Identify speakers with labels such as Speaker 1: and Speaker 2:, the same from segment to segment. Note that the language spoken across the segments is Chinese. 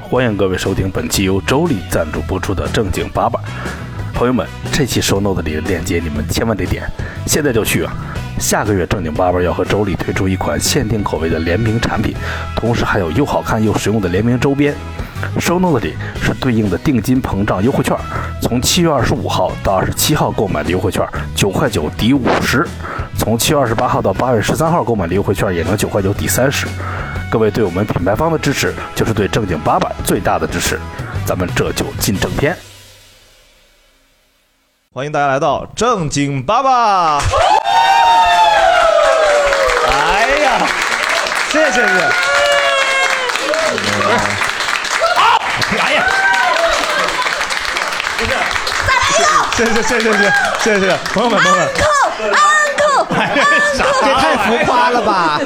Speaker 1: 欢迎各位收听本期由周丽赞助播出的正经八百。朋友们，这期 show note 里的链接你们千万得点，现在就去啊！下个月正经八百要和周丽推出一款限定口味的联名产品，同时还有又好看又实用的联名周边。show note 里是对应的定金膨胀优惠券，从七月二十五号到二十七号购买的优惠券九块九抵五十，从七月二十八号到八月十三号购买的优惠券也能九块九抵三十。各位对我们品牌方的支持，就是对正经八百最大的支持。咱们这就进正片。
Speaker 2: 欢迎大家来到正经爸爸。哎呀，谢谢谢谢。哎呀，谢谢谢谢谢谢谢谢朋友们朋友们。
Speaker 3: 哎
Speaker 4: 这太浮夸了吧！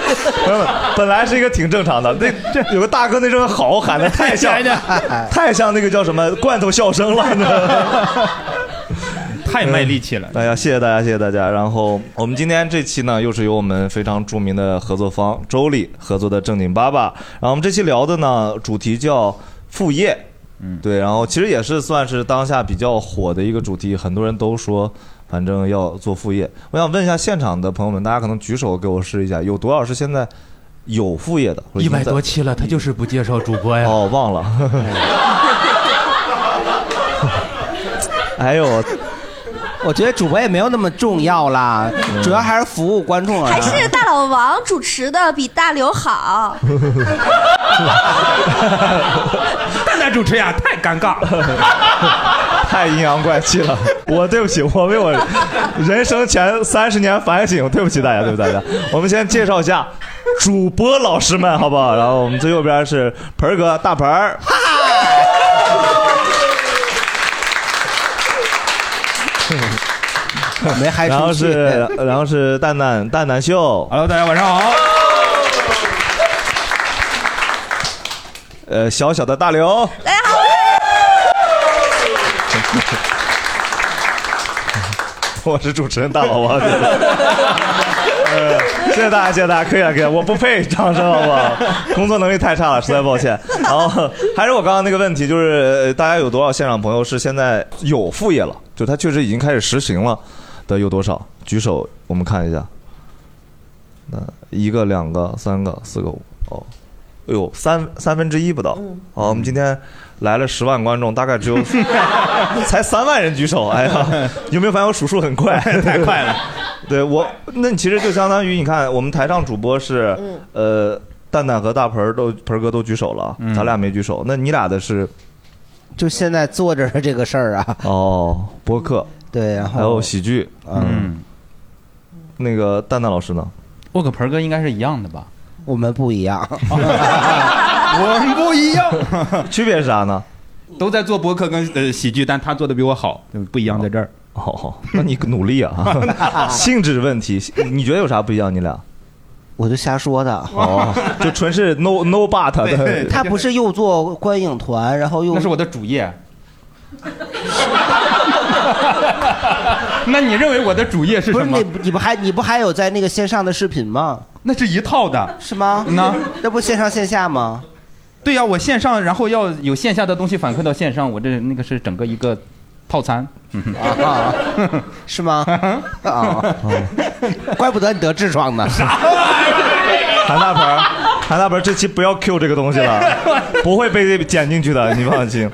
Speaker 2: 朋友们，本来是一个挺正常的，那这有个大哥那声好喊的太像太像那个叫什么罐头笑声了呢，太卖力气了。哎呀，谢谢大家，谢谢大家。然后我们今天这期呢，又是由我们非常著名的合作方周丽合作的正经爸爸。然后我们这期聊的呢，主题叫副业。嗯，对，然后其实也是算是当下比较火的一个主题，很多人都说，反正要做副业。我想问一下现场的朋友们，大家可能举手给我试一下，有多少是现在有副业的？
Speaker 3: 一百多
Speaker 2: 期
Speaker 3: 期了，他就是不介绍主播呀。
Speaker 2: 哦，忘了。 哎呦，
Speaker 4: 我觉得主播也没有那么重要啦，
Speaker 3: 嗯
Speaker 4: 主要还是服务观众啊。
Speaker 5: 还是大老王主持的比大刘好。
Speaker 2: 蛋蛋主持呀，太尴尬， 太阴阳怪气了。我对不起，我为我人生前三十年反省，对不起大家，对不起大家。我们先介绍一下主播老师们，好不好？然后我们最右边是盆儿哥，大盆儿。
Speaker 4: 没嗨出去
Speaker 2: 然后是，然后是蛋蛋蛋蛋秀，Hello，大家晚上好。呃，小小的大刘，大家好。 我是主持人大老王。呃谢谢大家，谢谢大家，可以了，可以了，我不配掌声，好不好？工作能力太差了，实在抱歉。然后还是我刚刚那个问题，就是呃大家有多少现场朋友是现在有副业了，就他确实已经开始实行了的有多少？举手，我们看一下。那一个、两个、三个、四个、五，哦，哎呦，三三分之一不到。好，我们今天来了十万观众，大概只有 才三万人举手。哎呀，有没有发现我数数很快？太快了。对我，那你其实就相当于你看，我们台上主播是，呃，蛋蛋和大盆儿都盆儿哥都举手了，咱俩没举手。那你俩的是
Speaker 4: 就现在坐着这个事儿啊。
Speaker 2: 哦，播客
Speaker 4: 对，然后
Speaker 2: 还有喜剧，
Speaker 4: 嗯，
Speaker 2: 那个蛋蛋老师呢？
Speaker 3: 我跟盆儿哥应该是一样的吧？
Speaker 4: 我们不一 样，
Speaker 3: 我们不一样，
Speaker 2: 区别是啥呢？
Speaker 3: 都在做播客跟呃喜剧，但他做的比我好，嗯不一样在这儿。
Speaker 2: 哦，那你努力啊， 性质问题，你觉得有啥不一样？你俩？
Speaker 4: 我就瞎说的。
Speaker 2: 哦，就纯是 no no but 的，
Speaker 4: 他不是又做观影团，然后又
Speaker 3: 那是我的主业。 那你认为我的主业是
Speaker 4: 不
Speaker 3: 什
Speaker 4: 是
Speaker 3: 么
Speaker 4: 你？你不还你不还有在那个线上的视频吗？
Speaker 3: 那是一套的。
Speaker 4: 是吗？
Speaker 3: 那
Speaker 4: 那不线上线下吗？
Speaker 3: 对呀、我线上，然后要有线下的东西反馈到线上，我这那个是整个一个套餐。
Speaker 4: 啊， 是吗？ 啊，怪不得你得痔疮呢。
Speaker 2: 韩大盆儿，韩大盆儿，这期不要 Q 这个东西 了，不会被剪进去的，你放心。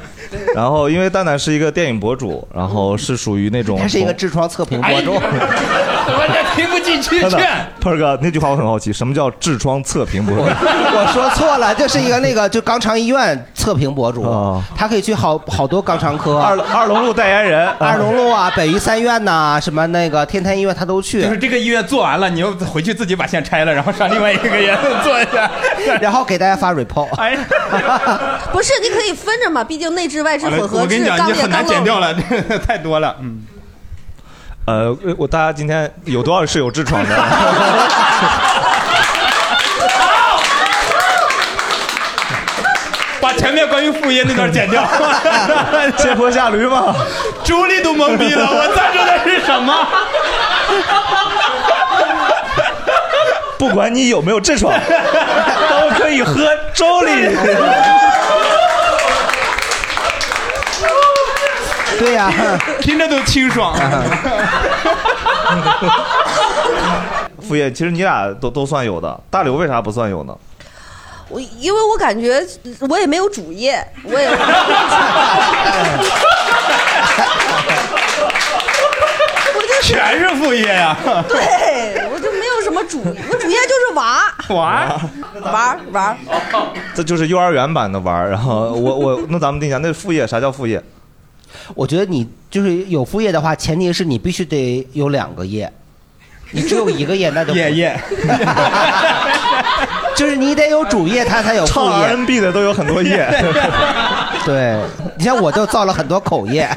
Speaker 2: 然后，因为蛋蛋是一个电影博主，然后是属于那种
Speaker 4: 他是一个痔疮测
Speaker 2: 哎
Speaker 4: 评博主。
Speaker 3: 我这听不进 去
Speaker 2: 真的，喷儿哥那句话我很好奇，什么叫痔疮测评 博主？
Speaker 4: 我说错了，就是一个那个就肛肠医院测评博主
Speaker 2: 哦，
Speaker 4: 他可以去好好多肛肠科，
Speaker 2: 二二龙路代言人，
Speaker 4: 二龙路啊、北医三院呐、什么那个天坛医院他都
Speaker 3: 就是
Speaker 4: 去，
Speaker 3: 这个医院做完了，你又回去自己把线拆了，然后上另外一个医院做一 下。
Speaker 4: 然后给大家发 report。
Speaker 3: 哎，
Speaker 5: 不是，你可以分着嘛，毕竟内治外治混合
Speaker 3: 我跟
Speaker 5: 治
Speaker 3: 你，讲，
Speaker 5: 肛
Speaker 3: 你
Speaker 5: 裂
Speaker 3: 很难
Speaker 5: 肛
Speaker 3: 剪掉
Speaker 5: 瘘。
Speaker 3: 了，这个 太多了。嗯，
Speaker 2: 呃，我大家今天有多少是有痔疮的？
Speaker 3: 把前面关于副业那段剪 掉。
Speaker 2: 借坡下驴吗？
Speaker 3: 朱莉都懵逼了，我赞助的是什么？
Speaker 2: 不管 你有没有痔疮，都可以喝粥里。
Speaker 4: 对呀、
Speaker 6: 听着都清爽。
Speaker 2: 副业，其实你俩都都算有的，大刘为啥不算有呢？
Speaker 5: 我因为我感觉我也没有主业，我也
Speaker 6: 全是副业呀、
Speaker 5: 对我就没有什么主业，我主业就是玩
Speaker 3: 啊
Speaker 6: 玩
Speaker 5: 儿玩儿玩儿。
Speaker 2: 啊这就是幼儿园版的玩儿。然后我我那咱们定一下，那副业啥叫副业？
Speaker 4: 我觉得你就是有副业的话，前提是你必须得有两个业，你只有一个业那 就业
Speaker 6: 业，
Speaker 4: 就是你得有主业，他才有副
Speaker 2: 唱
Speaker 4: 业。
Speaker 2: RNB 的都有很多业，
Speaker 4: 对你像我就造了很多口业，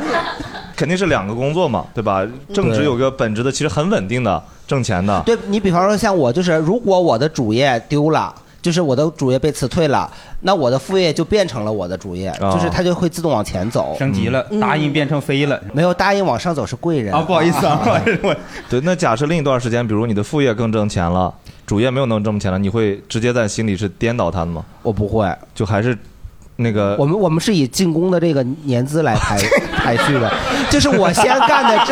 Speaker 2: 肯定是两个工作嘛，对吧？正职有个本职的，其实很稳定的，挣钱的。
Speaker 4: 对你比方说像我，就是如果我的主业丢了，就是我的主业被辞退了，那我的副业就变成了我的主业，
Speaker 3: 哦
Speaker 4: 就是它就会自动往前走，嗯
Speaker 3: 升级了， 答应变成飞了。
Speaker 4: 没有答应往上走是贵人
Speaker 3: 啊不好意思啊不好意思我
Speaker 2: 对，那假设另一段时间，比如你的副业更挣钱了，主业没有能挣钱了，你会直接在心里是颠倒他的吗？
Speaker 4: 我不会，
Speaker 2: 就还是那个
Speaker 4: 我们我们是以进攻的这个年资来排 排序的，就是我先干的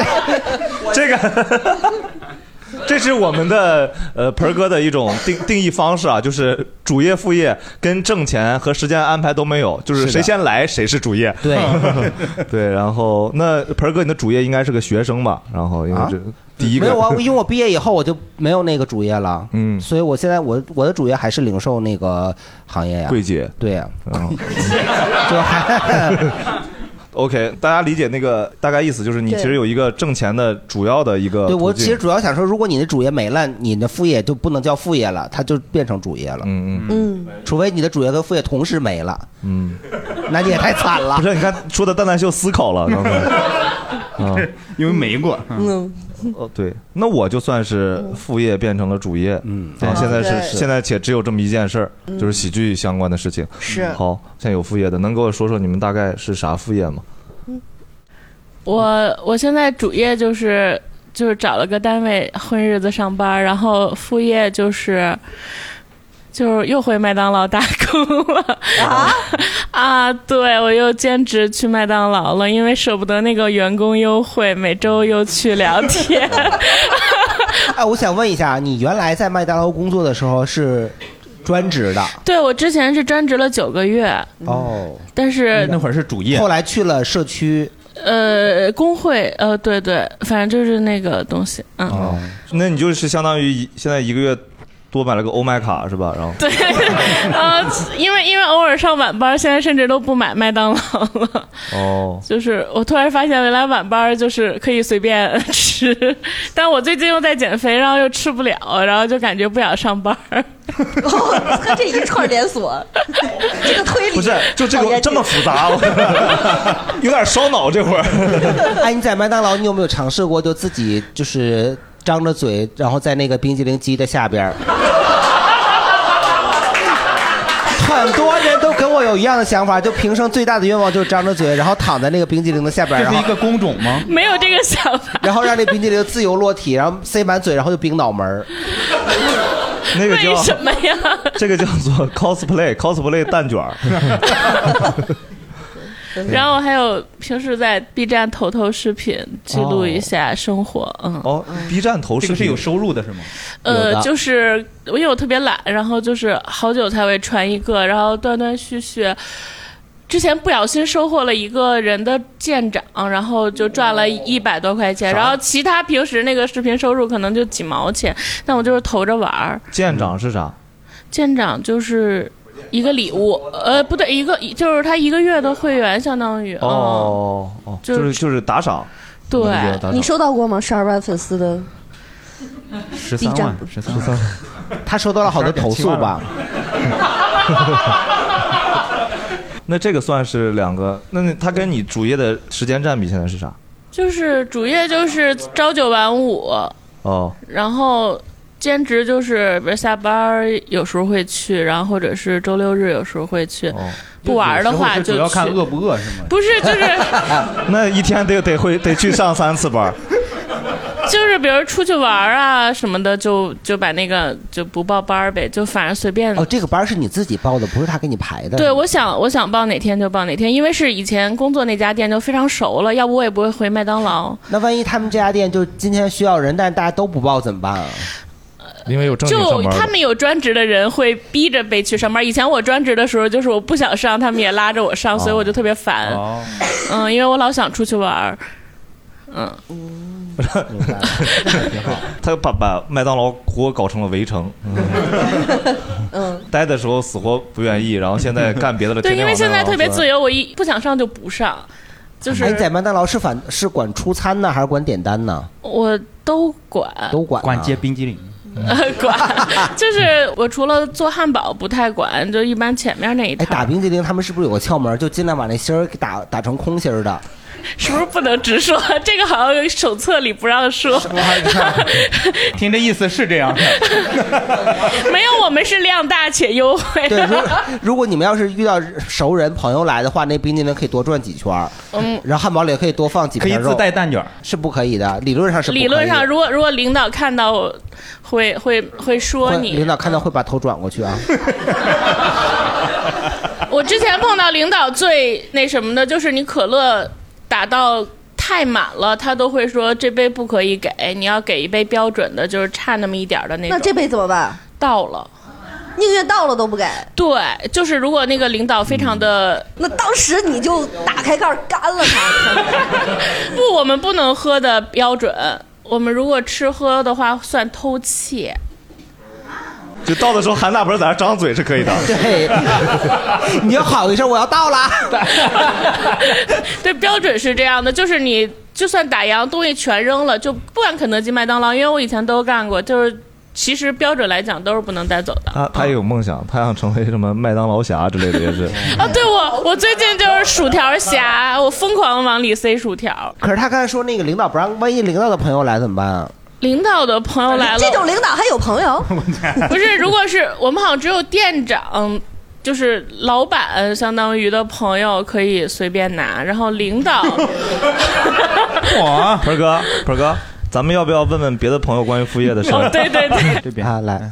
Speaker 4: 这
Speaker 2: 这个。 这是我们的呃盆儿哥的一种定定义方式啊，就是主业副业跟挣钱和时间安排都没有，就是
Speaker 6: 是的
Speaker 2: 谁先来谁是主业。
Speaker 4: 对
Speaker 2: 对，然后那盆儿哥你的主业应该是个学生吧？然后应该是第一个。
Speaker 4: 没有啊， 因为我毕业以后我就没有那个主业了，嗯，所以我现在我我的主业还是零售那个行业呀、
Speaker 2: 柜姐嗯
Speaker 4: 对呀、
Speaker 2: 就还 OK，大家理解那个大概意思就是你
Speaker 4: 对
Speaker 2: 其实有一个挣钱的主要的一个
Speaker 4: 对我
Speaker 2: 呃途径
Speaker 4: 其实主要想说，如果你的主业没了，你的副业就不能叫副业了，它就变成主业了。
Speaker 2: 嗯
Speaker 4: 嗯，除非你的主业跟副业同时没了，
Speaker 2: 嗯，
Speaker 4: 那你也太惨了。
Speaker 2: 不是，你看说的蛋蛋秀思考了，刚 嗯才
Speaker 6: 因为没过。
Speaker 5: 嗯，
Speaker 2: 哦，对，那我就算是
Speaker 7: 嗯
Speaker 2: 副业变成了主业，嗯，
Speaker 3: 啊
Speaker 5: 对
Speaker 2: 现在
Speaker 5: 对
Speaker 2: 是现在且只有这么一件事儿，就是喜剧相关的事情。
Speaker 7: 嗯是
Speaker 2: 好，现在有副业的，能给我说说你们大概是啥副业吗？
Speaker 7: 我我现在主业就是就是找了个单位混日子上班，然后副业就是就是又回麦当劳打工了 啊对我又兼职去麦当劳了，因为舍不得那个员工优惠，每周又去聊天。
Speaker 4: 哎，我想问一下，你原来在麦当劳工作的时候是专职的
Speaker 7: 对我之前是专职了九个月，
Speaker 4: 哦？
Speaker 7: 但是
Speaker 3: 那会儿是主业，
Speaker 4: 后来去了社区。
Speaker 7: 呃工会呃对对，反正就是那个东西，嗯。
Speaker 3: 啊
Speaker 2: 哦，那你就是相当于一现在一个月多买了个欧麦卡是吧？然后
Speaker 7: 对，呃，因为因为偶尔上晚班，现在甚至都不买麦当劳了。
Speaker 2: 哦，
Speaker 7: 就是我突然发现，原来晚班就是可以随便吃， 但我最近又在减肥，然后又吃不了，然后就感觉不想上班。
Speaker 5: 他这一串连锁，这个推理
Speaker 2: 不是，就这个这么复杂， 我有点烧脑这会儿。
Speaker 4: 哎，你在麦当劳，你有没有尝试过就自己就是张着嘴，然后在那个冰激凌机的下边儿？ 很多人都跟我有一样的想法，就平生最大的愿望就是张着嘴，然后躺在那个冰激凌的下边儿，然后
Speaker 3: 工种吗？
Speaker 7: 没有这个想法，
Speaker 4: 然后让那冰激凌自由落体，然后塞满嘴，然后就冰脑门儿。
Speaker 2: 那个
Speaker 7: 为
Speaker 2: 叫
Speaker 7: 什么呀？
Speaker 4: 哦
Speaker 2: 这个叫做 cosplay，cosplay 蛋卷儿。
Speaker 7: 然后还有平时在 B 站投投视频，记录一下生活。嗯，
Speaker 2: 哦，B 站投
Speaker 3: 这个是有收入的是吗？
Speaker 7: 呃
Speaker 3: 有，的
Speaker 7: 就是因为我特别懒，然后就是好久才会传一个，然后断断续续。之前不小心收获了一个人的舰长，然后就赚了一百多块钱，然后其他平时那个视频收入可能就几毛钱，但我就是投着玩儿。
Speaker 2: 舰长是啥？
Speaker 7: 舰长就是一个礼物，呃，不对，一个就是他一个月的会员相当于，嗯，
Speaker 2: 哦哦，就是就是打赏。
Speaker 7: 对
Speaker 2: 那个叫打赏
Speaker 5: 你收到过吗？十二万粉丝的
Speaker 2: 十
Speaker 5: B 站，
Speaker 3: 十三万，
Speaker 4: 他收到了好多投诉吧？
Speaker 2: 那这个算是两个，那那它跟你主业的时间占比现在是啥？
Speaker 7: 就是主业就是朝九晚五，
Speaker 2: 哦，
Speaker 7: 然后兼职就是，比如下班儿有时候会去，然后或者是周六日有时候会去。不玩儿的话
Speaker 3: 哦有时候是
Speaker 7: 就
Speaker 3: 主要
Speaker 7: 去
Speaker 3: 看饿不饿是吗？
Speaker 2: 啊
Speaker 7: 不是，就是
Speaker 2: 那一天得得会得去上三次班儿，
Speaker 7: 就是比如出去玩儿啊什么的，就就把那个就不报班儿呗，就反正随便
Speaker 4: 哦，这个班是你自己报的，不是他给你排的。
Speaker 7: 对，我想我想报哪天就报哪天，因为是以前工作那家店就非常熟了，要不我也不会回麦当劳。
Speaker 4: 那万一他们这家店就今天需要人，但大家都不报怎么办啊？
Speaker 8: 因为有正经
Speaker 7: 就
Speaker 8: 上班
Speaker 7: 他
Speaker 8: 的。
Speaker 7: 们有专职的人会逼着被去上班。以前我专职的时候，就是我不想上，他们也拉着我
Speaker 8: 哦
Speaker 7: 上，所以我就特别烦。
Speaker 3: 哦，
Speaker 7: 嗯，因为我老想出去玩儿。 嗯，
Speaker 2: 他把把麦当劳活搞成了围城，
Speaker 5: 嗯，
Speaker 2: 待的时候死活不愿意，然后现在干别的了。
Speaker 7: 对，因为现在特别自
Speaker 2: 由。
Speaker 7: 由，我一不想上就不上，就是
Speaker 4: 哎，你在麦当劳是反是管出餐呢，还是管点单呢？
Speaker 7: 我都管。
Speaker 4: 都管、啊。
Speaker 3: 管接冰激凌，
Speaker 7: 呃， 管，就是我除了做汉堡不太管，就一般前面那一
Speaker 4: 哎，
Speaker 7: 套。
Speaker 4: 打冰激凌他们是不是有个窍门儿，就尽量把那芯儿给打打成空心儿的？
Speaker 7: 是不是不能直说？ 这个好像手册里不让说。
Speaker 3: 听这意思是这样的。
Speaker 7: 没有，我们是量大且优惠。
Speaker 4: 对，如如果你们要是遇到熟人朋友来的话，那冰激凌可以多转几圈儿，
Speaker 7: 嗯，
Speaker 4: 然后汉堡里可以多放几
Speaker 3: 可以
Speaker 4: 片
Speaker 3: 自
Speaker 4: 肉，
Speaker 3: 带蛋卷儿，
Speaker 4: 是不可以的。理论上是不可以
Speaker 7: 理
Speaker 4: 的
Speaker 7: 论上，如果如果领导看到我，会会会说
Speaker 4: 会
Speaker 7: 你。
Speaker 4: 领导看到会把头转过去啊。
Speaker 7: 我之前碰到领导最那什么的，就是你可乐打到太满了，他都会说这杯不可以给，你要给一杯标准的，就是差那么一点儿的那种。
Speaker 5: 那这杯怎么办？
Speaker 7: 到了。
Speaker 5: 宁愿到了都不给。
Speaker 7: 对，就是如果那个领导非常的、
Speaker 5: 嗯那当时你就打开盖儿干了它。
Speaker 7: 不，我们不能喝的标准，我们如果吃喝的话算偷窃。
Speaker 2: 就到的时候韩大伯在那张嘴是 可以的。
Speaker 4: 对， 你要好一声，我要到了。
Speaker 7: 对，标准是这样的，就是你就算打烊，东西全扔了，就不管肯德基、麦当劳，因为我以前都干过，就是其实标准来讲都是不能带走的。
Speaker 2: 他他也有梦想，他想成为什么麦当劳侠之类的，也 是。
Speaker 7: 啊，对我，我最近就是薯条侠，我疯狂地往里塞薯条。
Speaker 4: 可是他刚才说那个领导不让，万一领导的朋友来怎么办 啊？
Speaker 7: 领导的朋友来了，
Speaker 5: 这种领导还有朋友？
Speaker 7: 不是，如果是我们好像只有店长，就是老板相当于的朋友可以随便拿，然后领 导
Speaker 3: 哇，
Speaker 2: 盆儿哥，盆儿哥，咱们要不要问问别的朋友关于副业的事儿？嗯
Speaker 7: 哦，对对对，
Speaker 3: 这边
Speaker 4: 啊，来，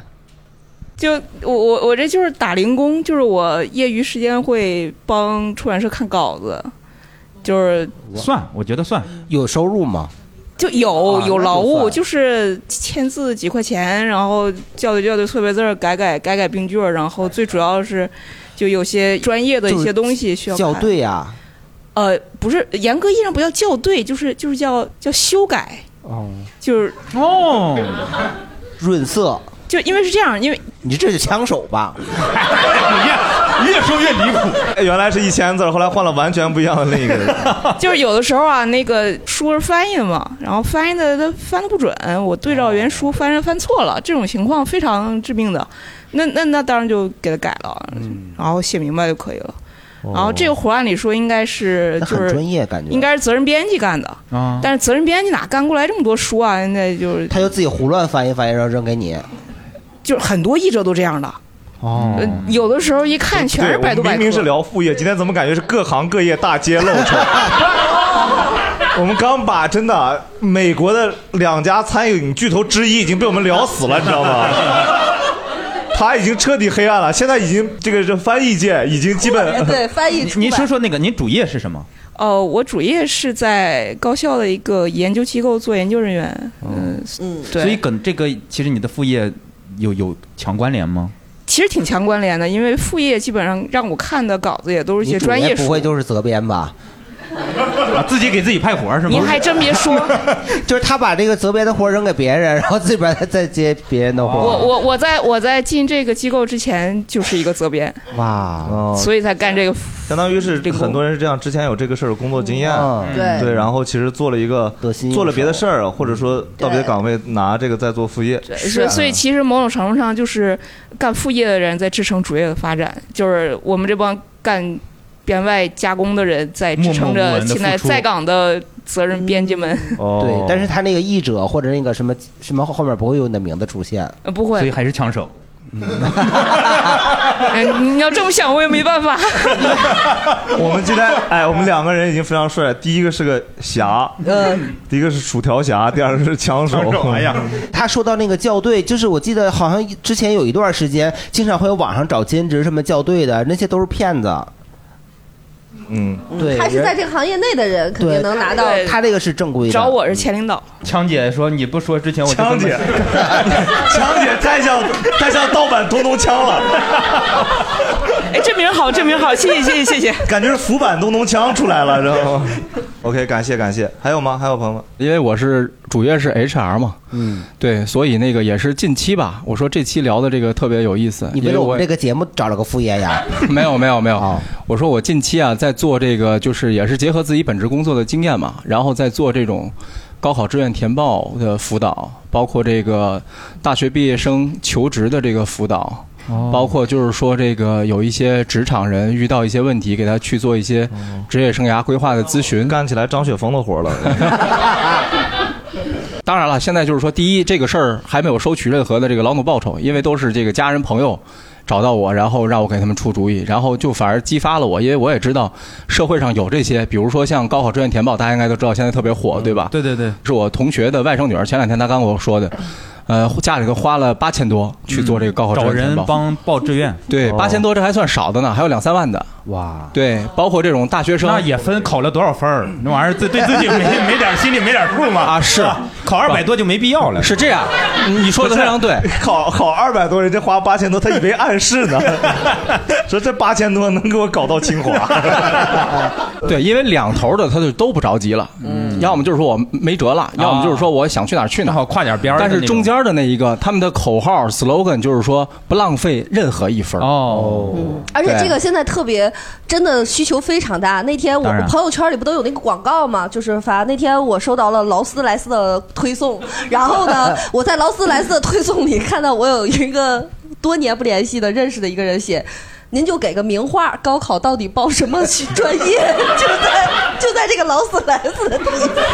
Speaker 9: 就我我我这就是打零工，就是我业余时间会帮出版社看稿子，就是
Speaker 3: 算，我觉得算，
Speaker 4: 有收入吗？
Speaker 9: 就有、
Speaker 4: 啊
Speaker 9: 有劳
Speaker 4: 那就
Speaker 9: 务，
Speaker 4: 算
Speaker 9: 就是签字几块钱，然后校对校对错别字儿，改改改改病句儿，然后最主要是就有些专业的一些东西需要
Speaker 4: 校
Speaker 9: 看，
Speaker 4: 对啊，
Speaker 9: 呃，不是严格意义上不叫校对，就是就是叫叫修改，
Speaker 4: 哦，
Speaker 9: 就是
Speaker 3: 哦，
Speaker 4: 润色，
Speaker 9: 就因为是这样，因为
Speaker 4: 你这就枪手 吧？
Speaker 6: 越越说越离谱。
Speaker 2: 哎原来是一千字儿，后来换了完全不一样的另一个人。
Speaker 9: 就是有的时候啊，那个书是翻译嘛，然后翻译的它翻的不准，我对照原书翻着翻错了，这种情况非常致命的。那那那当然就给他改了，然后写明白就可以了。然哦后这个活按理说应该是
Speaker 4: 哦那
Speaker 9: 就
Speaker 4: 很
Speaker 9: 是
Speaker 4: 专业感觉。嗯
Speaker 9: 应该是责任编辑干的，
Speaker 3: 啊，
Speaker 9: 但是责任编辑哪干过来这么多书啊？那就是
Speaker 4: 他就自己胡乱翻译翻译，然后扔给你。
Speaker 9: 就是很多译者都这样的，
Speaker 3: 哦
Speaker 9: 呃，有的时候一看全
Speaker 2: 对，
Speaker 9: 是
Speaker 2: 我
Speaker 9: 百
Speaker 2: 们
Speaker 9: 度百科。
Speaker 2: 明明是聊副业，今天怎么感觉是各行各业大街漏抽？
Speaker 7: 哦
Speaker 2: 我们刚把真的美国的两家餐饮巨头之一已经被我们聊死了，你知道 吗？他已经彻底黑暗了，现在已经这个这翻译界已经基本
Speaker 5: 对，翻译
Speaker 3: 您
Speaker 5: 出版
Speaker 3: 您说说那个，您主业是什么？
Speaker 9: 哦，我主业是在高校的一个研究机构做研究人员，嗯，
Speaker 5: 嗯，
Speaker 9: 对，
Speaker 3: 所以跟这个其实你的副业有有强关联吗？
Speaker 9: 其实挺强关联的，因为副业基本上让我看的稿子也都是一
Speaker 4: 你
Speaker 9: 些
Speaker 4: 主
Speaker 9: 专业
Speaker 4: 业不
Speaker 9: 书
Speaker 4: 会。就是责编吧？
Speaker 3: 啊，自己给自己派活儿是吗？
Speaker 9: 您还真别说，
Speaker 4: 就是他把这个责编的活儿扔给别人，然后自己把它再接别人的活
Speaker 9: 我
Speaker 4: 儿。
Speaker 9: 我我在我在进这个机构之前就是一个责编，
Speaker 4: 哇，
Speaker 2: 哦，
Speaker 9: 所以才干这个副。
Speaker 2: 相当于是很多人是这样，之前有这个事儿的工作经验，
Speaker 4: 嗯，
Speaker 5: 对
Speaker 2: 对，然后其实做了一个
Speaker 4: 得心应手
Speaker 2: 做了别的事儿，或者说到别的岗位拿这个在做副业，
Speaker 9: 是，所以其实某种程度上就是干副业的人在支撑主业的发展，就是我们这帮干编外加工的人在支
Speaker 3: 默默
Speaker 9: 撑
Speaker 3: 无
Speaker 9: 着
Speaker 3: 闻地
Speaker 9: 现在
Speaker 3: 付出
Speaker 9: 在岗的责任编辑们。
Speaker 2: 哦
Speaker 4: 对，但是他那个译者或者那个什么什么后面不会有你的名字出现。
Speaker 9: 呃不会
Speaker 3: 所以，还是枪手。
Speaker 9: 哎，你要这么想，我也没办法。
Speaker 2: 我们今天，哎，我们两个人已经非常帅。第一个是个侠，
Speaker 5: 呃
Speaker 4: 嗯，
Speaker 2: 第一个是薯条侠，第二个是枪手。
Speaker 4: 枪
Speaker 8: 哦
Speaker 4: 手哎 呀他说到那个校对，就是我记得好像之前有一段时间，经常会有网上找兼职什么校对的，那些都是骗子。
Speaker 2: 嗯，
Speaker 4: 对，
Speaker 5: 还是在这个行业内的人肯定
Speaker 4: 对
Speaker 5: 能拿到。
Speaker 4: 他这个是正规的。
Speaker 9: 我是前领导，
Speaker 3: 强姐说你不说之前我就这么
Speaker 2: 强姐， 强姐太像太像盗版咚咚 锵了，
Speaker 9: 哎，这名好，这名好，谢谢谢谢谢谢。
Speaker 2: 感觉是浮版咚咚锵出来了，知道吗？OK，感谢感谢，还有吗？还有朋友们？
Speaker 8: 因为我是主业是 HR 嘛，
Speaker 4: 嗯，
Speaker 8: 对，所以那个也是近期吧。我说这期聊的这个特别有意思，
Speaker 4: 你
Speaker 8: 因
Speaker 4: 为了我
Speaker 8: 我
Speaker 4: 们这个节目找了个哦副业呀？
Speaker 8: 没有没有 没有，我说我近期啊在做这个，就是也是结合自己本职工作的经验嘛，然后在做这种高考志愿填报的辅导，包括这个大学毕业生求职的这个辅导，
Speaker 3: 哦
Speaker 8: 包括就是说这个有一些职场人遇到一些问题，给他去做一些职业生涯规划的咨询，
Speaker 2: 哦干起来张雪峰的活了。
Speaker 8: 当然了，现在就是说，第一，这个事儿还没有收取任何的这个劳动报酬，因为都是这个家人朋友找到我，然后让我给他们出主意，然后就反而激发了我，因为我也知道社会上有这些，比如说像高考志愿填报，大家应该都知道，现在特别
Speaker 2: 嗯
Speaker 8: 火，对吧？
Speaker 3: 对对对，
Speaker 8: 是我同学的外甥女儿，前两天她刚跟我说的，呃，家里头花了八千多去做这个高考志
Speaker 3: 找
Speaker 8: 愿填
Speaker 3: 人
Speaker 8: 报。
Speaker 3: 帮报志愿，哦
Speaker 8: 对，八千多这还算少的呢，还有两三万的。
Speaker 4: 哇，
Speaker 8: 对，包括这种大学生，
Speaker 3: 那也分考了多少分儿，那玩意儿对对自己没 没点儿心里没点儿数吗？啊，
Speaker 8: 是
Speaker 3: 考二百多就没必要了。
Speaker 8: 是这样，你说的非常对。
Speaker 2: 考考二百多，人家花八千多，他以为暗示 呢，说这八千多能给我搞到清 华。
Speaker 8: 对，因为两头的他就都不着急了，嗯，要么就是说我没辙了，要么就是说我想去哪儿去哪
Speaker 3: 正
Speaker 8: 儿。
Speaker 3: 好跨点边儿的
Speaker 8: 但
Speaker 3: 那
Speaker 8: 是
Speaker 3: 种，
Speaker 8: 中间的那一个，他们的口号 slogan 就是说不浪费任何一分儿。
Speaker 3: 哦，
Speaker 5: 而且
Speaker 8: 对
Speaker 5: 这个现在特别，真的需求非常大。那天我
Speaker 3: 当然
Speaker 5: 朋友圈里不都有那个广告吗？就是发那天我收到了劳斯莱斯的推送，然后 呢，我在劳斯莱斯的推送里看到我有一个多年不联系的认识的一个人写。您就给个名画，高考到底报什么学专业？ 就在就在这个劳斯莱斯的地方，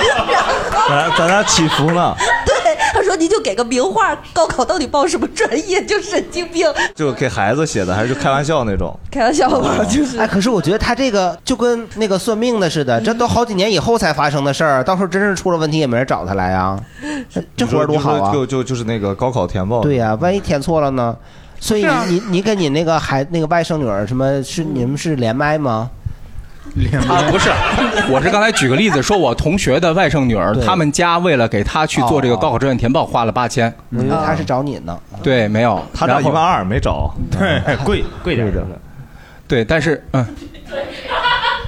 Speaker 5: 然后
Speaker 2: 咱咱俩起伏呢，
Speaker 5: 对他说您就给个名画，高考到底报什么专业？就神经病，
Speaker 2: 就给孩子写的，还是就开玩笑那种。
Speaker 5: 开玩笑吧，就是。
Speaker 4: 哎，可是我觉得他这个就跟那个算命的似的，这都好几年以后才发生的事儿，到时候真是出了问题也没人找他来啊，这活儿多好啊！
Speaker 2: 就就就是那个高考填报。
Speaker 4: 对呀、万一填错了呢？所以
Speaker 9: 是啊
Speaker 4: 你你你跟你那个孩那个外甥女儿什么是
Speaker 8: 嗯
Speaker 4: 你们是连麦吗？
Speaker 8: 啊，不是，我是刚才举个例子，说我同学的外甥女儿，
Speaker 4: 对
Speaker 8: 他们家为了给她去做这个高考志愿填报，花了八千。
Speaker 4: 我以为他是找你呢。
Speaker 8: 对，没有，
Speaker 2: 他找
Speaker 8: 然
Speaker 2: 一
Speaker 8: 后
Speaker 2: 万二没找，
Speaker 3: 对， 贵贵点儿。
Speaker 8: 对，但是嗯，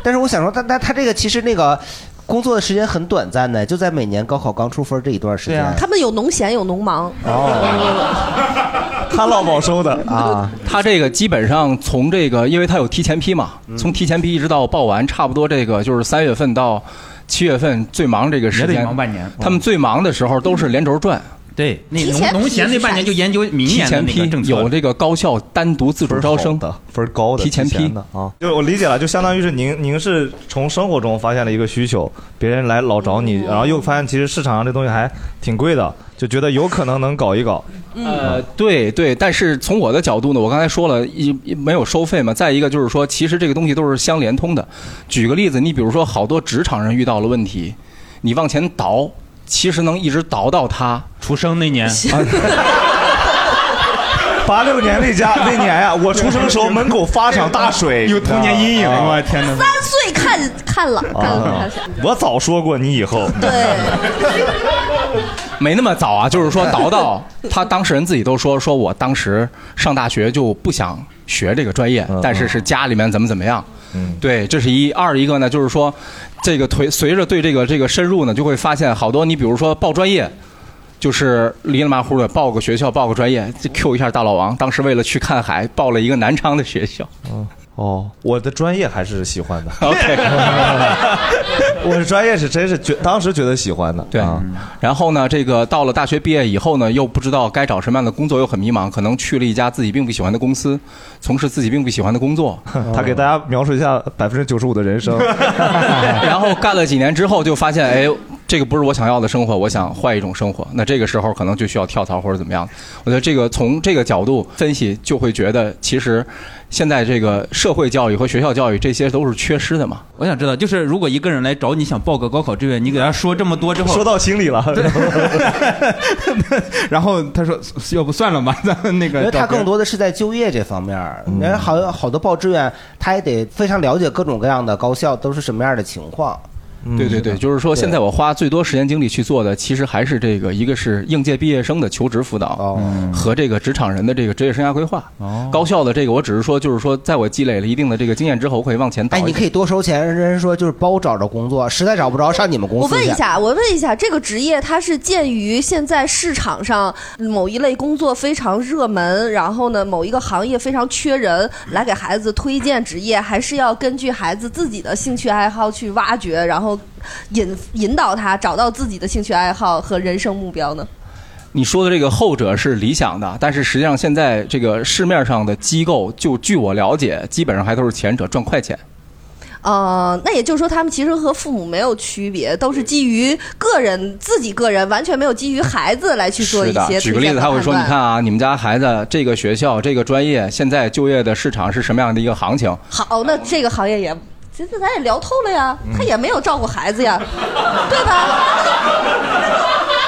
Speaker 4: 但是我想说，但但他这个其实那个工作的时间很短暂的，就在每年高考刚出分这一段时间。
Speaker 5: 他们有农闲有农忙，
Speaker 2: 他落保收的。
Speaker 4: 啊，
Speaker 8: 他这个基本上从这个，因为他有提前批嘛，
Speaker 2: 嗯
Speaker 8: 从提前批一直到报完，差不多这个就是三月份到七月份最忙这个时
Speaker 3: 也得
Speaker 8: 间。
Speaker 3: 忙半年。
Speaker 8: 他们最忙的时候都是连轴转，
Speaker 3: 对，那
Speaker 5: 提前
Speaker 3: 农农
Speaker 5: 批
Speaker 3: 闲
Speaker 5: 是
Speaker 3: 那
Speaker 5: 啥
Speaker 3: 半年就研究明
Speaker 8: 提
Speaker 3: 年的
Speaker 8: 前
Speaker 3: 那
Speaker 8: 批
Speaker 3: 个政策
Speaker 8: 有这个高校单独自主招生
Speaker 2: 分儿好的分儿高的，
Speaker 8: 提前批
Speaker 2: 的啊，就是我理解了，就相当于是您您是从生活中发现了一个需求，别人来老找你，然后又发现其实市场上这东西还挺贵的，就觉得有可能能搞一搞。
Speaker 8: 呃，对对，但是从我的角度呢，我刚才说了一一没有收费嘛。再一个就是说，其实这个东西都是相连通的。举个例子，你比如说，好多职场人遇到了问题，你往前倒，其实能一直倒到他。啊
Speaker 3: 出生 那年，
Speaker 2: 八六年那 家那年呀、我出生时候门口发场大水，
Speaker 6: 有童年阴影，
Speaker 2: 哎
Speaker 6: 我的天哪！
Speaker 5: 三岁看看了看了看
Speaker 2: 啊
Speaker 5: 了，
Speaker 2: 我早说过你以后，
Speaker 5: 对，
Speaker 8: 没那么早啊，就是说倒到他当事人自己都说，说我当时上大学就不想学这个专业
Speaker 2: 嗯，
Speaker 8: 但是是家里面怎么怎么样。
Speaker 2: 嗯，
Speaker 8: 对，这是一二一个呢，就是说，这个随随着对这个这个深入呢，就会发现好多。你比如说报专业，就是离里马虎的报个学校，报个专业，就 Q 一下大老王，当时为了去看海，报了一个南昌的学校。
Speaker 2: 哦，我的专业还是 喜欢的，
Speaker 8: OK，
Speaker 2: 我的专业是真是觉当时觉得喜欢的，
Speaker 8: 对
Speaker 2: 啊，
Speaker 8: 然后呢，这个到了大学毕业以后呢，又不知道该找什么样的工作，又很迷茫，可能去了一家自己并不喜欢的公司，从事自己并不喜欢的工作，
Speaker 2: 他给大家 描述一下百分之九十五的人生，
Speaker 8: 然后干了几年之后，就发现，哎，这个不是我想要的生活，我想换一种生活。那这个时候可能就需要跳槽或者怎么样。我觉得这个从这个角度分析，就会觉得其实现在这个社会教育和学校教育这些都是缺失的嘛。
Speaker 3: 我想知道，就是如果一个人来找你想报个高考志愿，你给他说这么多之后，
Speaker 2: 说到心里了。
Speaker 3: 然后他说，要不算了吧，咱们那
Speaker 4: 因
Speaker 8: 啊
Speaker 3: 个。
Speaker 4: 为他更多的是在就业这方面儿，人好像好多报志愿，他也得非常了解各种各样的高校都是什么样的情况。嗯
Speaker 8: 对对对，嗯就是说现在我花最多时间精力去做的，其实还是这个，一个是应届毕业生的求职辅导，
Speaker 4: 哦
Speaker 8: 和这个职场人的这个职业生涯规划。高校的这个，我只是说，就是说，在我积累了一定的这个经验之后，我可以往前倒
Speaker 4: 哎，
Speaker 8: 一点。
Speaker 4: 你可以多收钱，人家说就是包找着工作，实在找不着上你们公司
Speaker 5: 我问
Speaker 4: 去
Speaker 5: 一下，我问一下，这个职业它是鉴于现在市场上某一类工作非常热门，然后呢某一个行业非常缺人，来给孩子推荐职业，还是要根据孩子自己的兴趣爱好去挖掘，然后引引导他找到自己的兴趣爱好和人生目标呢？
Speaker 8: 你说的这个后者是理想的，但是实际上现在这个市面上的机构，就据我了解，基本上还都是前者赚快钱。
Speaker 5: 呃，那也就是说，他们其实和父母没有区别，都是基于个人自己个人，完全没有基于孩子来去做一
Speaker 8: 是的
Speaker 5: 些推
Speaker 8: 举
Speaker 5: 荐，
Speaker 8: 个例子，
Speaker 5: 和
Speaker 8: 他会说：“你
Speaker 5: 判断
Speaker 8: 看啊，你们家孩子这个学校、这个专业，现在就业的市场是什么样的一个 行情？
Speaker 5: 好，那这个行业也，其实咱也聊透了呀，他也没有照顾孩子 呀，对吧？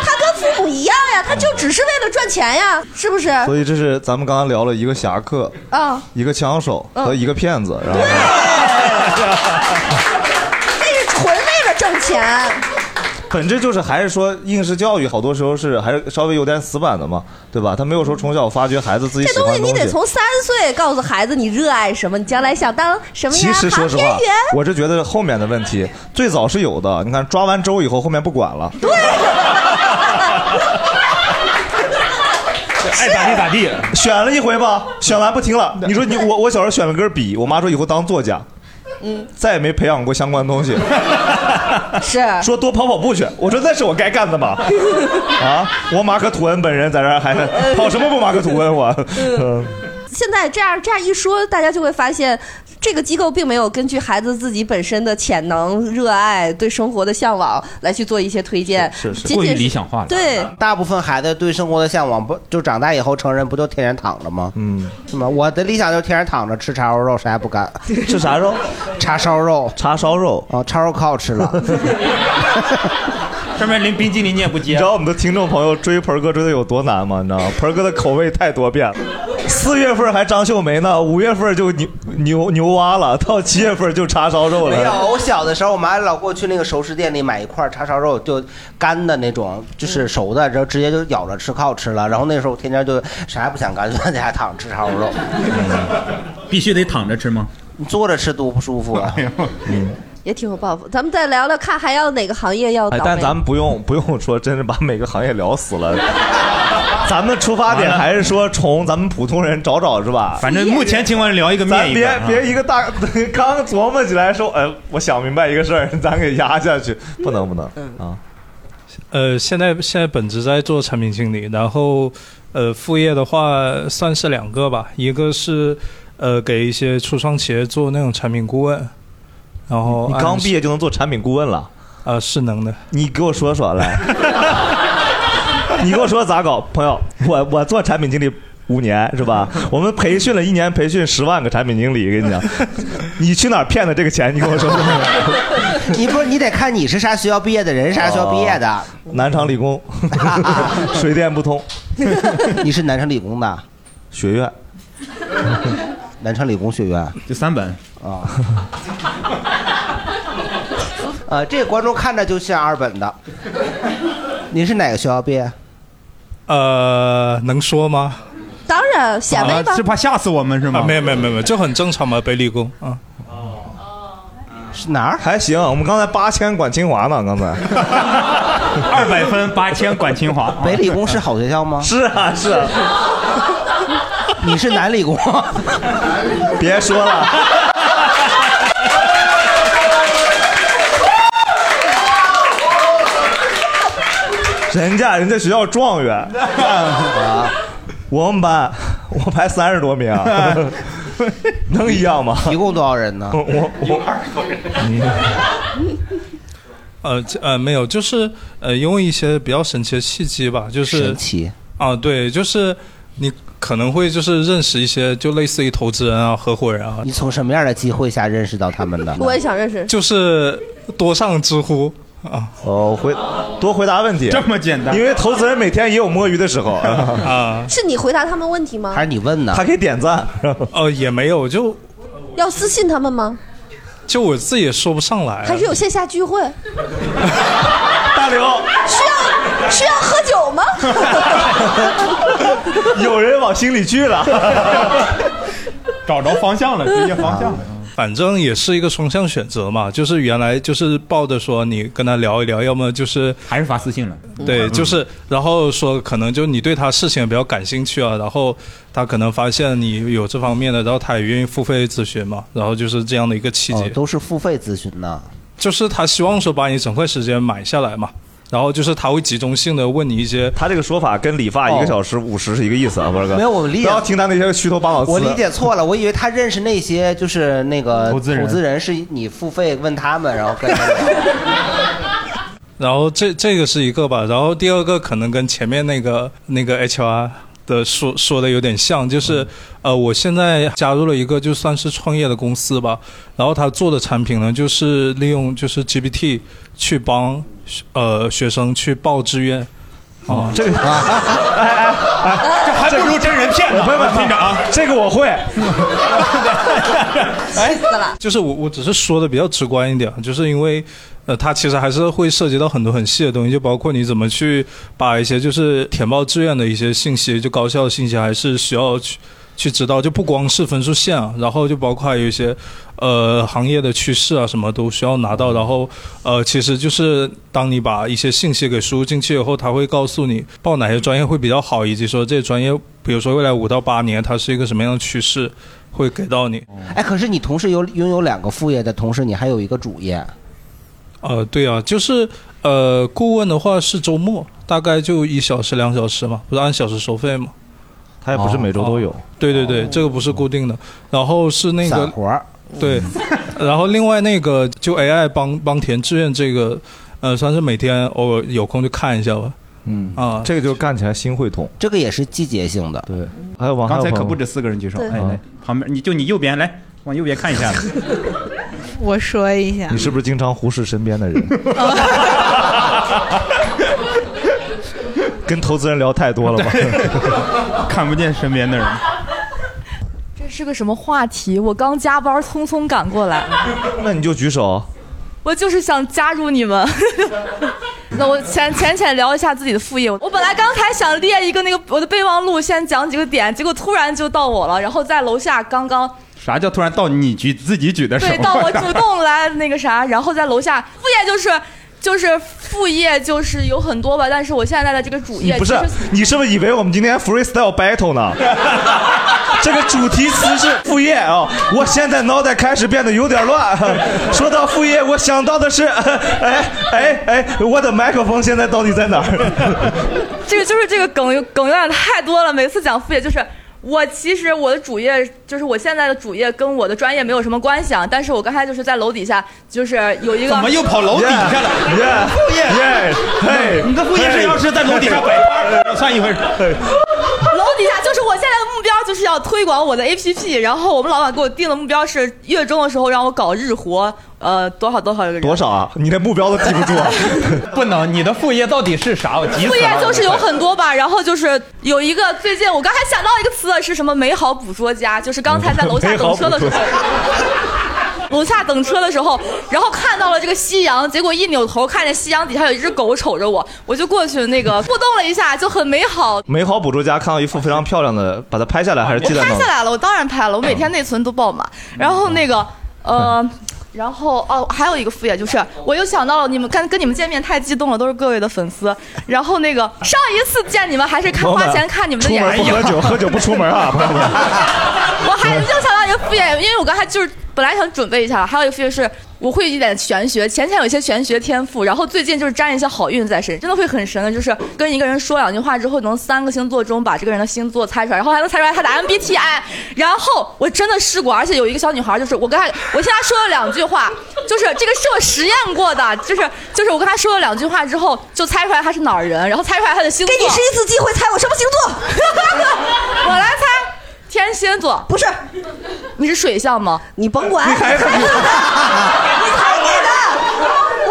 Speaker 5: 他跟父母一样呀，他就只是为了赚钱呀，是不是？
Speaker 2: 所以这是咱们刚刚聊了一个侠客，
Speaker 5: 啊，
Speaker 2: 一个枪手和一个骗子，然后
Speaker 5: 那是纯为了挣钱。
Speaker 2: 本质就是还是说应试教育，好多时候是还是稍微有点死板的嘛，对吧？他没有说从小发掘孩子自己
Speaker 5: 这
Speaker 2: 喜欢的
Speaker 5: 东西你得从三岁告诉孩子你热爱什么，你将来想当什么呀？
Speaker 2: 其实说
Speaker 5: 航
Speaker 2: 实
Speaker 5: 天
Speaker 2: 话
Speaker 5: 员。，
Speaker 2: 我是觉得后面的问题最早是有的。你看抓完周以后，后面不管了。对，
Speaker 8: 啊
Speaker 2: 爱咋地咋地。选了一回吧，选完不听了。你说你我我小时候选了根笔，我妈说以后当作家，
Speaker 5: 嗯，
Speaker 2: 再也没培养过相关的东 西。
Speaker 5: 是
Speaker 2: 说多跑跑步去，我说那是我该干的嘛。啊，我马克吐温本人在这儿还跑什么不马克吐温我。嗯
Speaker 5: 现在这样这样一说，大家就会发现，这个机构并没有根据孩子自己本身的潜能、热爱、对生活的向往来去做一些推荐，仅仅是对，
Speaker 4: 大部分孩子对生活的向往不就长大以后成人不就天天躺着吗？
Speaker 2: 嗯，
Speaker 4: 是吗？我的理想就是天天躺着吃叉烧肉，啥也不干。
Speaker 2: 吃啥肉？
Speaker 4: 叉烧肉。
Speaker 2: 叉烧肉
Speaker 4: 啊，叉烧可好吃 了。
Speaker 3: 上面淋冰激凌你也不
Speaker 2: 你
Speaker 3: 接
Speaker 2: 知，道我们的听众朋友追盆儿哥追的有多难吗？你知道吗？盆儿哥的口味太多变了，四月份还张秀梅呢，五月份就牛牛牛蛙了，到七月份就叉烧肉
Speaker 4: 没有，
Speaker 2: 了。
Speaker 4: 我小的时候，我妈老给我去那个熟食店里买一块叉烧肉，就干的那种，就是熟的，然后直接就咬着吃，可好吃了。然后那时候我天天就啥也不想干，就在家躺着吃叉烧 肉。
Speaker 3: 必须得躺着吃吗？
Speaker 4: 你坐着吃多不舒服啊！
Speaker 2: 哎
Speaker 5: 也挺有抱负。咱们再聊聊，看还要哪个行业要倒
Speaker 2: 哎
Speaker 5: 霉。，
Speaker 2: 但咱们不用不用说，真是把每个行业聊死了。咱们的出发点还是说从咱们普通人找找是吧？
Speaker 6: 反正目前情况聊一个面
Speaker 2: 咱
Speaker 6: 一
Speaker 2: 别
Speaker 6: 个
Speaker 2: 别一个大 刚琢磨起来说，哎，我想明白一个事儿，咱给压下去，不能不能啊！
Speaker 10: 呃，现在现在本职在做产品经理，然后呃副业的话算是两个吧，一个是呃给一些初创企业做那种产品顾问，然后
Speaker 2: 你
Speaker 10: 按
Speaker 2: 刚毕业就能做产品顾问了？
Speaker 10: 呃是能的，
Speaker 2: 你给我说说来， 你跟我说咋搞，朋友？我我做产品经理五年是吧？我们培训了一年，培训十万个产品经理，跟你讲， 你去哪儿骗的这个钱？你跟我说说。
Speaker 4: 你不是你得看你是啥学校毕业的人，啥学校毕业的啊
Speaker 2: 哦。南昌理工， 水电不通。
Speaker 4: 你是南昌理工的
Speaker 2: 学院，
Speaker 4: 南昌理工学院
Speaker 3: 就三本
Speaker 4: 啊。 呃，这个观众看着就像二本的。你是哪个学校毕业？
Speaker 10: 呃能说吗？
Speaker 5: 当然显摆吧。
Speaker 10: 怕吓死我们是吗？没有没有没有没有，这很正常嘛，北理工啊。
Speaker 4: 是哪儿？
Speaker 2: 还行，我们刚才八千管清华呢，刚才。
Speaker 6: 二百分八千管清华，
Speaker 4: 北理工是好学校吗？
Speaker 2: 是啊是啊。
Speaker 4: 你是南理工？
Speaker 2: 别说了。人家人家学校状元，啊我们班我排三十多名，啊 能一样吗？
Speaker 4: 一共多少人呢？
Speaker 2: 我我
Speaker 6: 二个人。
Speaker 10: 呃这呃，没有，就是呃，因为一些比较神奇的契机吧，就是
Speaker 4: 神奇
Speaker 10: 啊，对，就是你可能会就是认识一些就类似于投资人啊、合伙人啊。
Speaker 4: 你 从什么样的机会下认识到他们的？
Speaker 5: 我也想认识。
Speaker 10: 就是多上知乎啊。
Speaker 2: 哦，回多回答问题，
Speaker 10: 这么简单
Speaker 2: 因为投资人每天也有摸鱼的时候
Speaker 10: 啊。
Speaker 5: 是你回答他们问题吗？
Speaker 10: 是
Speaker 4: 你问呢？
Speaker 2: 他可以 点赞。
Speaker 10: 哦，也没有，就
Speaker 5: 要私信他们吗？
Speaker 10: 就我自己也说不上来。啊
Speaker 5: 还是有线下聚会？
Speaker 2: 大刘
Speaker 5: 需要需要喝酒吗？
Speaker 2: 有人往心里去了，
Speaker 10: 找着方向
Speaker 2: 啊
Speaker 6: 了直接方向了。
Speaker 10: 反正也是一个双向选择嘛，就是原来就是抱着说你跟他聊一聊，要么就是
Speaker 3: 还是发私信了，
Speaker 10: 对，
Speaker 3: 嗯
Speaker 10: 就是然后说可能就你对他事情也比较感兴趣啊，然后他可能发现你有这方面的，然后他也愿意付费咨询嘛，然后就是这样的一个契机，
Speaker 4: 哦，都是付费咨询呢。
Speaker 10: 就是他希望说把你整块时间买下来嘛，然后就是他会集中性的问你一些，哦
Speaker 2: 他这个说法跟理发一个小时五十是一个意思啊，不是哥？
Speaker 4: 没有我理解
Speaker 2: 不要听他那些虚头巴脑。
Speaker 4: 我理解。错了，我以为他认识那些就是那个投
Speaker 10: 资人
Speaker 4: 是你付费问他们，然后跟他们
Speaker 10: 然后这这个是一个吧，然后第二个可能跟前面那个那个 HR 的说说的有点像，就是、
Speaker 2: 嗯
Speaker 10: 呃，我现在加入了一个就算是创业的公司吧，然后他做的产品呢，就是利用就是 GPT 去帮呃学生去报志愿。哦，
Speaker 2: 这个
Speaker 10: 啊，
Speaker 6: 这还不如真人骗呢。
Speaker 2: 朋友们听着啊，这个我会。
Speaker 3: 哎
Speaker 5: 气死了！
Speaker 10: 就是我我只是说的比较直观一点，就是因为，呃，它其实还是会涉及到很多很细的东西，就包括你怎么去把一些就是填报志愿的一些信息，就高校的信息，还是需要去去知道，就不光是分数线啊，然后就包括还有一些呃行业的趋势啊，什么都需要拿到。然后呃，其实就是当你把一些信息给输入进去以后，它会告诉你报哪些专业会比较好，以及说这专业，比如说未来五到八年它是一个什么样的趋势，会给到你。
Speaker 4: 哎，可是你同时有拥有两个副业的同时，你还有一个主业。
Speaker 10: 呃，对啊，就是呃，顾问的话是周末，大概就一小时两小时嘛，不是按小时收费嘛？哦
Speaker 2: 他也不是每周都有。哦
Speaker 10: 对对对，这个不是固定的，然后是那个
Speaker 4: 散活儿，
Speaker 10: 对， 然后另外那个就 AI 帮帮填志愿这个，呃，算是每天偶尔有空就看一下吧。
Speaker 2: 嗯
Speaker 10: 啊，
Speaker 2: 这个就干起来心会痛，
Speaker 4: 这个也是季节性的。
Speaker 2: 对，还有王
Speaker 3: 刚才可不止四个人举手，
Speaker 9: 对
Speaker 3: 哎，来旁边你就你右边来，往右边看一下。
Speaker 9: 我说一下
Speaker 2: 你，是不是经常忽视身边的 人？跟投资人聊太多了吧？
Speaker 3: 看不见身边的人。
Speaker 11: 这是个什么话题？我刚加班，匆匆赶过来，
Speaker 2: 那你就举手。
Speaker 11: 我就是想加入你们。那我浅浅浅聊一下自己的副业。我本来刚才想列一个那个我的备忘录，先讲几个点，结果突然就到我了。然后在楼下刚刚
Speaker 3: 啥叫突然到你举自己举的手？
Speaker 11: 对到 我主动来那个啥，然后在楼下副业就是就是副业就是有很多吧，但是我现在的这个主
Speaker 2: 你
Speaker 11: 业
Speaker 2: 不是
Speaker 11: 其实
Speaker 2: 你是不是以为我们今天 freestyle battle 呢？这个主题词是副业啊、我现在脑袋开始变得有点乱。说到副业，我想到的是， 哎哎哎，我的麦克风现在到底在哪儿？
Speaker 11: 这个就是这个梗有梗有点太多了，每次讲副业就是。我其实我的主业就是我现在的主业跟我的专业没有什么关系啊，但是我刚才就是在楼底下，就是有一个
Speaker 6: 怎么又跑楼底下了？副业，
Speaker 2: 嘿，
Speaker 6: 你的副业是要是在楼底下摆摊儿算一回事。
Speaker 11: 楼底下就是我现在的目标就是要推广我的 APP，然后我们老板给我定的目标是月中的时候让我搞日活，呃多少多少个人。
Speaker 2: 多少啊？你连目标都记不住啊？
Speaker 6: 不能，你的副业到底是啥？我急死了。
Speaker 11: 副业就是有很多吧，然后就是有一个最近我刚才想到一个词是什么美好捕捉家，就是刚才在楼下等车的时
Speaker 2: 美
Speaker 11: 候。楼下等车的时候，然后看到了这个夕阳，结果一扭头看见夕阳底下有一只狗瞅着我，我就过去那个互动了一下，就很美好。
Speaker 2: 美好捕捉家看到一幅非常漂亮的，把它拍下来还是
Speaker 11: 我
Speaker 2: 记在嗯
Speaker 11: 拍
Speaker 2: 脑
Speaker 11: 下
Speaker 2: 里。
Speaker 11: 来了，我当然拍了，我每天内存都爆满。然后那个
Speaker 2: 嗯
Speaker 11: 呃，然后哦，还有一个副业就是，我又想到了你们跟跟你们见面太激动了，都是各位的粉丝。然后那个上一次见你们还是 看花钱看你们的演
Speaker 2: 出
Speaker 11: 出，
Speaker 2: 门不喝 酒，喝酒不出门啊，朋友们。
Speaker 11: 我还又想到一个副业，因为我刚才就是本来想准备一下了，还有一个副业是我会一点玄学，浅浅有一些玄学天赋，然后最近就是沾一些好运在身，真的会很神的，就是跟一个人说两句话之后，能三个星座中把这个人的星座猜出来，然后还能猜出来他的 MBTI，然后我真的试过，而且有一个小女孩，就是我跟她，我听她说了两句话，就是这个是我实验过的，就是就是我跟她说了两句话之后，就猜出来她是哪儿人，然后猜出来她的星座。
Speaker 5: 给你十一次机会猜我什么星座？
Speaker 11: 我来猜，天蝎座
Speaker 5: 不是，
Speaker 11: 你是水象吗？
Speaker 5: 你甭管，你
Speaker 11: 猜
Speaker 5: 猜你的，我告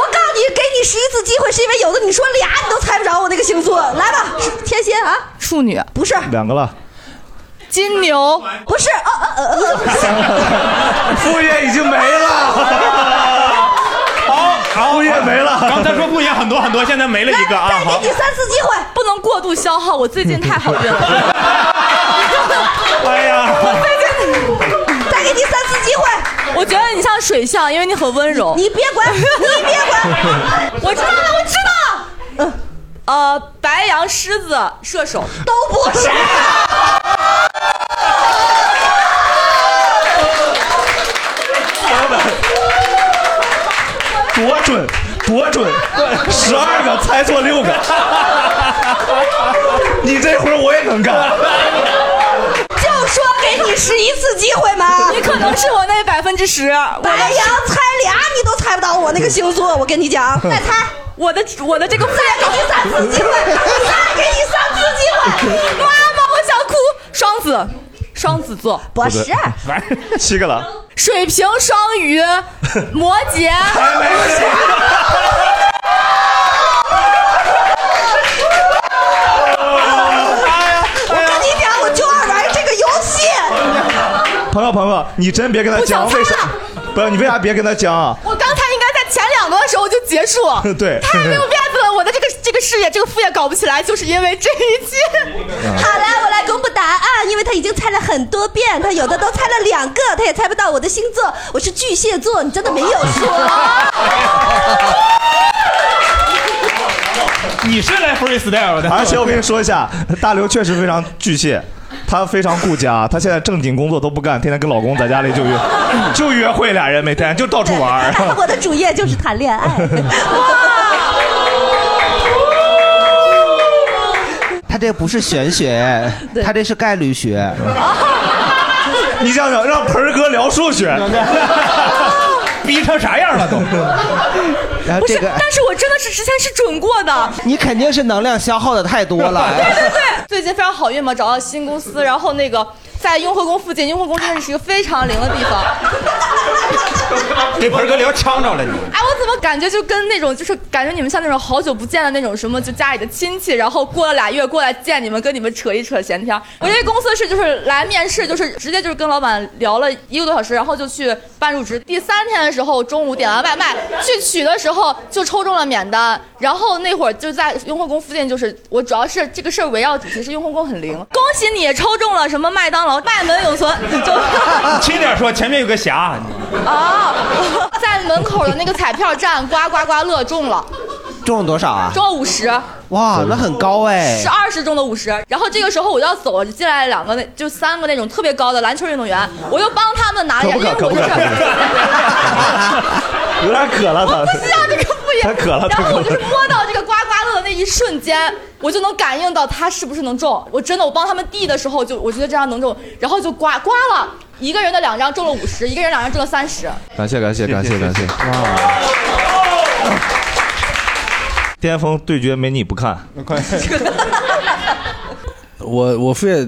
Speaker 5: 诉你，给你十一次机会，是因为有的你说俩你都猜不着我那个星座。来吧，是天蝎啊，
Speaker 11: 处女
Speaker 5: 不是，
Speaker 2: 两个了，
Speaker 11: 金牛
Speaker 5: 不是，哦哦哦哦，不 是
Speaker 2: 副业已经没了。
Speaker 6: 好，副业没了。刚才说副业很多很多，现在没了一个啊。好，
Speaker 5: 三次机会，
Speaker 11: 不能过度消耗。我最近太好 运了。
Speaker 6: 哎呀，
Speaker 5: 再给你三次机会。
Speaker 11: 我觉得你像水象，因为你很温柔。
Speaker 5: 你别管，你别 管，
Speaker 11: 我知道了，我知道。呃，白羊、狮子、射手
Speaker 5: 都不是。
Speaker 2: 多准，多 准，十二个猜错六个，你这活儿我也能干。
Speaker 5: 就说给你十一次机会嘛。
Speaker 11: 你可能是我那百分之十。
Speaker 5: 白羊猜俩你都猜不到我那个星座，我跟你讲，再猜。
Speaker 11: 我的我的这个再
Speaker 5: 给你三次机会，再给你三次机会，
Speaker 11: 妈妈，我想哭。双子，双子座，
Speaker 5: 不
Speaker 2: 对，完 七个了，
Speaker 11: 水瓶、双鱼、摩羯。
Speaker 5: 我跟你讲，我就爱玩这个游戏。
Speaker 2: 朋友朋友，你真别跟他
Speaker 11: 不想
Speaker 2: 讲
Speaker 11: 猜
Speaker 2: 为啥
Speaker 11: 了，
Speaker 2: 不是你为啥别跟他讲啊？。
Speaker 11: 我刚才应该在前两轮的时候就结 束
Speaker 2: 对
Speaker 11: 太没有面子了，我的这个这个事业这个副业搞不起来，就是因为这一期。
Speaker 5: 好了，我来公布答案，因为他已经猜了很多遍，他有的都猜了两个，他也猜不到我的星座，我是巨蟹座，你真的没有说。
Speaker 6: 你是来 freestyle 的，
Speaker 2: 而且我跟你说一下，大刘确实非常巨蟹，他非常顾家，他现在正经工作都不干，天天跟老公在家里就约就约会，俩人每天就到处玩儿。
Speaker 5: 我的主业就是谈恋爱。
Speaker 4: 他这不是玄 学，他这是概率学。
Speaker 2: 你想想，让盆儿哥聊数 学，
Speaker 6: 逼成啥样了都？
Speaker 4: 然后
Speaker 11: 不
Speaker 4: 这
Speaker 11: 是，
Speaker 4: 个，
Speaker 11: 但是我真的是之前是准过的。
Speaker 4: 你肯定是能量消耗的太多了。
Speaker 11: 对对，最近非常好运嘛，找到新公司，然后那个在雍和宫附近，雍和宫真的是一个非常灵的地方。
Speaker 6: 给盆儿哥聊呛着了你。
Speaker 11: 哎，我怎么感觉就跟那种，就是感觉你们像那种好久不见的那种什么，就家里的亲戚，然后过了俩月过来见你们，跟你们扯一扯闲天儿。我这公司是就是来面试，就是直接就是跟老板聊了一个多小时，然后就去办入职。第三天的时候，中午点完外卖去取的时候就抽中了免单，然后那会儿就在雍和宫附近，就是我主要是这个事儿围绕主题是雍和宫很灵。恭喜你抽中了什么麦当劳，卖门永存。就
Speaker 6: 轻点说，前面有个峡。
Speaker 11: 哦，在门口的那个彩票站，刮刮刮乐中了，
Speaker 4: 中了多少啊？
Speaker 11: 中了五十，
Speaker 4: 哇，那很高哎
Speaker 11: 是。二十中的五十。然后这个时候我就要走了，就进来了两个那就三个那种特别高的篮球运动员，我就帮他们拿了
Speaker 2: 可
Speaker 11: 点，
Speaker 2: 不可
Speaker 11: 因为
Speaker 2: 可不
Speaker 11: 我就
Speaker 2: 可
Speaker 11: 是。
Speaker 2: 有点渴了他。
Speaker 11: 不知道这个不
Speaker 2: 太
Speaker 11: 言，
Speaker 2: 渴了
Speaker 11: 然
Speaker 2: 太
Speaker 11: 后
Speaker 2: 渴
Speaker 11: 我
Speaker 2: 了
Speaker 11: 就是摸到这个刮刮乐的那一瞬间，我就能感应到它是不是能中。我真的，我帮他们递的时候就，我觉得这样能中，然后就刮刮了。一个人的两张中了五十，一个人两张中了三十。
Speaker 8: 感谢感谢感谢感谢。
Speaker 2: 巅峰对决没你不看，快。
Speaker 8: 我我副业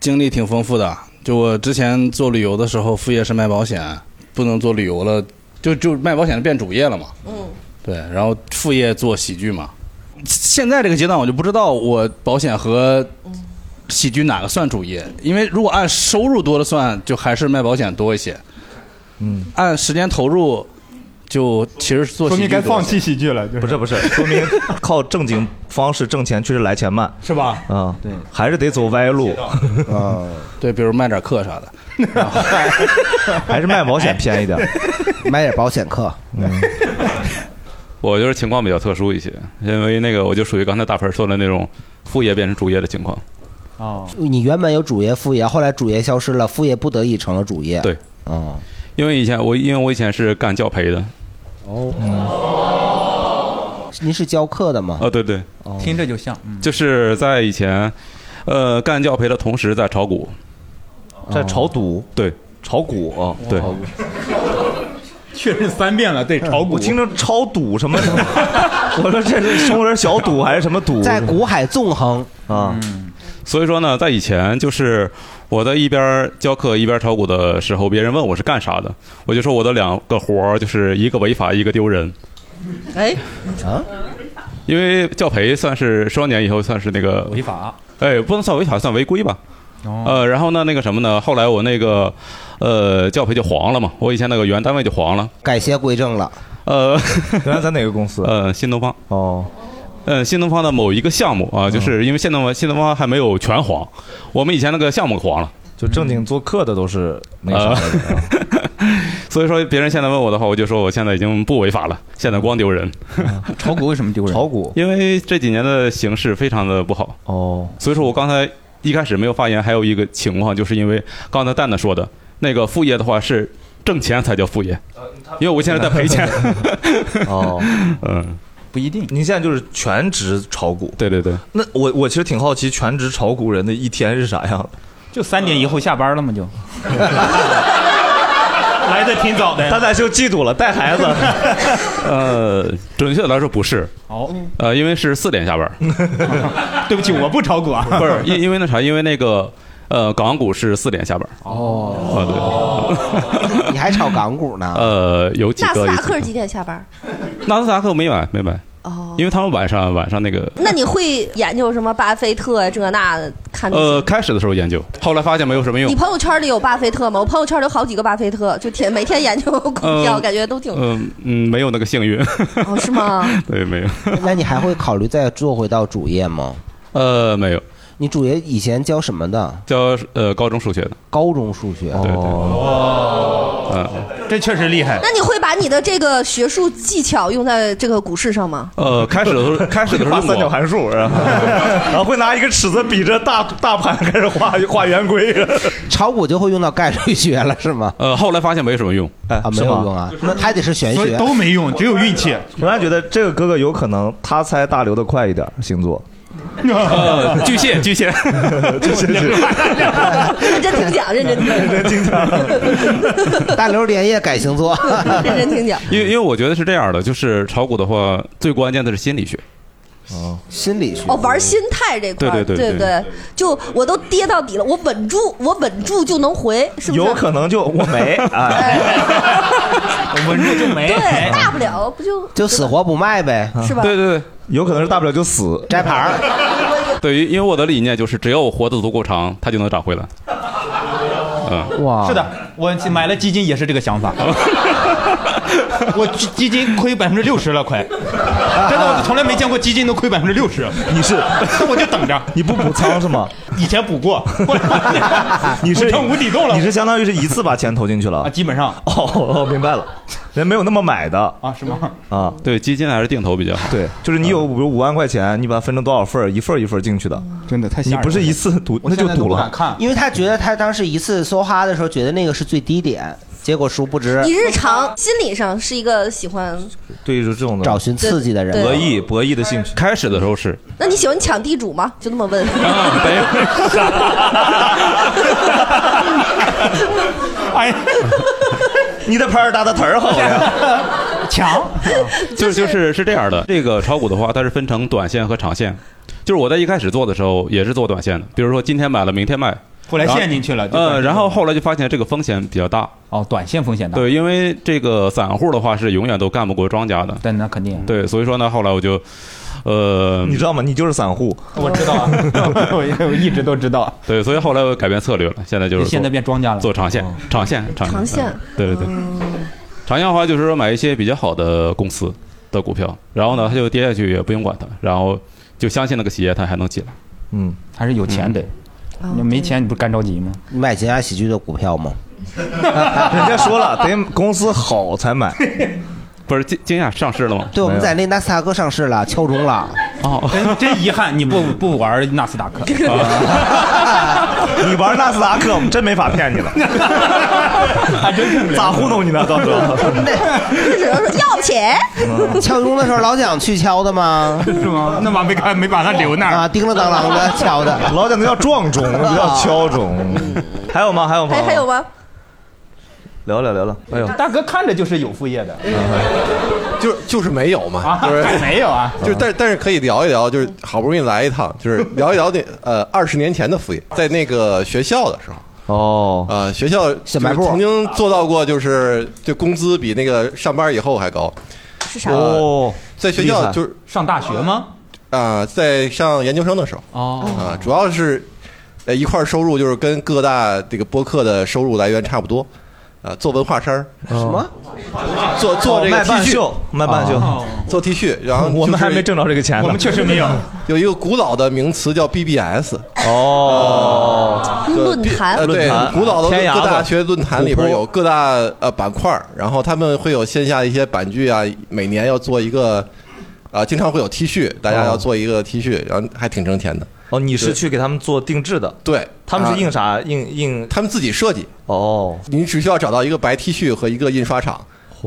Speaker 8: 经历挺丰富的，就我之前做旅游的时候，副业是卖保险，不能做旅游了，就就卖保险变主业了嘛。嗯。对，然后副业做喜剧嘛。现在这个阶段，我就不知道我保险和喜剧哪个算主业，因为如果按收入多的算，就还是卖保险多一些。嗯。按时间投入，就其实是做喜剧多一些。
Speaker 2: 喜剧了，不是不是，说明靠正经方式挣钱确实来钱慢，是吧？啊，对，还是得走歪路， 啊，
Speaker 8: 对，比如卖点课啥的，
Speaker 2: 还是卖保险偏一点，
Speaker 4: 买点保险课。
Speaker 12: 我就是情况比较特殊一些，因为那个我就属于刚才大盆说的那种副业变成主业的情况。
Speaker 4: 哦，你原本有主业、副业，后来主业消失了，副业不得已成了主业。
Speaker 12: 对，
Speaker 4: 哦，
Speaker 12: 因为以前我因为我以前是干教培的，
Speaker 4: 您是教课的吗？
Speaker 12: 哦，对对，
Speaker 3: 听着就像，嗯，
Speaker 12: 就是在以前，呃，干教培的同时在炒股，
Speaker 2: 哦
Speaker 3: 在炒
Speaker 12: 赌，对，
Speaker 2: 炒股，哦
Speaker 12: 对，
Speaker 3: 确认三遍了，对，炒股。
Speaker 2: 我听着超赌什么？我说这是生活人小赌还是什么赌？
Speaker 4: 在股海纵横
Speaker 2: 啊。
Speaker 12: 所以说呢，在以前就是我在一边教课一边炒股的时候，别人问我是干啥的，我就说我的两个活儿就是一个违法，一个丢人。
Speaker 5: 哎，
Speaker 4: 啊，
Speaker 12: 因为教培算是双年以后算是那个
Speaker 3: 违法，
Speaker 12: 哎，不能算违法，算违规吧。
Speaker 2: 哦
Speaker 12: 呃，然后呢，那个什么呢？后来我那个，呃，教培就黄了嘛，我以前那个原单位就黄了，
Speaker 4: 改邪归正了。
Speaker 12: 呃，
Speaker 2: 原来在哪个公司？
Speaker 12: 呃，新东方。
Speaker 2: 哦。嗯
Speaker 12: 呃，新东方的某一个项目啊，就是因为新东方新东方还没有全黄，我们以前那个项目黄了，呃
Speaker 2: 就正经做课的都是那啥的。
Speaker 12: 所以说别人现在问我的话，我就说我现在已经不违法了，现在光丢人。
Speaker 3: 炒股为什么丢人？
Speaker 2: 炒股，
Speaker 12: 因为这几年的形势非常的不好
Speaker 2: 哦，
Speaker 12: 所以说我刚才一开始没有发言，还有一个情况，就是因为刚才蛋蛋说的那个副业的话是挣钱才叫副业，因为我现在在赔 钱。
Speaker 2: 哦，
Speaker 12: 嗯，
Speaker 3: 不一定。
Speaker 2: 您现在就是全职炒股？
Speaker 12: 对对对。
Speaker 2: 那我我其实挺好奇，全职炒股人的一天是啥样的？
Speaker 3: 就三点以后下班了嘛，就。
Speaker 6: 来的挺早的。
Speaker 2: 蛋蛋就嫉妒了，带孩子。
Speaker 12: 呃，准确的来说不是，
Speaker 3: 哦，
Speaker 12: 呃，因为是四点下班。
Speaker 3: 对不起，我不炒股啊。
Speaker 12: 不是，因因为那啥，因为那个呃，港股是四点下班。哦，
Speaker 4: 你还炒港股呢？
Speaker 12: 呃，有几
Speaker 5: 纳斯
Speaker 12: 个
Speaker 5: 达克几点下班？
Speaker 12: 纳斯达克没买没买，
Speaker 5: 哦，
Speaker 12: 因为他们晚上晚上那个
Speaker 5: 那你会研究什么巴菲特啊这那的看这些？
Speaker 12: 呃，开始的时候研究，后来发现没有什么用
Speaker 5: 你。朋友圈里有巴菲特吗？我朋友圈里有好几个巴菲特，就天每天研究股票，
Speaker 12: 呃
Speaker 5: 感觉都挺、
Speaker 12: 嗯嗯，没有那个幸运。
Speaker 5: 哦，是吗？
Speaker 12: 对，没有。
Speaker 4: 那你还会考虑再做回到主业吗？
Speaker 12: 呃，没有。
Speaker 4: 你主业以前教什么的？
Speaker 12: 教呃高中数学的，
Speaker 4: 高中数学。哦
Speaker 12: 对对，嗯，
Speaker 6: 这确实厉害
Speaker 5: 那你会把你的这个学术技巧用在这个股市上吗？
Speaker 12: 呃，开始的 时候，开始的时候
Speaker 2: 画
Speaker 12: 用过
Speaker 2: 三角函数，然 后然后会拿一个尺子比着大大盘开始画画圆规。
Speaker 4: 炒股就会用到概率学了，是吗？
Speaker 12: 呃，后来发现没什么用，
Speaker 4: 啊， 没有用啊，那还得是玄学。
Speaker 6: 没用，只有运气。
Speaker 2: 我还觉得这个哥哥有可能他猜大刘的快一点 星座。
Speaker 12: 呃，巨蟹，巨蟹，
Speaker 2: 巨蟹，
Speaker 5: 认真听讲，认真听讲，认
Speaker 2: 真听讲，
Speaker 4: 大刘连夜改星座，
Speaker 5: 认真听讲。
Speaker 12: 因为因为我觉得是这样的，就是炒股的话，最关键的是心理学。
Speaker 2: 哦，
Speaker 4: 心理学
Speaker 5: 哦，玩心态这块儿，
Speaker 12: 对对
Speaker 5: 对
Speaker 12: 对
Speaker 5: 不
Speaker 12: 对
Speaker 5: 对，就我都跌到底了，我稳住，我稳住就能回，是不是？
Speaker 2: 有可能就我没 啊，
Speaker 3: 稳住就没
Speaker 2: 哎
Speaker 5: 对，大不了 不就
Speaker 4: 就死活不卖呗，
Speaker 5: 是吧对
Speaker 12: 对对，
Speaker 2: 有可能是大不了就死
Speaker 4: 摘牌儿。
Speaker 12: 对于因为我的理念就是，只要我活得足够长，它就能涨回来。嗯，
Speaker 4: 哇
Speaker 3: 是的，我买了基金也是这个想 法。我基基金亏百分之六十了，快！真的，我从来没见过基金能亏百分之六十。
Speaker 2: 你是，
Speaker 3: 那 我就等着。
Speaker 2: 你不补仓是吗？
Speaker 3: 以前补过，后来
Speaker 2: 你是
Speaker 3: 补成无底洞了
Speaker 2: 你是相当于是一次把钱投进去了啊，
Speaker 3: 基本上。
Speaker 2: 哦哦，明白了，人没有那么买的
Speaker 3: 啊，是 吗？
Speaker 2: 啊，
Speaker 12: 对，基金还是定投比较好。啊
Speaker 2: 对，就是你有比如五万块钱，你把它分成多少份儿，一份儿一份儿进去的，
Speaker 3: 真的太
Speaker 2: 你不是一次赌，那就赌了。
Speaker 4: 因为他觉得他当时一次梭哈的时候，觉得那个是最低点，结果殊不知
Speaker 5: 你日常心理上是一个喜欢，
Speaker 2: 对于这种
Speaker 4: 找寻刺激的人
Speaker 5: 对
Speaker 2: 博弈博弈的兴趣，
Speaker 12: 开始的时候是，
Speaker 5: 那你喜欢抢地主吗？就那么问。
Speaker 2: 啊
Speaker 3: 哎，
Speaker 2: 你的牌儿搭的词儿好呀，
Speaker 3: 强。
Speaker 12: 就是就是是这样的，这个炒股的话，它是分成短线和长线。就是我在一开始做的时候也是做短线的，比如说今天买了，明天卖，
Speaker 3: 后来陷进去了
Speaker 12: 然
Speaker 3: 就
Speaker 12: 后
Speaker 3: 短
Speaker 12: 呃，
Speaker 3: 线
Speaker 12: 然后后来就发现这个风险比较大。
Speaker 3: 哦，短线风险大。
Speaker 12: 对，因为这个散户的话是永远都干不过庄家的。
Speaker 3: 对，那肯定。啊
Speaker 12: 对，所以说呢，后来我就，呃，
Speaker 2: 你知道吗？你就是散户。
Speaker 3: 我知道啊，我 我一直都知道。
Speaker 12: 对，所以后来我改变策略了，现在就是
Speaker 3: 你现在
Speaker 12: 做
Speaker 3: 变庄家了哦
Speaker 12: 做长线，长线，
Speaker 5: 长线
Speaker 12: 嗯对对对，长线的话就是说买一些比较好的公司的股票，然后呢，它就跌下去也不用管它，然后就相信那个企业它还能起来。
Speaker 2: 嗯，
Speaker 3: 还是有钱得，你没钱你不是干着急吗？
Speaker 4: 你买金雅喜剧的股票吗？
Speaker 2: 人家说了，得公司好才买。
Speaker 12: 不是惊惊讶上市了吗？
Speaker 4: 对，我们在那纳斯达克上市了，敲钟了。
Speaker 12: 哦，
Speaker 3: 真真遗憾，你不不玩纳斯达 克。
Speaker 2: 你玩纳斯达克，我们真没法骗你 了，还真咋糊弄你呢？到时候
Speaker 5: 只能说要钱。
Speaker 4: 敲钟的时候老蒋去敲的吗？
Speaker 3: 是吗？那完没看没把他留那
Speaker 4: 儿啊，叮了当啷的敲的。
Speaker 2: 老蒋那叫撞钟，那叫敲钟。还有吗？还有吗？
Speaker 5: 还还有吗？
Speaker 2: 聊聊聊聊。哎呦，
Speaker 3: 大哥看着就是有副业的，
Speaker 13: 嗯就就是没有嘛，
Speaker 3: 啊
Speaker 13: 就是
Speaker 3: 还没有啊
Speaker 13: 就是但但是可以聊一聊，就是好不容易来一趟，就是聊一聊那呃二十年前的副业，在那个学校的时候。
Speaker 2: 哦，
Speaker 13: 呃，学校小
Speaker 2: 卖部
Speaker 13: 曾经做到过，就是就工资比那个上班以后还高。
Speaker 5: 是
Speaker 3: 啥
Speaker 13: 呃在学
Speaker 3: 厉
Speaker 13: 校
Speaker 3: 害
Speaker 13: 就是
Speaker 3: 上大学 吗？
Speaker 13: 啊、在上研究生的时候。
Speaker 3: 哦，
Speaker 13: 啊、主要是呃一块儿收入就是跟各大这个播客的收入来源差不多。啊，做文化衫儿
Speaker 2: 什么？
Speaker 13: 做做这个
Speaker 2: 哦卖
Speaker 13: T
Speaker 2: 半
Speaker 13: 恤
Speaker 2: 袖，卖半袖
Speaker 13: 啊做 T 恤，然后
Speaker 2: 我们还没挣着这个钱呢我们确实没有。
Speaker 13: 有一个古老的名词叫 BBS，
Speaker 2: 哦
Speaker 13: 呃
Speaker 5: 论坛
Speaker 13: 呃对
Speaker 2: 论坛，
Speaker 13: 古老的
Speaker 2: 天涯
Speaker 13: 各
Speaker 2: 吧
Speaker 13: 大学论坛里边
Speaker 2: 虎扑
Speaker 13: 有各大呃板块儿，然后他们会有线下一些版剧啊，每年要做一个，啊、经常会有 T 恤，大家要做一个 T 恤，然后还挺挣钱的。
Speaker 2: 哦，你是
Speaker 13: 对
Speaker 2: 去给他们做定制的？
Speaker 13: 对，
Speaker 2: 他们是印啥？
Speaker 13: 啊
Speaker 2: 印印，
Speaker 13: 他们自己设计。
Speaker 2: 哦，
Speaker 13: 你只需要找到一个白 T 恤和一个印刷厂，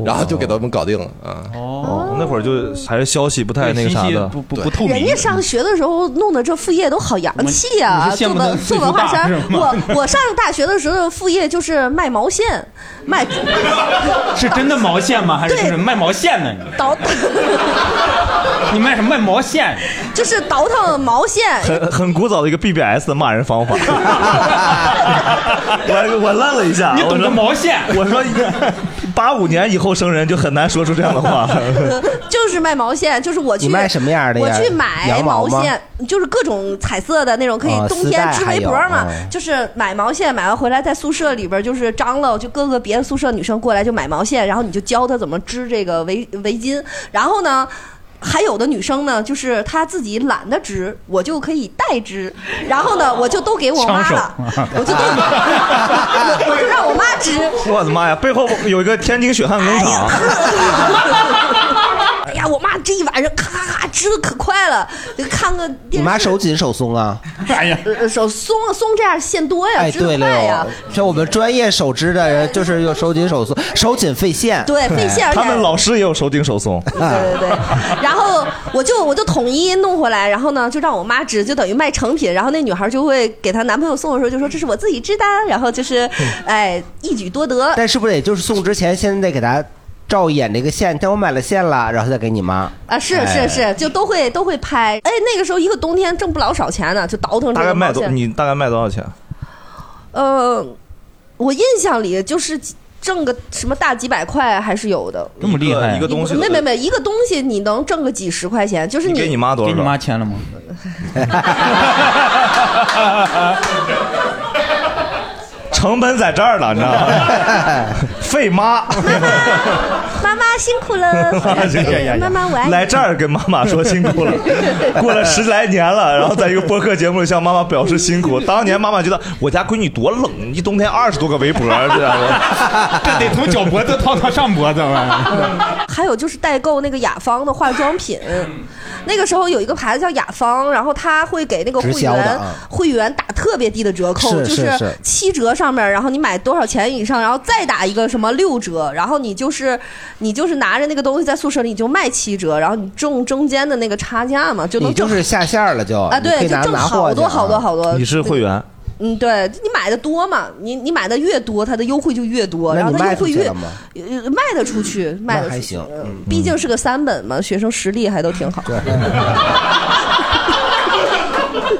Speaker 13: 然后就给他们搞定了啊。
Speaker 2: 哦，那会儿就还是消息不太那个啥
Speaker 13: 信息
Speaker 2: 的，
Speaker 13: 不
Speaker 2: 不不
Speaker 5: 人家上学的时候弄的这副业都好洋气啊，
Speaker 2: 你是
Speaker 5: 做
Speaker 2: 羡慕他
Speaker 5: 文做文化衫
Speaker 2: 岁。数大是吗
Speaker 5: 我我上大学的时候副业就是卖毛线，卖
Speaker 3: 是真的毛线吗？还是就是卖毛线呢？你
Speaker 5: 倒
Speaker 3: 你卖什么卖毛 线？
Speaker 5: 就是倒腾毛线。
Speaker 2: 很很古早的一个 BBS 的骂人方法。 我我愣了一下，
Speaker 3: 你懂
Speaker 2: 我说
Speaker 3: 个毛线
Speaker 2: 我说 八五年以后生人就很难说出这样的话。
Speaker 5: 就是卖毛线，就是我去
Speaker 2: 你卖什么样的呀
Speaker 5: 我去买
Speaker 2: 羊毛吗
Speaker 5: 线，就是各种彩色的那种，可以
Speaker 2: 啊
Speaker 5: 冬
Speaker 2: 丝
Speaker 5: 天
Speaker 2: 带
Speaker 5: 织
Speaker 2: 还
Speaker 5: 围
Speaker 2: 有
Speaker 5: 脖嘛
Speaker 2: 嗯。
Speaker 5: 就是买毛线，买完回来在宿舍里边就是张罗，就各个别的宿舍女生过来就买毛线，然后你就教她怎么织这个围围巾，然后呢。还有的女生呢，就是她自己懒得织，我就可以代织，然后呢，我就都给 我妈了， 我就都， 我我就让我妈织，
Speaker 2: 我的妈呀，背后有一个天津血汗工厂。
Speaker 5: 哎呀，我妈这一晚上咔咔咔织的可快了，就看个
Speaker 4: 你
Speaker 5: 电视。
Speaker 4: 妈手紧手松啊？
Speaker 3: 哎呀，
Speaker 5: 手松松这样线多呀，
Speaker 4: 哎，
Speaker 5: 织的
Speaker 4: 对了
Speaker 5: 快呀
Speaker 4: 哟，，这我们专业手织的人就是有手紧手松，手紧费线。啊
Speaker 5: 对费线而且
Speaker 2: 他们老师也有手顶手松。
Speaker 5: 对对对。然后我就我就统一弄回来，然后呢就让我妈织，就等于卖成品。然后那女孩就会给她男朋友送的时候就说这是我自己织的，然后就是哎一举多得。
Speaker 4: 但是不是也就是送之前，先得给他照一眼这个线，但我买了线了，然后再给你妈。
Speaker 5: 啊，是
Speaker 4: 哎
Speaker 5: 是是，就都会都会拍。哎，那个时候一个冬天挣不老少钱呢，就倒腾这
Speaker 2: 大
Speaker 5: 个
Speaker 2: 概卖
Speaker 5: 毛
Speaker 2: 多？
Speaker 5: 线。
Speaker 2: 你大概卖多少钱？
Speaker 5: 呃，我印象里就是几挣个什么大几百块还是有的。
Speaker 3: 这么厉害啊
Speaker 2: 一个东西
Speaker 5: 没没没，一个东西你能挣个几十块钱，就是
Speaker 2: 你给你妈多少？
Speaker 3: 给你妈钱了 吗？
Speaker 2: 成本在这儿了，你知道 吗？费妈，，
Speaker 5: 妈妈辛苦了 妈妈我爱你。
Speaker 2: 哎来这儿跟妈妈说辛苦 了，过了十来年了，然后在一个播客节目里向妈妈表示辛苦。当年妈妈觉得我家闺女多冷，一冬天二十多个 围脖，这样的
Speaker 3: 这得从脚脖子套到上脖子吧？
Speaker 5: 还有就是代购那个雅芳的化妆品，那个时候有一个牌子叫雅芳，然后他会给那个会
Speaker 4: 直销的
Speaker 5: 员
Speaker 4: 啊
Speaker 5: 会员打特别低的折扣，
Speaker 4: 是
Speaker 5: 就是
Speaker 4: 是
Speaker 5: 七折上面，然后你买多少钱以上，然后再打一个什么六折，然后你就是你就是拿着那个东西在宿舍里你就卖七折，然后你中中间的那个差价嘛，就
Speaker 4: 你
Speaker 5: 能
Speaker 4: 就
Speaker 5: 挣
Speaker 4: 是下线了就
Speaker 5: 啊对
Speaker 4: 你可以拿
Speaker 5: 就挣
Speaker 4: 拿
Speaker 5: 好
Speaker 4: 货去
Speaker 5: 多好多
Speaker 4: 啊
Speaker 5: 好多你是会
Speaker 2: 员，
Speaker 5: 嗯，对你买的多嘛，你你买的越多，它的优惠就越多，
Speaker 4: 那
Speaker 5: 然
Speaker 4: 你
Speaker 5: 后它
Speaker 4: 卖
Speaker 5: 优
Speaker 4: 出
Speaker 5: 惠
Speaker 4: 去
Speaker 5: 越
Speaker 4: 了吗？
Speaker 5: 呃卖得出去，卖得
Speaker 4: 那还
Speaker 5: 出去
Speaker 4: 行
Speaker 5: 呃
Speaker 4: 嗯
Speaker 5: 毕竟是个三本嘛，学生实力还都挺好。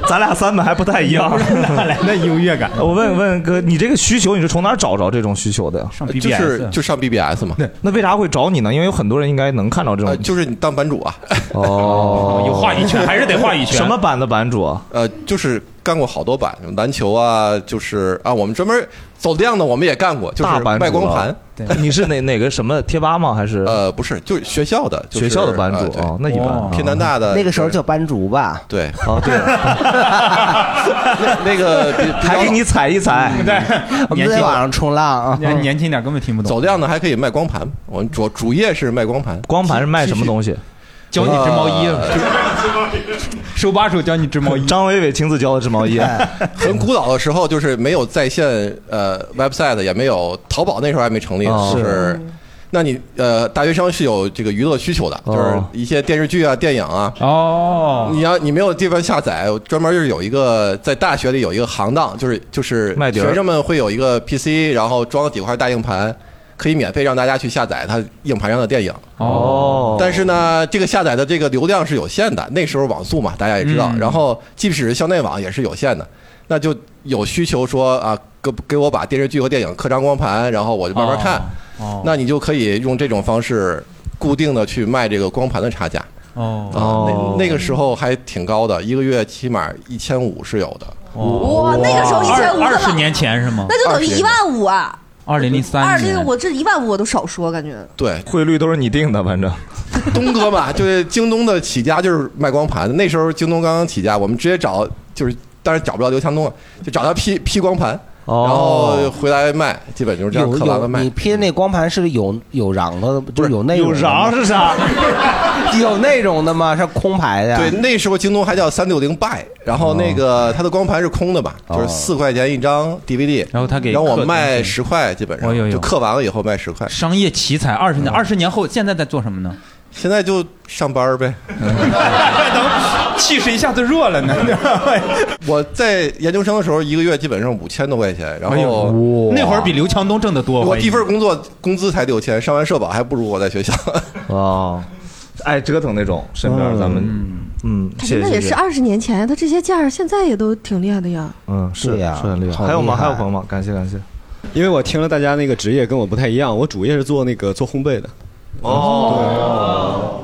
Speaker 2: 咱俩三本还不太一样，哪
Speaker 3: 来的优越感？
Speaker 2: 我问问哥，你这个需求你是从哪儿找着这种需求的呀？上
Speaker 13: 就是就上 BBS 嘛。
Speaker 2: 那为啥会找你呢？因为有很多人应该能看到这种，
Speaker 13: 就是你当版主啊。
Speaker 2: 哦
Speaker 13: 有话语权还是得话语权
Speaker 2: 什么版的版主啊？
Speaker 13: 呃，就是干过好多版，篮球啊，就是啊，我们专门走量的我们也干过，就是
Speaker 2: 大版主
Speaker 13: 卖光
Speaker 2: 啊
Speaker 13: 盘。
Speaker 2: 对你是哪哪个什么贴吧吗？还是
Speaker 13: 呃，不是，就是学校的 就是
Speaker 2: 学校的班主
Speaker 13: 呃对
Speaker 2: 哦，那一
Speaker 4: 啊
Speaker 2: 般
Speaker 13: 天南大的
Speaker 4: 那个时候叫班主吧？
Speaker 13: 对，
Speaker 2: 哦对，
Speaker 13: 那个
Speaker 2: 还给你踩一踩，
Speaker 14: 嗯
Speaker 3: 对，
Speaker 4: 我们在网上冲浪啊，
Speaker 3: 年年轻点根本听不懂。
Speaker 13: 走量的还可以卖光盘，我们主主业是卖光盘，
Speaker 2: 光盘是卖什么东西？
Speaker 3: 教你织毛衣
Speaker 13: 呃
Speaker 3: 手把手教你织毛衣，
Speaker 2: 张伟伟亲自教的织毛衣。
Speaker 14: 哎
Speaker 13: 很古老的时候，就是没有在线呃 website，也没有淘宝，那时候还没成立呢，
Speaker 2: 哦
Speaker 13: 就是。那你呃，大学生是有这个娱乐需求的，
Speaker 2: 哦
Speaker 13: 就是一些电视剧啊、电影啊。
Speaker 3: 哦，
Speaker 13: 你要你没有地方下载，专门就是有一个在大学里有一个行当，就是就是
Speaker 2: 卖碟儿
Speaker 13: 学生们会有一个 PC，然后装几块大硬盘，可以免费让大家去下载它硬盘上的电影。
Speaker 2: 哦
Speaker 13: 但是呢，这个下载的这个流量是有限的，那时候网速嘛，大家也知道。
Speaker 2: 嗯
Speaker 13: 然后即使是校内网也是有限的，那就有需求说啊，给给我把电视剧和电影刻张光盘，然后我就慢慢看。
Speaker 3: 哦
Speaker 13: 那你就可以用这种方式固定的去卖这个光盘的差价。
Speaker 3: 哦
Speaker 13: 啊，那那个时候还挺高的，一个月起码一千五是有的。
Speaker 5: 哇那个时候1500
Speaker 3: 哦二十年前是吗？
Speaker 5: 那就等于一万五啊！
Speaker 3: 二零零三
Speaker 5: 二这个我这一万五我都少说，感觉。
Speaker 13: 对，
Speaker 2: 汇率都是你定的，反正。
Speaker 13: 东哥嘛，就是京东的起家就是卖光盘的。那时候京东刚刚起家，我们直接找就是，当然找不到刘强东了，就找他批批光盘，
Speaker 4: 哦
Speaker 13: 然后回来卖，基本就是这样
Speaker 4: 有
Speaker 13: 刻完了
Speaker 4: 有，
Speaker 13: 卖
Speaker 4: 你。拼那光盘是不是有有瓤子的，就是有内容的吗？
Speaker 13: 瓤是啥
Speaker 4: 有内容的吗？是空牌的呀？哦
Speaker 13: 对，那时候京东还叫三六零 buy，然后那
Speaker 3: 哦
Speaker 13: 个它的光盘是空的吧，就是四块钱一张 DVD，
Speaker 3: 然后他给
Speaker 13: 然后我
Speaker 3: 刻
Speaker 13: 卖
Speaker 3: 东西
Speaker 13: 十块，基本上
Speaker 3: 哦有有
Speaker 13: 就刻完了以后卖十块。
Speaker 3: 商业奇才，二十年，二十年后现在在做什么呢？嗯
Speaker 13: 现在就上班儿呗。
Speaker 3: 气势一下子弱了呢。
Speaker 13: 我在研究生的时候，一个月基本上五千多块钱，然
Speaker 3: 哎呦
Speaker 13: 后
Speaker 3: 哇那会儿比刘强东挣得多
Speaker 13: 我
Speaker 3: 怀疑
Speaker 13: 第一份工作工资才六千，上完社保还不如我在学校。
Speaker 2: 哦，爱折腾那种，身边咱们嗯，
Speaker 5: 感觉
Speaker 2: 谢谢
Speaker 5: 那也
Speaker 2: 谢
Speaker 5: 是
Speaker 2: 谢。
Speaker 5: 二十年前，他这些价儿现在也都挺厉害的呀。
Speaker 2: 嗯，
Speaker 14: 是呀，是很厉害。
Speaker 2: 还有吗？还有朋友吗？感谢感谢。
Speaker 14: 因为我听了大家那个职业跟我不太一样，我主业是做那个做烘焙的。
Speaker 2: 哦，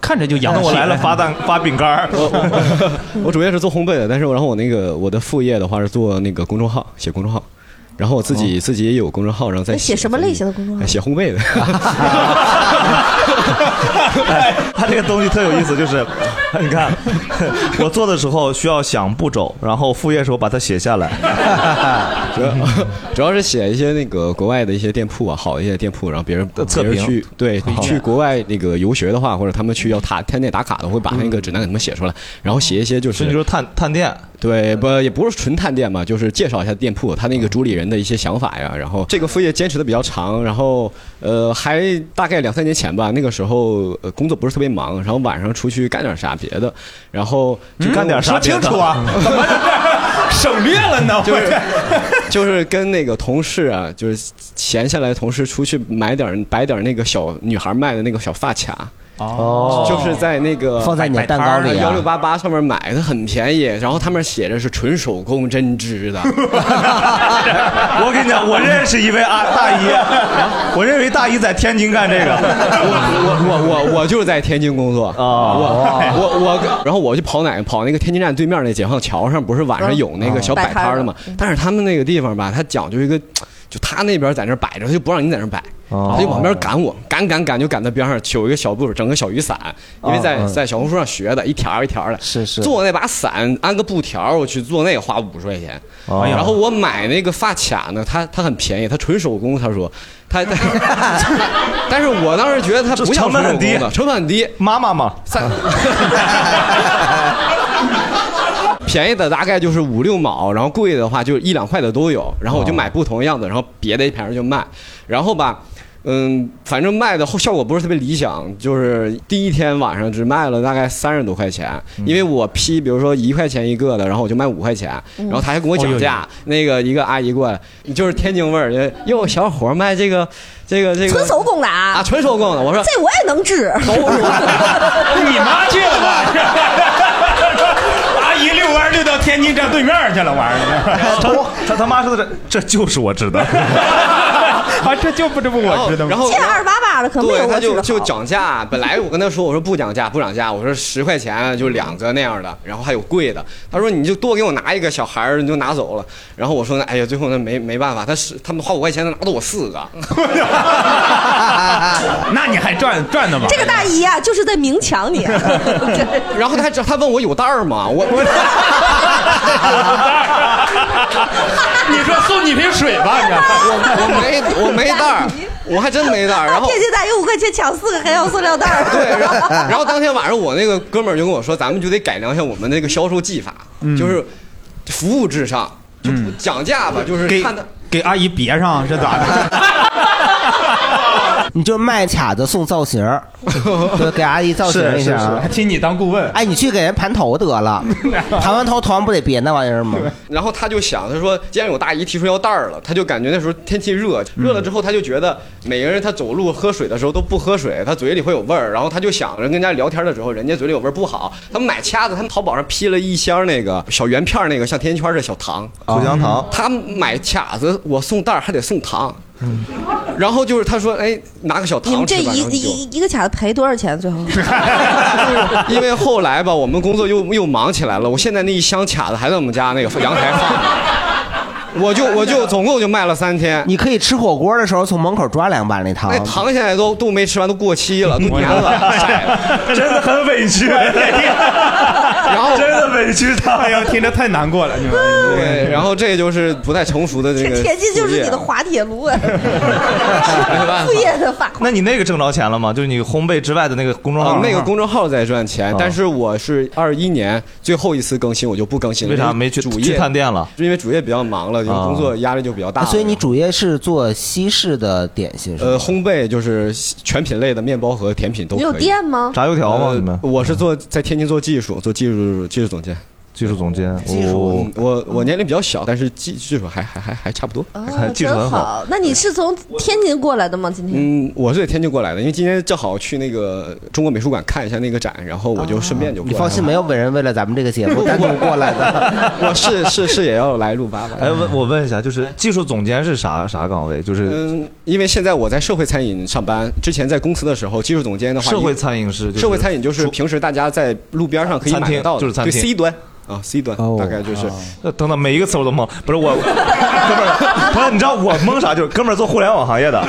Speaker 3: 看着就
Speaker 14: 洋
Speaker 2: 那我
Speaker 14: 气
Speaker 2: 来了，发蛋发饼干 儿。
Speaker 14: 我主业是做烘焙的，但是我然后我那个我的副业的话是做那个公众号，写公众号。然后我自己、自己也有公众号，然后再
Speaker 5: 那哎写什么类型的公啊众号
Speaker 14: 哎？写烘焙的。
Speaker 2: 哎，他这个东西特有意思，就是你看，我做的时候需要想步骤，然后副业的时候把它写下来。
Speaker 14: 主要主要是写一些那个国外的一些店铺啊，好一些店铺，然后别人
Speaker 2: 测
Speaker 14: 别
Speaker 2: 评
Speaker 14: 人去对
Speaker 2: 推荐
Speaker 14: 去国外那个游学的话，或者他们去要探探店打卡的，会把那个指南给他们写出来，然后写一些就是
Speaker 2: 甚至说探探店，
Speaker 14: 对不也不是纯探店吧，就是介绍一下店铺，他那个主理人的一些想法呀。然后这个副业坚持的比较长，然后呃还大概两三年前吧，那个时候呃工作不是特别忙，然后晚上出去干点啥别的，然后就
Speaker 2: 嗯干点啥说别的清 楚啊
Speaker 14: 怎么
Speaker 3: 省略了呢？
Speaker 14: 就是就是跟那个同事啊，就是闲下来的同事出去买点儿摆点儿那个小女孩卖的那个小发卡。
Speaker 4: 哦
Speaker 14: 就是在那个
Speaker 4: 放在你的蛋糕里啊
Speaker 14: 幺六八八上面买的很便宜，然后他们写着是纯手工针织的，
Speaker 2: 我跟你 讲，我认识一位 啊大姨， 我认为大姨在天津干这个。
Speaker 14: 我我我我就是在天津工作啊，
Speaker 2: 哦
Speaker 14: 我我我，然后我去跑哪个跑那个天津站对面那解放桥上，不是晚上有那个小摆摊儿的嘛？但是他们那个地方吧，他讲究一个，就他那边在那儿摆着，他就不让你在那儿摆。
Speaker 2: 哦
Speaker 14: 他就往边赶我，赶赶赶就赶到边上，取一个小布，整个小雨伞，因为在
Speaker 2: 哦嗯
Speaker 14: 在小红书上学的，一条儿一条儿的。
Speaker 4: 是是
Speaker 14: 做那把伞安个布条儿，我去做那个花五十块钱。
Speaker 2: 哦
Speaker 14: 然后我买那个发卡呢，它它很便宜，它纯手工。他说，他他，但是我当时觉得它不像
Speaker 2: 成
Speaker 14: 纯
Speaker 2: 本
Speaker 14: 手
Speaker 2: 很低啊
Speaker 14: 工的，成本很低。
Speaker 2: 妈妈嘛，
Speaker 14: 三， 便宜的大概就是五六毛，然后贵的话就一两块的都有。然后我就买不同样的，然后别的一盘儿就卖，然后吧。嗯，反正卖的后效果不是特别理想，就是第一天晚上只卖了大概三十多块钱，
Speaker 2: 嗯
Speaker 14: 因为我批，比如说一块钱一个的，然后我就卖五块钱，
Speaker 2: 嗯
Speaker 14: 然后他还跟我
Speaker 2: 哦
Speaker 14: 讲
Speaker 2: 呦
Speaker 14: 价，那个一个阿姨过来，就是天津味儿，就哟小伙儿卖这个这个这个
Speaker 5: 纯手工的啊
Speaker 14: 啊，纯手工的，我说
Speaker 5: 这我也能治。
Speaker 6: 你妈去了吧！阿姨遛弯儿遛到天津站对面去了，玩意儿。
Speaker 2: 他他他妈说的这这就是我知道。
Speaker 3: 啊，这就不这不我知道吗？
Speaker 14: 然后
Speaker 5: 欠二八八的可没有
Speaker 14: 对，
Speaker 5: 我
Speaker 14: 他
Speaker 5: 知
Speaker 14: 就
Speaker 5: 道。
Speaker 14: 就涨价。本来我跟他说，我说不涨价，不涨价，我说十块钱就两个那样的，然后还有贵的。他说你就多给我拿一个，小孩儿你就拿走了。然后我说哎呀，最后那没没办法，他是他们花五块钱，他拿走我四个。
Speaker 3: 那你还赚赚的吗
Speaker 5: 这个大姨啊，就是在明抢你。
Speaker 14: 然后他还他问我有袋儿吗？我我
Speaker 6: 你说送你瓶水吧，你
Speaker 14: 我没我没袋儿，我还真没袋儿。然后
Speaker 5: 骗现在用五块钱抢四个，还要塑料袋儿。
Speaker 14: 对， 然后然后当天晚上我那个哥们儿就跟我说，咱们就得改良一下我们那个销售技法，
Speaker 6: 嗯
Speaker 14: 就是服务至上，就不讲价吧，就是
Speaker 3: 给
Speaker 14: 看他。
Speaker 3: 给阿姨别
Speaker 6: 啊
Speaker 3: 上，这咋的？
Speaker 4: 你就卖卡子送造型儿，对，给阿姨造型一下
Speaker 3: 是是是
Speaker 4: 啊
Speaker 3: 还。请你当顾问。
Speaker 4: 哎，你去给人盘头得 了，盘完头头上不得别那玩意儿吗？
Speaker 14: 然后他就想，他说，既然有大姨提出要袋儿了，他就感觉那时候天气热，热了之后他就觉得每个人他走路喝水的时候都不喝水，他嘴里会有味儿，然后他就想着跟人家聊天的时候，人家嘴里有味儿不好，他们买掐子，他们淘宝上批了一箱那个小圆片儿那个像甜甜圈儿的小糖，
Speaker 13: 口香糖
Speaker 14: 他买卡子，我送袋儿还得送糖，然后就是他说，哎，拿个小
Speaker 5: 你
Speaker 14: 糖
Speaker 5: 们
Speaker 14: 吃
Speaker 5: 这
Speaker 14: 吧，
Speaker 5: 一
Speaker 14: 然后就
Speaker 5: 一一个卡赔多少钱？最后
Speaker 14: 因为后来吧，我们工作又又忙起来了。我现在那一箱卡子还在我们家那 个阳台放着，我就我就总共就卖了三天。
Speaker 4: 你可以吃火锅的时候从门口抓两把那糖
Speaker 14: 那。糖现在都都没吃完，都过期 了，都粘了，晒了，
Speaker 2: 真的很委 屈。然
Speaker 14: 后
Speaker 2: 真的委屈他，
Speaker 3: 哎呦，听着太难过了，你们。
Speaker 14: 对，然后这就是不太成熟的这个。
Speaker 5: 铁骑就是你的滑铁卢啊，副业的法。
Speaker 2: 那你那个挣着钱了吗？就是你烘焙之外的那个公众号、
Speaker 14: 啊，那个公众号在赚钱，
Speaker 2: 啊
Speaker 14: 但是我是二一年最后一次更新，我就不更新了。
Speaker 2: 为啥没去
Speaker 14: 主
Speaker 2: 去
Speaker 14: 业
Speaker 2: 探店了？
Speaker 14: 因为主业比较忙了，就
Speaker 2: 啊
Speaker 14: 工作压力就比较大了。
Speaker 4: 所以你主业是做西式的点心是吗？
Speaker 14: 呃，烘焙就是全品类的面包和甜品都可以。
Speaker 5: 你有店吗炸
Speaker 2: 油条吗
Speaker 14: 呃
Speaker 2: 你们
Speaker 14: 我是做在天津做技术，做技术技术总监。
Speaker 2: 技术总监，哦
Speaker 14: 技术，我我年龄比较小，但是技技术还还还还差不多，
Speaker 5: 哦真好。那你是从天津过来的吗？今天？
Speaker 14: 嗯，我是在天津过来的，因为今天正好去那个中国美术馆看一下那个展，然后我就顺便就过
Speaker 4: 你
Speaker 14: 来了。
Speaker 4: 放心，没有本人为了咱们这个节 目单独过来的。
Speaker 14: 我是是是也要来录八八。
Speaker 2: 哎，问我问一下，就是技术总监是啥啥岗位？就是
Speaker 14: 嗯，因为现在我在社会餐饮上班，之前在公司的时候，技术总监的话，
Speaker 2: 社会餐饮是就是
Speaker 14: 社会餐饮就是平时大家在路边上可以
Speaker 2: 餐
Speaker 14: 买
Speaker 2: 厅
Speaker 14: 得到的，
Speaker 2: 就是餐
Speaker 14: 对
Speaker 2: 厅
Speaker 14: C 端啊 C 端，
Speaker 4: 哦
Speaker 14: 大概就是。
Speaker 3: 啊
Speaker 2: 那等等，每一个词我都懵。不是我，哥们儿，朋友，你知道我懵啥？就是哥们儿做互联网行业的，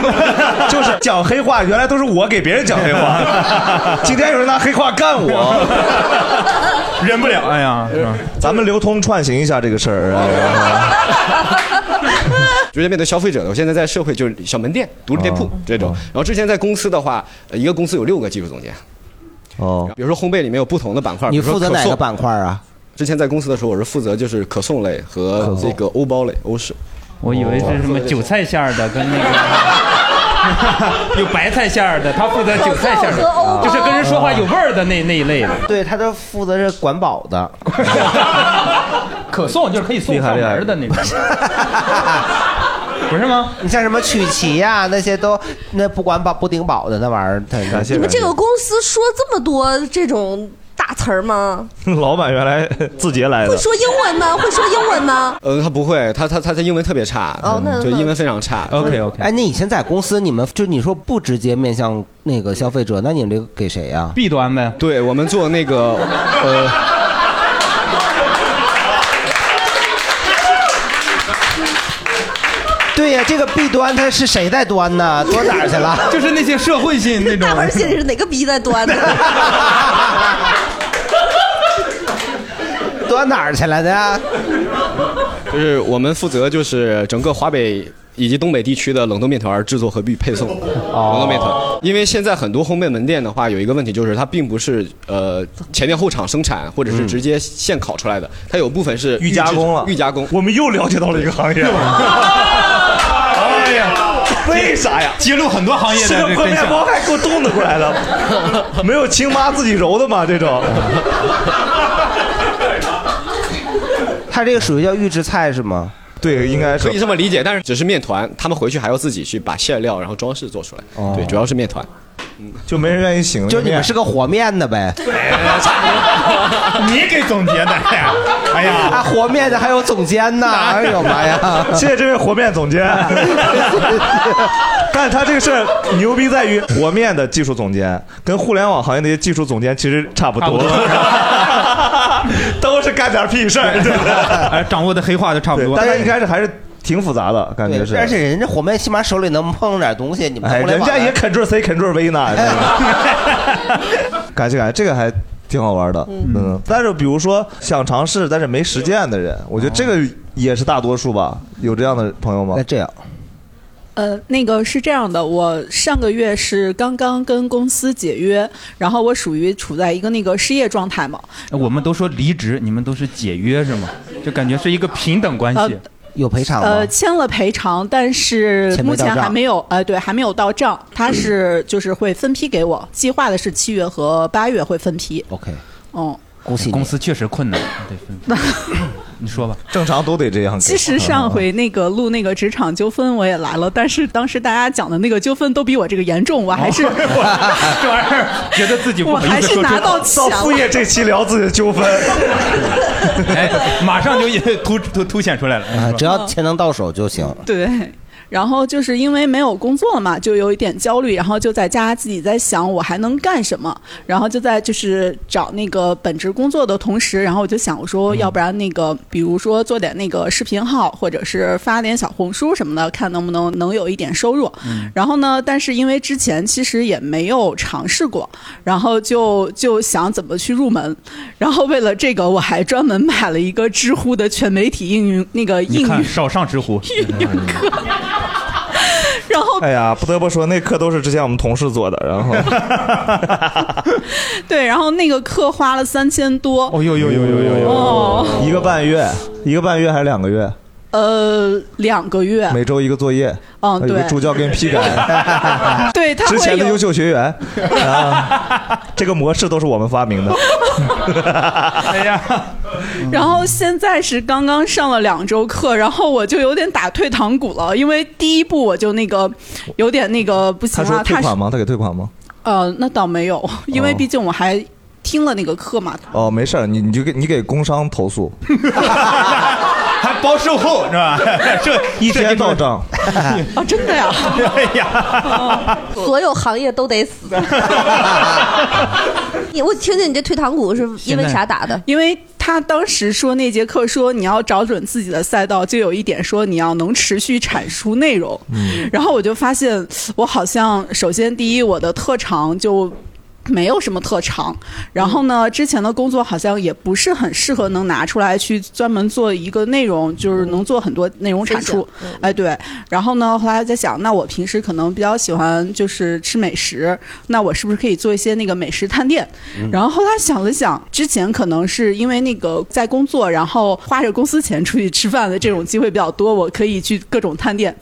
Speaker 2: 就是讲黑话，原来都是我给别人讲黑话，今天有人拿黑话干我，
Speaker 3: 忍不了，哎呀，
Speaker 2: 咱们流通串行一下这个事儿。哎
Speaker 14: 直接面对消费者的。我现在在社会就是小门店、独立店
Speaker 2: 哦
Speaker 14: 铺这种。然后之前在公司的话，呃一个公司有六个技术总监。
Speaker 2: 哦，
Speaker 14: 比如说烘焙里面有不同的板块，
Speaker 4: 你
Speaker 14: 比如说
Speaker 4: 负责
Speaker 14: 可
Speaker 4: 哪个
Speaker 14: 颂？
Speaker 4: 板块啊？
Speaker 14: 之前在公司的时候，我是负责就是可颂类和这个欧包类、欧式。
Speaker 6: 我以为是什么韭菜馅儿的，跟那个 有白菜馅儿的，他负责韭菜馅儿
Speaker 4: 好像
Speaker 5: 哦
Speaker 4: 我喝欧
Speaker 6: 的，
Speaker 4: 包
Speaker 6: 就是跟人说话有味儿的那那一类的。
Speaker 4: 对，他都负责是管饱的。
Speaker 6: 可颂就是可以送上门儿的 那种。不是吗？
Speaker 4: 你像什么曲奇呀、那些都那不管饱不顶饱的那玩意儿，他
Speaker 2: 感谢
Speaker 5: 你们这个公司说这么多这种大词儿吗？
Speaker 2: 呦，老板原来字节来
Speaker 5: 会
Speaker 2: 的。
Speaker 5: 说英文吗？会说英文吗？
Speaker 14: 呃，他不会，他他他他英文特别差，
Speaker 5: 哦那
Speaker 14: 嗯就
Speaker 5: 那
Speaker 14: 英文非常差。
Speaker 4: 哎，那以前在公司你们就你说不直接面向那个消费者，那你们这个给谁啊呀、
Speaker 14: B 端呗。对我们做那个呃。
Speaker 4: 对呀、这个弊端它是谁在端 呢？端哪儿去了？
Speaker 3: 就是那些社会性那种。
Speaker 5: 大伙儿心里是哪个逼在端的？
Speaker 4: 端哪儿去了呢？
Speaker 14: 就是我们负责就是整个华北以及东北地区的冷冻面团制作和配配送。
Speaker 2: 哦
Speaker 14: 冷冻面团，因为现在很多烘焙门店的话，有一个问题就是它并不是呃前店后厂生产，或者是直接现烤出来的，它有部分是
Speaker 2: 预嗯加工了
Speaker 14: 预加工。
Speaker 2: 我们又了解到了一个行业。哎呀，为
Speaker 14: 哎
Speaker 2: 啥呀？
Speaker 3: 揭露很多行业的
Speaker 2: 吃个
Speaker 3: 这
Speaker 2: 破
Speaker 3: 真
Speaker 2: 面
Speaker 3: 相
Speaker 2: 包还给我冻得过来了，没有亲妈自己揉的吗？这种。
Speaker 4: 它这个属于叫预制菜是吗？
Speaker 2: 对，应该
Speaker 14: 可以这么理
Speaker 2: 哦
Speaker 14: 解，但是只是面团，他们回去还要自己去把馅料，然后装饰做出来。对，主要是面团。
Speaker 2: 就没人愿意醒。
Speaker 4: 就你们是个和面的呗？
Speaker 6: 你给总结的呀？哎呀，
Speaker 4: 啊，和面的还有总监呢！哎呦妈 呀！
Speaker 2: 谢谢这位和面总监。但他这个事儿牛逼在于和面的技术总监跟互联网行业那些技术总监其实差不多， 都是干点屁事儿，对 不对？
Speaker 3: 哎掌握的黑话就差不多。
Speaker 2: 大家一开始还是挺复杂的，感觉是。
Speaker 4: 而且人家和面起码手里能碰点东西，你们
Speaker 2: 哎，
Speaker 4: 互联
Speaker 2: 人
Speaker 4: 网
Speaker 2: 家也 Ctrl C Ctrl V 呢。真的感谢感谢，这个还挺好玩的。嗯，但是比如说想尝试但是没实践的人，我觉得这个也是大多数吧。有这样的朋友吗？那
Speaker 4: 这样，
Speaker 15: 呃，那个是这样的，我上个月是刚刚跟公司解约，然后我属于处在一个那个失业状态嘛。
Speaker 3: 哎我们都说离职，你们都是解约是吗？就感觉是一个平等关系
Speaker 15: 呃。
Speaker 4: 有赔偿
Speaker 15: 呃，签了赔偿，但是
Speaker 3: 钱没
Speaker 15: 目
Speaker 3: 到
Speaker 15: 前还
Speaker 3: 账嗯
Speaker 15: 没有，呃，对，还没有到账。他是就是会分批给我，计划的是七月和八月会分批。
Speaker 3: 哦
Speaker 4: OK，
Speaker 15: 嗯，
Speaker 4: 恭喜
Speaker 3: 公司确实困难，得分。 你说吧，嗯
Speaker 2: 正常都得这样。
Speaker 15: 其实上回那个录那个职场纠纷我也来了，但是当时大家讲的那个纠纷都比我这个严重，我还是
Speaker 3: 哦 这玩意
Speaker 2: 哎
Speaker 3: 儿觉得自己不
Speaker 15: 我
Speaker 3: 好意思
Speaker 15: 还是
Speaker 3: 说
Speaker 15: 拿
Speaker 3: 出
Speaker 15: 到
Speaker 3: 口
Speaker 15: 钱了。
Speaker 2: 这期聊自己的纠纷，
Speaker 3: 哎，马上就也突突凸显出来了。
Speaker 4: 啊，只要钱能到手就行。
Speaker 15: 对，然后就是因为没有工作了嘛，就有一点焦虑，然后就在家自己在想我还能干什么，然后就在就是找那个本职工作的同时，然后我就想我
Speaker 3: 嗯
Speaker 15: 说，要不然那个、比如说做点那个视频号，或者是发点小红书什么的，看能不能能有一点收入。
Speaker 16: 嗯
Speaker 15: 然后呢，但是因为之前其实也没有尝试过，然后就就想怎么去入门，然后为了这个我还专门买了一个知乎的全媒体应用那个
Speaker 3: 你
Speaker 15: 应
Speaker 3: 看，
Speaker 15: 用
Speaker 3: 少上知乎。
Speaker 15: 然后
Speaker 2: 哎呀，不得不说那课都是之前我们同事做的，然后
Speaker 15: 对，然后那个课花了三千多。
Speaker 2: 哦呦呦呦呦呦
Speaker 15: 哦，
Speaker 2: 一个半月，一个半月还是两个月？
Speaker 15: 呃，两个月。
Speaker 2: 每周一个作业，呃
Speaker 15: 嗯
Speaker 2: 有个
Speaker 15: 对，
Speaker 2: 助教给你批改
Speaker 15: 对他会
Speaker 2: 之
Speaker 15: 有
Speaker 2: 前的优秀学 员啊，这个模式都是我们发明 的。
Speaker 3: 哎呀，
Speaker 15: 然后现在是刚刚上了两周课，然后我就有点打退堂鼓了，因为第一步我就那个有点那个不 行
Speaker 2: 他
Speaker 15: 了。
Speaker 2: 说退
Speaker 15: 他是
Speaker 2: 款吗？他给退款吗？
Speaker 15: 呃，那倒没有，因为
Speaker 2: 哦
Speaker 15: 毕竟我还听了那个课嘛。
Speaker 2: 哦，没事儿，你你就给你给工商投 诉，
Speaker 3: 还包售后是吧？这
Speaker 2: 一天 到账。
Speaker 15: 啊，真的呀！
Speaker 3: 哎呀，
Speaker 5: 所有行业都得死。你哎我听听你这退堂鼓是因为啥打的？
Speaker 15: 因为他当时说那节课说你要找准自己的赛道，就有一点说你要能持续产出内容。
Speaker 16: 嗯
Speaker 15: 然后我就发现我好像首先第一我的特长就。没有什么特长，然后呢，之前的工作好像也不是很适合能拿出来去专门做一个内容，就是能做很多内容产出
Speaker 16: 分享嗯。
Speaker 15: 哎，对。然后呢，后来在想，那我平时可能比较喜欢就是吃美食，那我是不是可以做一些那个美食探店？
Speaker 16: 嗯
Speaker 15: 然后后来想了想，之前可能是因为那个在工作，然后花着公司钱出去吃饭的这种机会比较多，我可以去各种探店。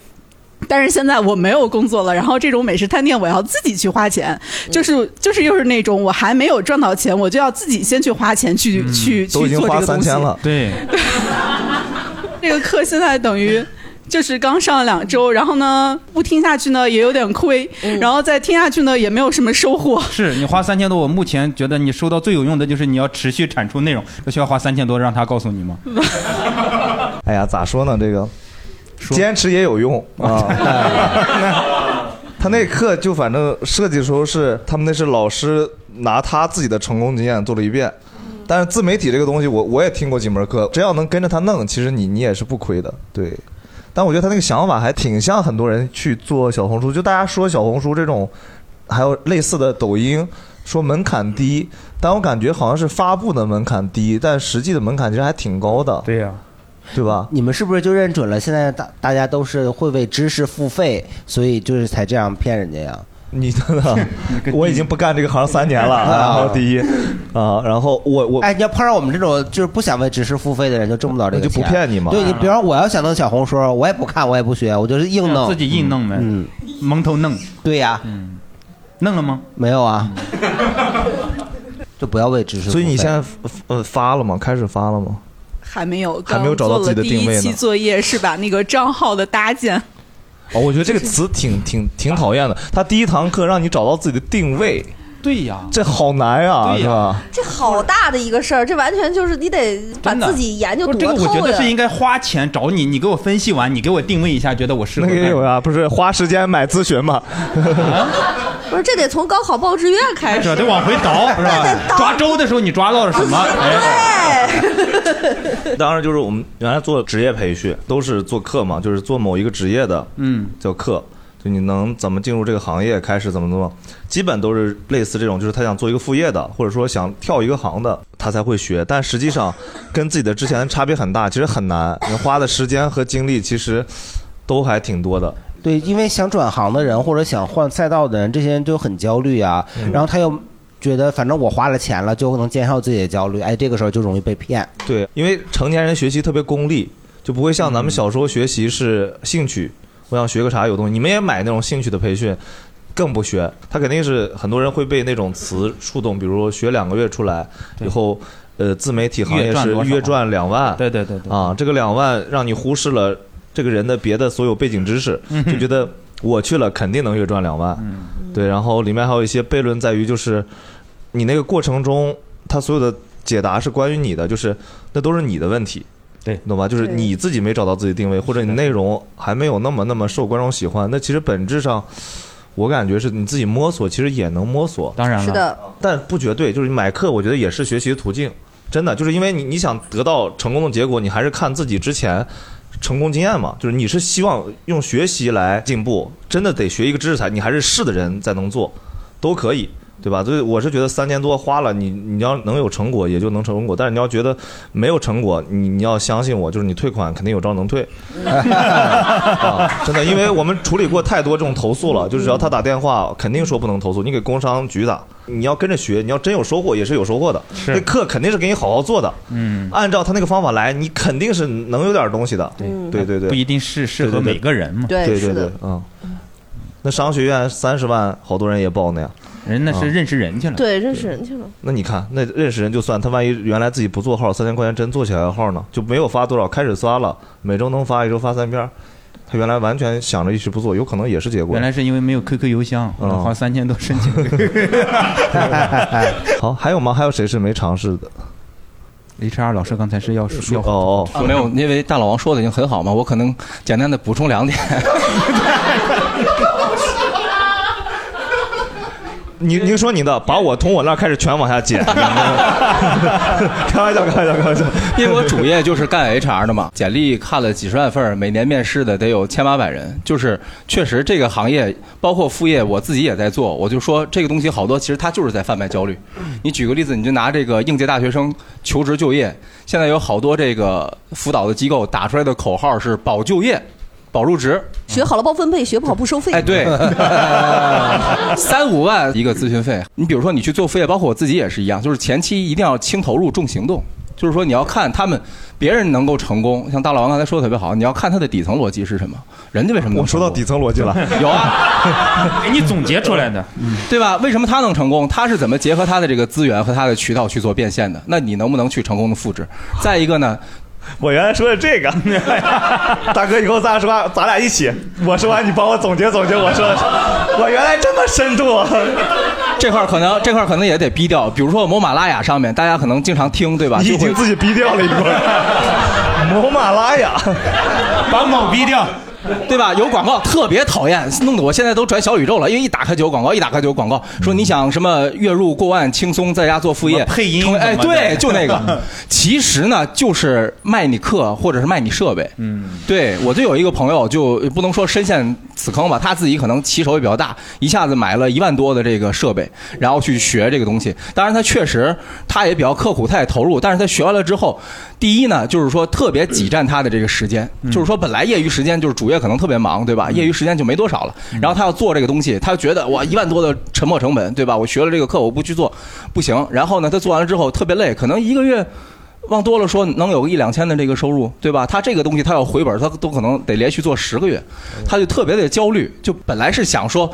Speaker 15: 但是现在我没有工作了，然后这种美食探店我要自己去花钱，就是就是又是那种我还没有赚到钱，我就要自己先去花钱去、去去
Speaker 2: 嗯都已经
Speaker 15: 做这
Speaker 2: 花
Speaker 15: 个
Speaker 2: 三
Speaker 15: 东西
Speaker 2: 千。了，
Speaker 3: 对，
Speaker 15: 这个课现在等于就是刚上了两周，然后呢不听下去呢也有点亏，然
Speaker 2: 嗯
Speaker 15: 后再听下去呢也没有什么收获。
Speaker 3: 是你花三千多，我目前觉得你收到最有用的就是你要持续产出内容，这需要花三千多让他告诉你吗？
Speaker 2: 哎呀，咋说呢？这个坚持也有用 啊。 哎他那课就反正设计的时候是他们那是老师拿他自己的成功经验做了一遍，但是自媒体这个东西我我也听过几门课，只要能跟着他弄，其实你你也是不亏的，对。但我觉得他那个想法还挺像很多人去做小红书，就大家说小红书这种，还有类似的抖音，说门槛低，但我感觉好像是发布的门槛低，但实际的门槛其实还挺高的。
Speaker 3: 对呀、
Speaker 2: 对吧？
Speaker 4: 你们是不是就认准了？现在大大家都是会为知识付费，所以就是才这样骗人家呀？
Speaker 2: 你真的， 我已经不干这个行三年了，然后第一，啊，然后我我
Speaker 4: 哎，你要 碰上我们这种就是不想为知识付费的人，就挣不到这个
Speaker 2: 那就
Speaker 4: 钱，
Speaker 2: 不骗你嘛
Speaker 4: 对你，比方我要想弄小红书，我也不看，我也不学，我就是硬弄，
Speaker 3: 自己硬弄呗，
Speaker 4: 嗯，
Speaker 3: 蒙头弄。
Speaker 4: 对呀，
Speaker 3: 嗯弄了吗？嗯
Speaker 4: 没有啊， 就不要为知识付费。
Speaker 2: 所以你现在呃发了吗？开始发了吗？
Speaker 15: 还没有，
Speaker 2: 还
Speaker 15: 刚
Speaker 2: 没有找到
Speaker 15: 做
Speaker 2: 自己的
Speaker 15: 了第
Speaker 2: 定位
Speaker 15: 一
Speaker 2: 呢
Speaker 15: 期作业是把那个账号的搭建。
Speaker 2: 哦，我觉得这个词挺挺挺讨厌的。他第一堂课让你找到自己的定位，
Speaker 3: 对呀，
Speaker 2: 这好难呀，是吧？
Speaker 5: 这好大的一个事儿，这完全就是你得把
Speaker 3: 真的
Speaker 5: 自己研究
Speaker 3: 不
Speaker 5: 多
Speaker 3: 是
Speaker 5: 透
Speaker 3: 这
Speaker 5: 呀。
Speaker 3: 个，我觉得是应该花钱找你，你给我分析完，你给我定位一下，觉得我适合
Speaker 2: 那
Speaker 3: 干
Speaker 2: 个
Speaker 3: 什么。
Speaker 2: 也有呀，不是花时间买咨询嘛？
Speaker 5: 不是这得从高考报志愿开
Speaker 3: 是啊吧？
Speaker 5: 始，
Speaker 3: 得往回倒，是吧？ 抓周的时候你抓到了什么？
Speaker 8: 啊
Speaker 3: 哎，
Speaker 2: 当然，就是我们原来做职业培训都是做课嘛，就是做某一个职业的，
Speaker 3: 嗯，
Speaker 2: 叫课，就你能怎么进入这个行业，开始怎么怎么，基本都是类似这种，就是他想做一个副业的，或者说想跳一个行的，他才会学。但实际上跟自己的之前差别很大，其实很难，你花的时间和精力其实都还挺多的。
Speaker 4: 对，因为想转行的人或者想换赛道的人，这些人就很焦虑啊。
Speaker 3: 嗯
Speaker 4: 然后他又觉得，反正我花了钱了，就能减少自己的焦虑。哎，这个时候就容易被骗。
Speaker 2: 对，因为成年人学习特别功利，就不会像
Speaker 3: 嗯
Speaker 2: 咱们小时候学习是兴趣，我想学个啥有东西。你们也买那种兴趣的培训，更不学，他肯定是很多人会被那种词触动，比如说学两个月出来以后，呃，自媒体行业
Speaker 3: 月赚
Speaker 2: 是
Speaker 3: 多少
Speaker 2: 月赚两万，
Speaker 3: 对对对对，
Speaker 2: 啊，这个两万让你忽视了这个人的别的所有背景知识，
Speaker 3: 嗯
Speaker 2: 就觉得我去了肯定能月赚两万。对，然后里面还有一些悖论在于，就是你那个过程中，他所有的解答是关于你的，就是那都是你的问题。
Speaker 3: 对，
Speaker 2: 懂吧？就是
Speaker 3: 对
Speaker 2: 你自己没找到自己定位，或者你内容还没有那么那么受观众喜欢，那其实本质上，我感觉是你自己摸索，其实也能摸索。
Speaker 3: 当然
Speaker 5: 了是的，
Speaker 2: 但不绝对，就是买课，我觉得也是学习的途径。真的，就是因为你你想得到成功的结果，你还是看自己之前成功经验嘛。就是你是希望用学习来进步，真的得学一个知识才，你还是是的人才能做，都可以，对吧？所以我是觉得三年多花了，你你要能有成果，也就能成果。但是你要觉得没有成果，你你要相信我，就是你退款肯定有招能退。啊，真的，因为我们处理过太多这种投诉了，就是只要他打电话，肯定说不能投诉，你给工商局打，你要跟着学，你要真有收获也是有收获的，那课肯定是给你好好做的，
Speaker 3: 嗯，
Speaker 2: 按照他那个方法来，你肯定是能有点东西的，对对对，
Speaker 3: 不一定是适合
Speaker 2: 对对对
Speaker 3: 每个人嘛
Speaker 2: 对
Speaker 3: 嗯对
Speaker 2: 对
Speaker 3: 是
Speaker 2: 对
Speaker 3: 的，
Speaker 2: 嗯，那商学院三十万，好多人也报那样，嗯
Speaker 3: 人那是认识人去了，
Speaker 5: 对，认识人去了。
Speaker 2: 那你看，那认识人就算，他万一原来自己不做号，三千块钱真做起来的号呢，就没有发多少，开始发了，每周能发一周发三篇儿，他原来完全想着一直不做，有可能也是结果。
Speaker 3: 原来是因为没有 QQ 邮箱，
Speaker 2: 嗯
Speaker 3: 花三千多申请。
Speaker 2: 好，还有吗？还有谁是没尝试的？
Speaker 3: HR 老师刚才是要
Speaker 2: 说哦
Speaker 8: 啊没有，因为大老王说的已经很好嘛，我可能简单的补充两点。
Speaker 2: 您您说您的，把我从我 那儿开始全往下减。开玩笑，开玩笑，开玩笑。
Speaker 8: 因为我主业就是干 HR 的嘛，简历看了几十万份儿，每年面试的得有千八百人，就是确实这个行业，包括副业，我自己也在做。我就说这个东西好多，其实它就是在贩卖焦虑。你举个例子，你就拿这个应届大学生求职就业，现在有好多这个辅导的机构打出来的口号是保就业、保入 职。
Speaker 5: 学好了报分配，学不好不收费。
Speaker 8: 哎，对，三五万一个咨询费。你比如说，你去做副业，包括我自己也是一样，就是前期一定要轻投入、重行动。就是说，你要看他们别人能够成功，像大老王刚才说的特别好，你要看他的底层逻辑是什么，人家为什么我说到
Speaker 2: 底层逻辑了，
Speaker 8: 有啊，
Speaker 3: 给哎你总结出来的，
Speaker 8: 嗯对吧？为什么他能成功？他是怎么结合他的这个资源和他的渠道去做变现的？那你能不能去成功的复制？再一个呢，
Speaker 2: 我原来说的这个，大哥，以后咱俩说话，咱俩一起，我说完你帮我总结总结，我说我原来这么深度啊。
Speaker 8: 这块儿可能这块儿可能也得逼掉，比如说某马拉雅上面，大家可能经常听，对吧？
Speaker 2: 你已经自己逼掉了一块 儿，某马拉雅，
Speaker 3: 把某逼掉，
Speaker 8: 对吧？有广告特别讨厌，弄得我现在都转小宇宙了，因为一打开就有广告，一打开就有广告，说你想什么月入过万，轻松在家做副业，
Speaker 3: 配音
Speaker 8: 成为哎，
Speaker 3: 什么的
Speaker 8: 对，就那 个。其实呢，就是卖你课或者是卖你设备，
Speaker 3: 嗯，
Speaker 8: 对我就有一个朋友，就不能说深陷此坑吧，他自己可能骑手也比较大，一下子买了一万多的这个设备，然后去学这个东西。当然，他确实他也比较刻苦，他也投入。但是他学完了之后，第一呢，就是说特别挤占他的这个时间，就是说本来业余时间就是主业可能特别忙，对吧？业余时间就没多少了。然后他要做这个东西，他觉得哇一万多的沉没成本，对吧？我学了这个课，我不去做不行。然后呢，他做完了之后特别累，可能一个月。往多了说，能有个一两千的这个收入，对吧？他这个东西他要回本，他都可能得连续做十个月，他就特别的焦虑。就本来是想说，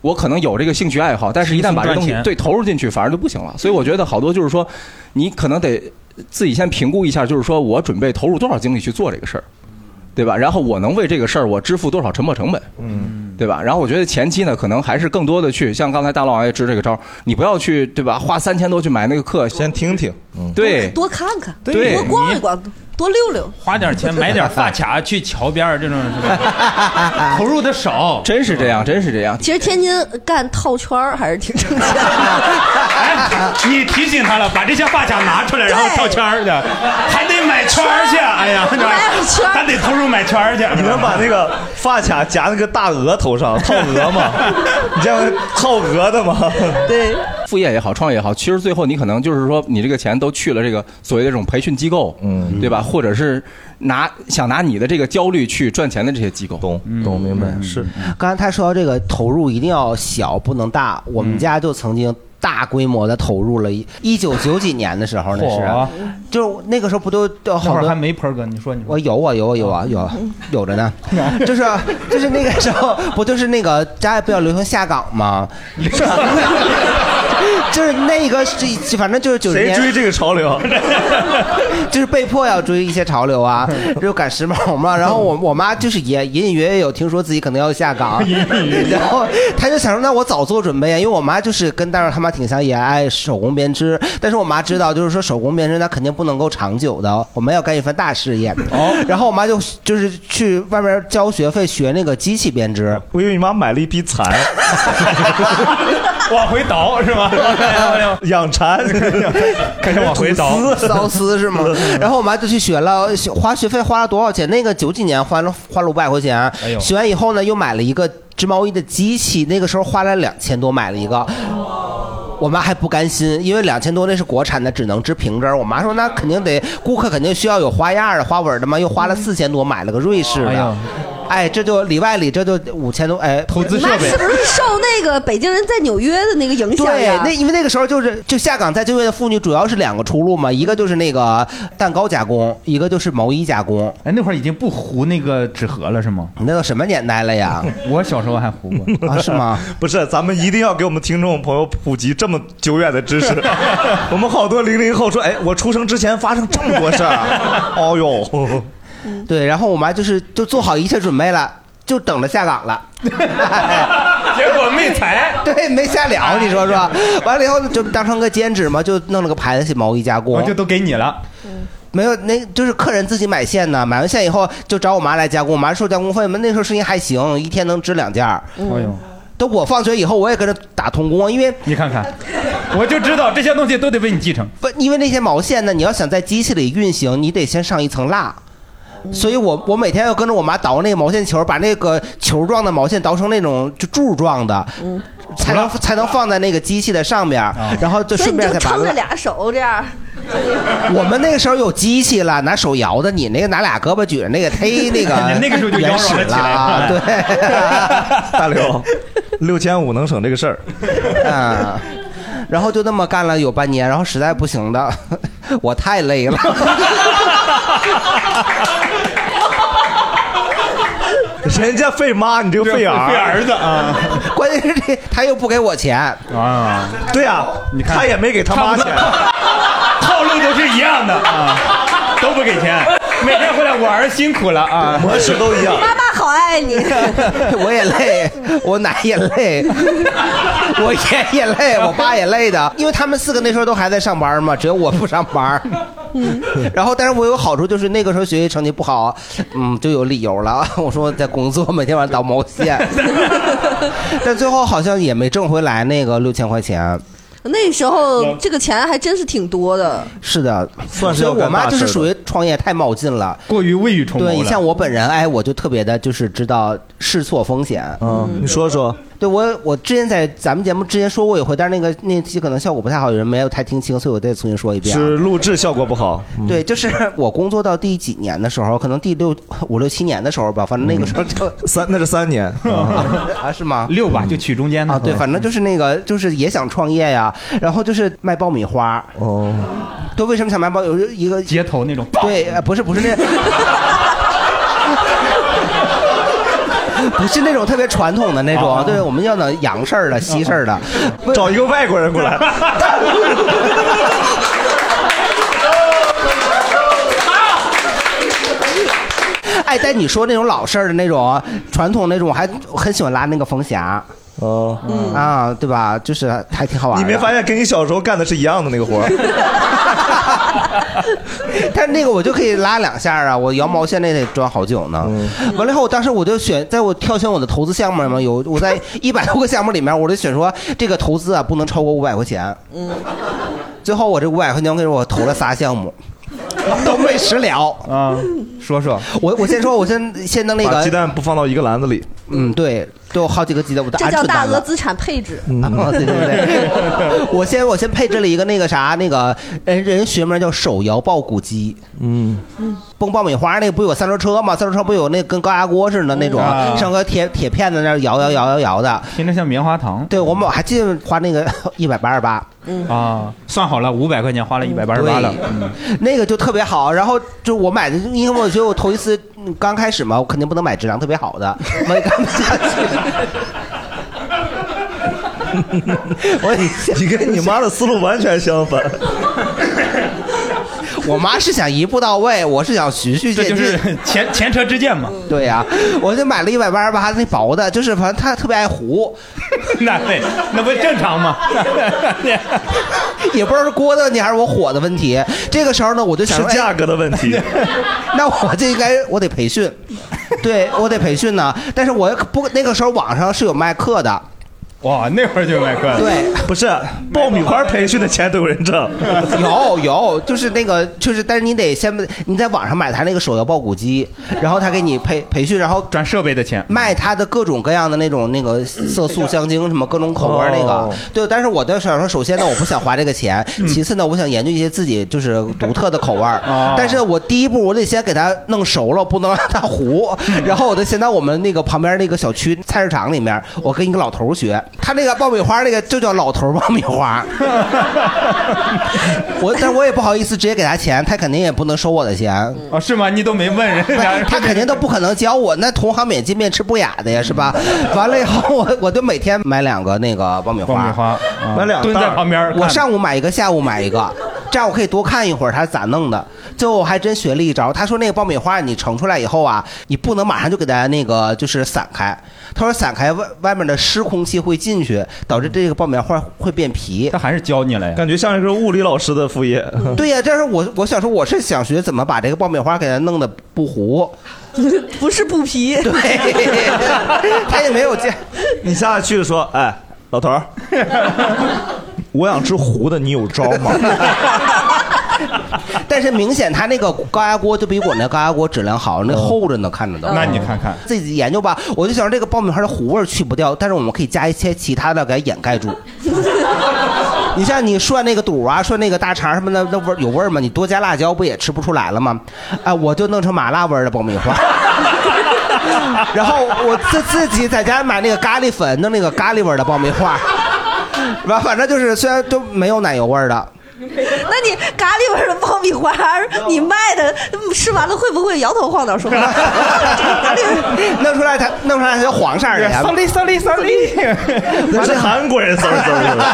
Speaker 8: 我可能有这个兴趣爱好，但是一旦把这东
Speaker 3: 轻松
Speaker 8: 西
Speaker 3: 赚钱
Speaker 8: 对投入进去，反而就不行了。所以我觉得好多就是说，你可能得自己先评估一下，就是说我准备投入多少精力去做这个事儿。对吧？然后我能为这个事儿我支付多少沉没成本，
Speaker 2: 嗯，
Speaker 8: 对吧？然后我觉得前期呢，可能还是更多的去像刚才大老王也支这个招儿，你不要去对吧？花三千多去买那个课，先
Speaker 2: 听听，
Speaker 8: 对，
Speaker 5: 多看看，
Speaker 8: 对
Speaker 5: 多逛一逛，多溜溜。
Speaker 6: 花点钱买点发卡去桥边儿这种是吧？ 投入的少，
Speaker 8: 真是这样，真是这样。
Speaker 5: 其实天津干套圈儿还是挺挣 钱
Speaker 6: 哎你提醒他了，把这些发卡拿出来，然后套圈儿去，还得买圈儿去。哎呀， 还得投入买圈儿去。
Speaker 2: 你能把那个发卡夹那个大鹅头上套 鹅吗？ 你这样套鹅的 吗？
Speaker 5: 对，
Speaker 8: 副业也好，创业也好，其实最后你可能就是说，你这个钱都去了这个所谓的这种培训机构，嗯，对吧？或者是拿想拿你的这个焦虑去赚钱的这些机构，
Speaker 2: 懂
Speaker 4: 嗯
Speaker 2: 懂明白是
Speaker 4: 刚才他说到这个投入一定要小，不能大。我
Speaker 3: 嗯
Speaker 4: 们家就曾经大规模的投入了一，一九九几年的时候那
Speaker 6: 嚯
Speaker 4: 是，啊就是那个时候不都都
Speaker 6: 那
Speaker 4: 好
Speaker 6: 会儿
Speaker 4: 多
Speaker 6: 还没盆儿哥，你说你
Speaker 4: 我有啊有啊有啊有啊有着呢，就是就是那个时候不就是那个大家比较流行下岗吗？是吧就是那个是反正就是九十
Speaker 2: 谁
Speaker 4: 年
Speaker 2: 追这个潮 流？
Speaker 4: 就是被迫要追一些潮流 啊，就赶时髦嘛。然后我我妈就是也隐隐约约有听说自己可能要下 岗，然后她就想说，那我早做准备啊，因为我妈就是跟大壮他妈挺像，也爱手工编织。但是我妈知道，就是说手工编织那肯定不能够长久的，我们要干一番大事 业。
Speaker 2: 哦
Speaker 4: 然后我妈就就是去外面交学费学那个机器编织。
Speaker 2: 我以为你妈买了一批蚕，
Speaker 6: 往回倒是 吗？
Speaker 2: 养蚕，
Speaker 6: 开始往回 倒嗯
Speaker 4: 吐丝骚丝是吗？然后我妈就去学了，学花学费花了多少钱？那个九几年花了花了五百块钱
Speaker 6: 哎，呦
Speaker 4: 学完以后呢，又买了一个织毛衣的机器，那个时候花了两千多买了一个。我妈还不甘心，因为两千多那是国产的，只能织平针儿。我妈说那肯定得，顾客肯定需要有花样儿的、花纹儿的嘛，又花了四千多买了个瑞士
Speaker 6: 哎
Speaker 4: 的
Speaker 6: 呀。
Speaker 4: 哎，这就里外里这就五千多，哎，投
Speaker 5: 你妈是不是受那个北京人在纽约的那个影响
Speaker 4: 对，
Speaker 5: 呀？
Speaker 4: 那因为那个时候就是就下岗再就业的妇女主要是两个出路嘛，一个就是那个蛋糕加工，一个就是毛衣加工。
Speaker 6: 哎，那会儿已经不糊那个纸盒了是吗？
Speaker 4: 那都什么年代了 呀？
Speaker 6: 我小时候还糊过
Speaker 4: 啊，是吗？
Speaker 2: 不是，咱们一定要给我们听众朋友普及这么久远 的知识。我们好多零零后说，哎，我出生之前发生这么多事儿，
Speaker 6: 啊 哎
Speaker 2: 哦呦，
Speaker 4: 对，然后我妈就是就做好一切准备了，就等着下岗了。
Speaker 6: 结果没裁， 哎
Speaker 4: 对，没下了，你说说。完了以后就当成个兼职嘛，就弄了个盘子毛衣加工，
Speaker 6: 哦
Speaker 4: 嗯
Speaker 6: 就都给你了。
Speaker 4: 没有，那就是客人自己买线呢，买完线以后就找我妈来加工，我妈收加工费嘛。那时候生意还行，一天能织两件儿。
Speaker 6: 哎呦，
Speaker 4: 等我放学以后，我也跟着打童工，因为
Speaker 6: 你看看，我就知道这些东西都得被你继承。
Speaker 4: 不，因为那些毛线呢，你要想在机器里运行，你得先上一层蜡。所以我我每天要跟着我妈捣那个毛线球，把那个球状的毛线捣成那种就柱状的，才能才能放在那个机器的上面，然后就
Speaker 5: 所以
Speaker 4: 顺
Speaker 5: 你
Speaker 4: 便
Speaker 5: 就
Speaker 4: 再把
Speaker 5: 撑着
Speaker 4: 蜡。
Speaker 5: 俩手这样，
Speaker 4: 我们那个时候有机器了，拿手摇的，你那个拿俩胳膊举着那个 忒那个
Speaker 6: 那个时候就摇
Speaker 4: 原
Speaker 6: 扰
Speaker 4: 始
Speaker 6: 了起
Speaker 4: 了
Speaker 6: 来
Speaker 4: 啊，对。
Speaker 2: 大刘，六千五能省这个事儿。
Speaker 4: 啊，然后就那么干了有半年，然后实在不行的， 我太累 了。
Speaker 2: 人家费妈，你这个费儿
Speaker 6: 费儿子啊！
Speaker 4: 关键是这他又不给我钱
Speaker 6: 啊！
Speaker 2: 对呀、你
Speaker 6: 看
Speaker 2: 他也没给他妈钱，
Speaker 6: 套路都是一样的啊，都不给钱，每天回来我儿辛苦了啊，
Speaker 2: 模式都 一样
Speaker 5: 妈妈好爱你。
Speaker 4: 我也累，我奶也 累，我爷也累，我爸也累的，因为他们四个那时候都还在上班嘛，只有我不上 班。嗯，然后但是我有好处就是那个时候学习成绩不好，嗯，就有理由了。 我说我在工作，每天晚上倒毛 线，但最后好像也没挣回来那个六千块钱。
Speaker 5: 那时候这个钱还真是挺多的，
Speaker 4: 是的，
Speaker 2: 算是
Speaker 4: 所
Speaker 2: 要
Speaker 4: 以我
Speaker 2: 干
Speaker 4: 妈
Speaker 2: 大
Speaker 4: 就
Speaker 2: 事
Speaker 4: 是
Speaker 2: 的
Speaker 4: 属于创业太冒进了，
Speaker 6: 过于未雨绸
Speaker 4: 对
Speaker 6: 缪
Speaker 4: 你
Speaker 6: 了。
Speaker 4: 像我本人，哎，我就特别的就是知道试错风险。
Speaker 2: 嗯你说说。
Speaker 4: 对我，我之前在咱们节目之前说过一回，但是那个那期可能效果不太好，有人没有太听清，所以我再重新说一遍啊。
Speaker 2: 是录制效果不好。嗯
Speaker 4: 对，就是 我工作到第几年的时候，可能第六五六七年的时候吧，反正那个时候就、
Speaker 2: 嗯三那是三年
Speaker 4: 啊是吗？
Speaker 6: 六吧，就取中间的
Speaker 4: 啊，对，反正就是那个，就是也想创业呀，然后就是卖爆米花。
Speaker 2: 哦，
Speaker 4: 对，为什么想卖爆？有一个
Speaker 6: 街头那种。
Speaker 4: 对，呃不是不是那。 不是那种特别传统的那种，对，我们要弄洋式儿的、西式儿的，
Speaker 2: 哦 找一个外国人过来。
Speaker 4: 哎，但你说那种老式儿的那种传统那种，我还很喜欢拉那个冯霞。
Speaker 2: 哦，
Speaker 4: 啊，对吧？就是还挺好玩
Speaker 2: 你
Speaker 4: 的。
Speaker 2: 没发现跟你小时候干的是一样的那个活儿？
Speaker 4: 但那个我就可以拉两下啊，我摇毛线那得抓好久呢。
Speaker 2: 嗯
Speaker 4: 完了以后，当时我就选，在我挑选我的投资项目里面，有我在一百多个项目里面，我就选说这个投资啊不能超过五百块钱。
Speaker 16: 嗯，
Speaker 4: 最后我这五百块钱，我跟你说，我投了仨项 目。都没食了
Speaker 2: 啊！说说，
Speaker 4: 我我先说，我先先弄那
Speaker 2: 把
Speaker 4: 个
Speaker 2: 鸡蛋不放到一个篮子里。
Speaker 4: 嗯，对，都有好几个鸡蛋，我都
Speaker 5: 这
Speaker 4: 俺
Speaker 5: 叫
Speaker 4: 蠢
Speaker 5: 大
Speaker 4: 蛋
Speaker 5: 额
Speaker 4: 了。
Speaker 5: 资产配置。
Speaker 2: 嗯
Speaker 4: 啊，对对对， 我先我先配置了一个那个啥，那个人人学名叫手摇爆谷机，
Speaker 2: 嗯，
Speaker 4: 蹦爆米花那个不有三轮车吗？三轮车不有那跟高压锅似的那种，
Speaker 3: 啊
Speaker 4: 上个铁铁片子那儿摇摇摇摇摇的，
Speaker 3: 听着像棉花糖。
Speaker 4: 对我们还记得花那个 一百八十八，
Speaker 3: 啊，算好了，五百块钱花了一百八十八了。嗯
Speaker 4: 那个就特别好，然后就我买的，因为我觉得我头一次嗯刚开始嘛，我肯定不能买质量特别好的，我也干不下去。我
Speaker 2: 你跟你妈的思路完全相反。
Speaker 4: 我妈是想一步到位，我是想循序渐进，
Speaker 3: 这就是 前前车之鉴嘛。
Speaker 4: 对呀、我就买了一百八十八那薄的，就是反正她特别爱 糊，
Speaker 3: 那对，那不正常吗？
Speaker 4: 也不知道是锅的问题还是我火的问题。这个时候呢，我就想说
Speaker 2: 是价格的问题。
Speaker 4: 哎 那我就应该我得培训，对我得培训呢。但是我又不那个时候网上是有卖课 的，
Speaker 3: 哇，那会儿就有麦克。
Speaker 4: 对，
Speaker 2: 不是爆米花培训的钱都有 人挣。
Speaker 4: 有有，就是那个就是，但是你得先你在网上买他那个手摇爆谷机，然后他给你培培训，然后
Speaker 3: 赚设备的钱，
Speaker 4: 卖他的各种各样的那种那个色素香精什么各种口味儿那个。
Speaker 3: 哦
Speaker 4: 对，但是我的想说，首先呢，我不想花这个钱，其次呢，我想研究一些自己就是独特的口味儿。但是我第一步我得先给它弄熟了，不能让它糊。然后我就先到我们那个旁边那个小区菜市场里面，我跟一个老头儿学，他那个爆米花那个就叫老头儿爆米花。我，但我也不好意思直接给他钱，他肯定也不能收我的钱。
Speaker 3: 哦，是吗？你都没问人家，
Speaker 4: 他肯定都不可能教我。那同行免进面吃不雅的呀，是 吧？完了以后，我我就每天买两个那个爆米花，
Speaker 3: 爆米花啊买两
Speaker 4: 蹲
Speaker 3: 蹲在旁边儿看
Speaker 4: 我上午买一个，下午买一个，这样我可以多看一会儿他咋弄的。最后我还真学了一招，他说那个爆米花你盛出来以后啊，你不能马上就给它那个就是散开。他说散开外外面的湿空气会进去，导致这个爆米花会变皮。
Speaker 3: 他还是教你了呀？
Speaker 2: 感觉像一个物理老师的 副业。
Speaker 4: 对呀、这是我我想说，我是想学怎么把这个爆米花给它弄得不糊，
Speaker 5: 不是不皮，
Speaker 4: 对，他也没 有见。
Speaker 2: 你下去说，哎，老头儿，我想吃糊的，你有招吗？
Speaker 4: 但是明显他那个高压锅就比我那高压锅质量好，那厚着呢，看着都。
Speaker 3: 哦那你看看
Speaker 4: 自己研究吧，我就想说这个爆米花的糊味儿去不掉，但是我们可以加一些其他的给它掩盖住。你像你涮那个肚啊，涮那个大肠什么的，那味儿有味儿吗？你多加辣椒不也吃不出来了吗？哎，我就弄成麻辣味儿的爆米花。 然后我自自己在家买那个咖喱粉，弄那个咖喱味儿的 爆米花，完反正就是虽然都没有奶油味儿的，
Speaker 5: 那你咖喱味儿的爆米花，你卖的嗯吃完了会不会摇头晃脑说话？
Speaker 4: 弄出来它弄出来它就黄色儿的呀。
Speaker 3: Sorry Sorry Sorry，
Speaker 2: 那是韩国人嗖嗖的，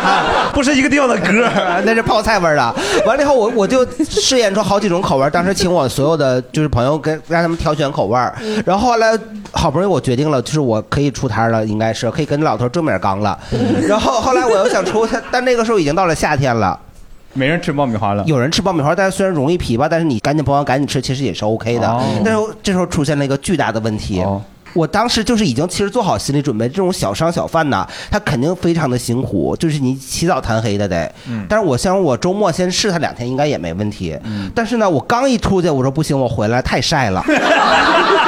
Speaker 4: 不是一个地方的 歌，啊那是泡菜味儿的。完了以后我，我就试验出好几种口味儿。当时请我所有的就是朋友跟让他们挑选口味儿，然后后来好不容易我决定了，就是我可以出摊儿了，应该是可以跟老头正面刚了。然后后来我又想出，但那个时候已经到了夏天了。
Speaker 3: 没人吃爆米花了，
Speaker 4: 有人吃爆米花，但是虽然容易皮吧，但是你赶紧包完赶紧吃，其实也是 OK 的。
Speaker 3: 哦
Speaker 4: 但是这时候出现了一个巨大的问题。我当时就是已经其实做好心理准备，这种小商小贩呐，他肯定非常的辛苦，就是你起早贪黑的得。
Speaker 16: 嗯
Speaker 4: 但是我想我周末先试他两天，应该也没问题。
Speaker 3: 嗯
Speaker 4: 但是呢，我刚一出去，我说不行，我回来太晒了。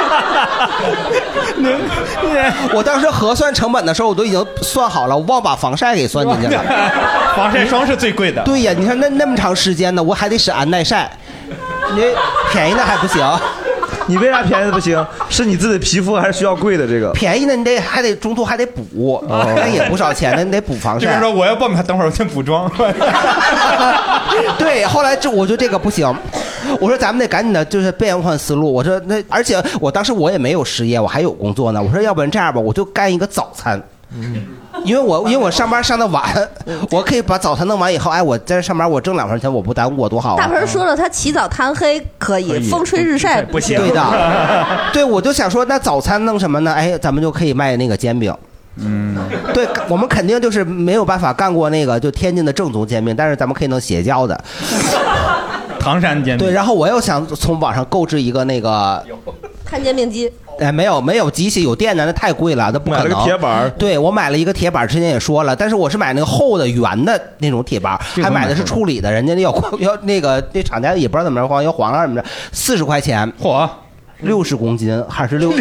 Speaker 4: 我当时核算成本的时候，我都已经算好了，我忘把防晒给算进去了。
Speaker 3: 防晒霜是最贵的。
Speaker 4: 对呀，你看那那么长时间呢，我还得使安耐晒，你 便宜的还不行。
Speaker 2: 你为啥便宜的不行？是你自己的皮肤还是需要贵的这个？
Speaker 4: 便宜的你得还得中途还得补，
Speaker 2: 哦
Speaker 4: 那也不少钱呢，你得补防
Speaker 3: 这边
Speaker 4: 晒。
Speaker 3: 说我要爆米花，等会儿我先补妆。
Speaker 4: 对，后来这我就这个不行，我说咱们得赶紧的，就是变换思路。我说那而且我当时我也没有失业，我还有工作呢。我说要不然这样吧，我就干一个早餐。因为我因为我上班上的晚，我可以把早餐弄完以后，哎，我在这上班我挣两份钱，我不耽误我多好啊！
Speaker 5: 大盆说了，他起早贪黑嗯可以，风吹日晒
Speaker 4: 对的，对，我就想说，那早餐弄什么呢？哎，咱们就可以卖那个煎饼。
Speaker 2: 嗯，
Speaker 4: 对，我们肯定就是没有办法干过那个就天津的正宗煎饼，但是咱们可以弄邪教的
Speaker 3: 唐山煎
Speaker 4: 饼。对，然后我又想从网上购置一个那个，
Speaker 5: 摊煎饼机。
Speaker 4: 哎，没有没有机器，有电的那太贵了，那不可能。
Speaker 2: 买了个铁板儿
Speaker 4: 对我买了一个铁板儿，之前也说了，但是我是买那个厚的圆的那种铁板儿，
Speaker 2: 这个
Speaker 4: 还
Speaker 2: 我买
Speaker 4: 买的是
Speaker 2: 过
Speaker 4: 处理的，人家要 要那个那厂家也不知道怎么着，黄要黄啊怎么着，四十块钱。
Speaker 3: 嚯！
Speaker 4: 六十公斤还是六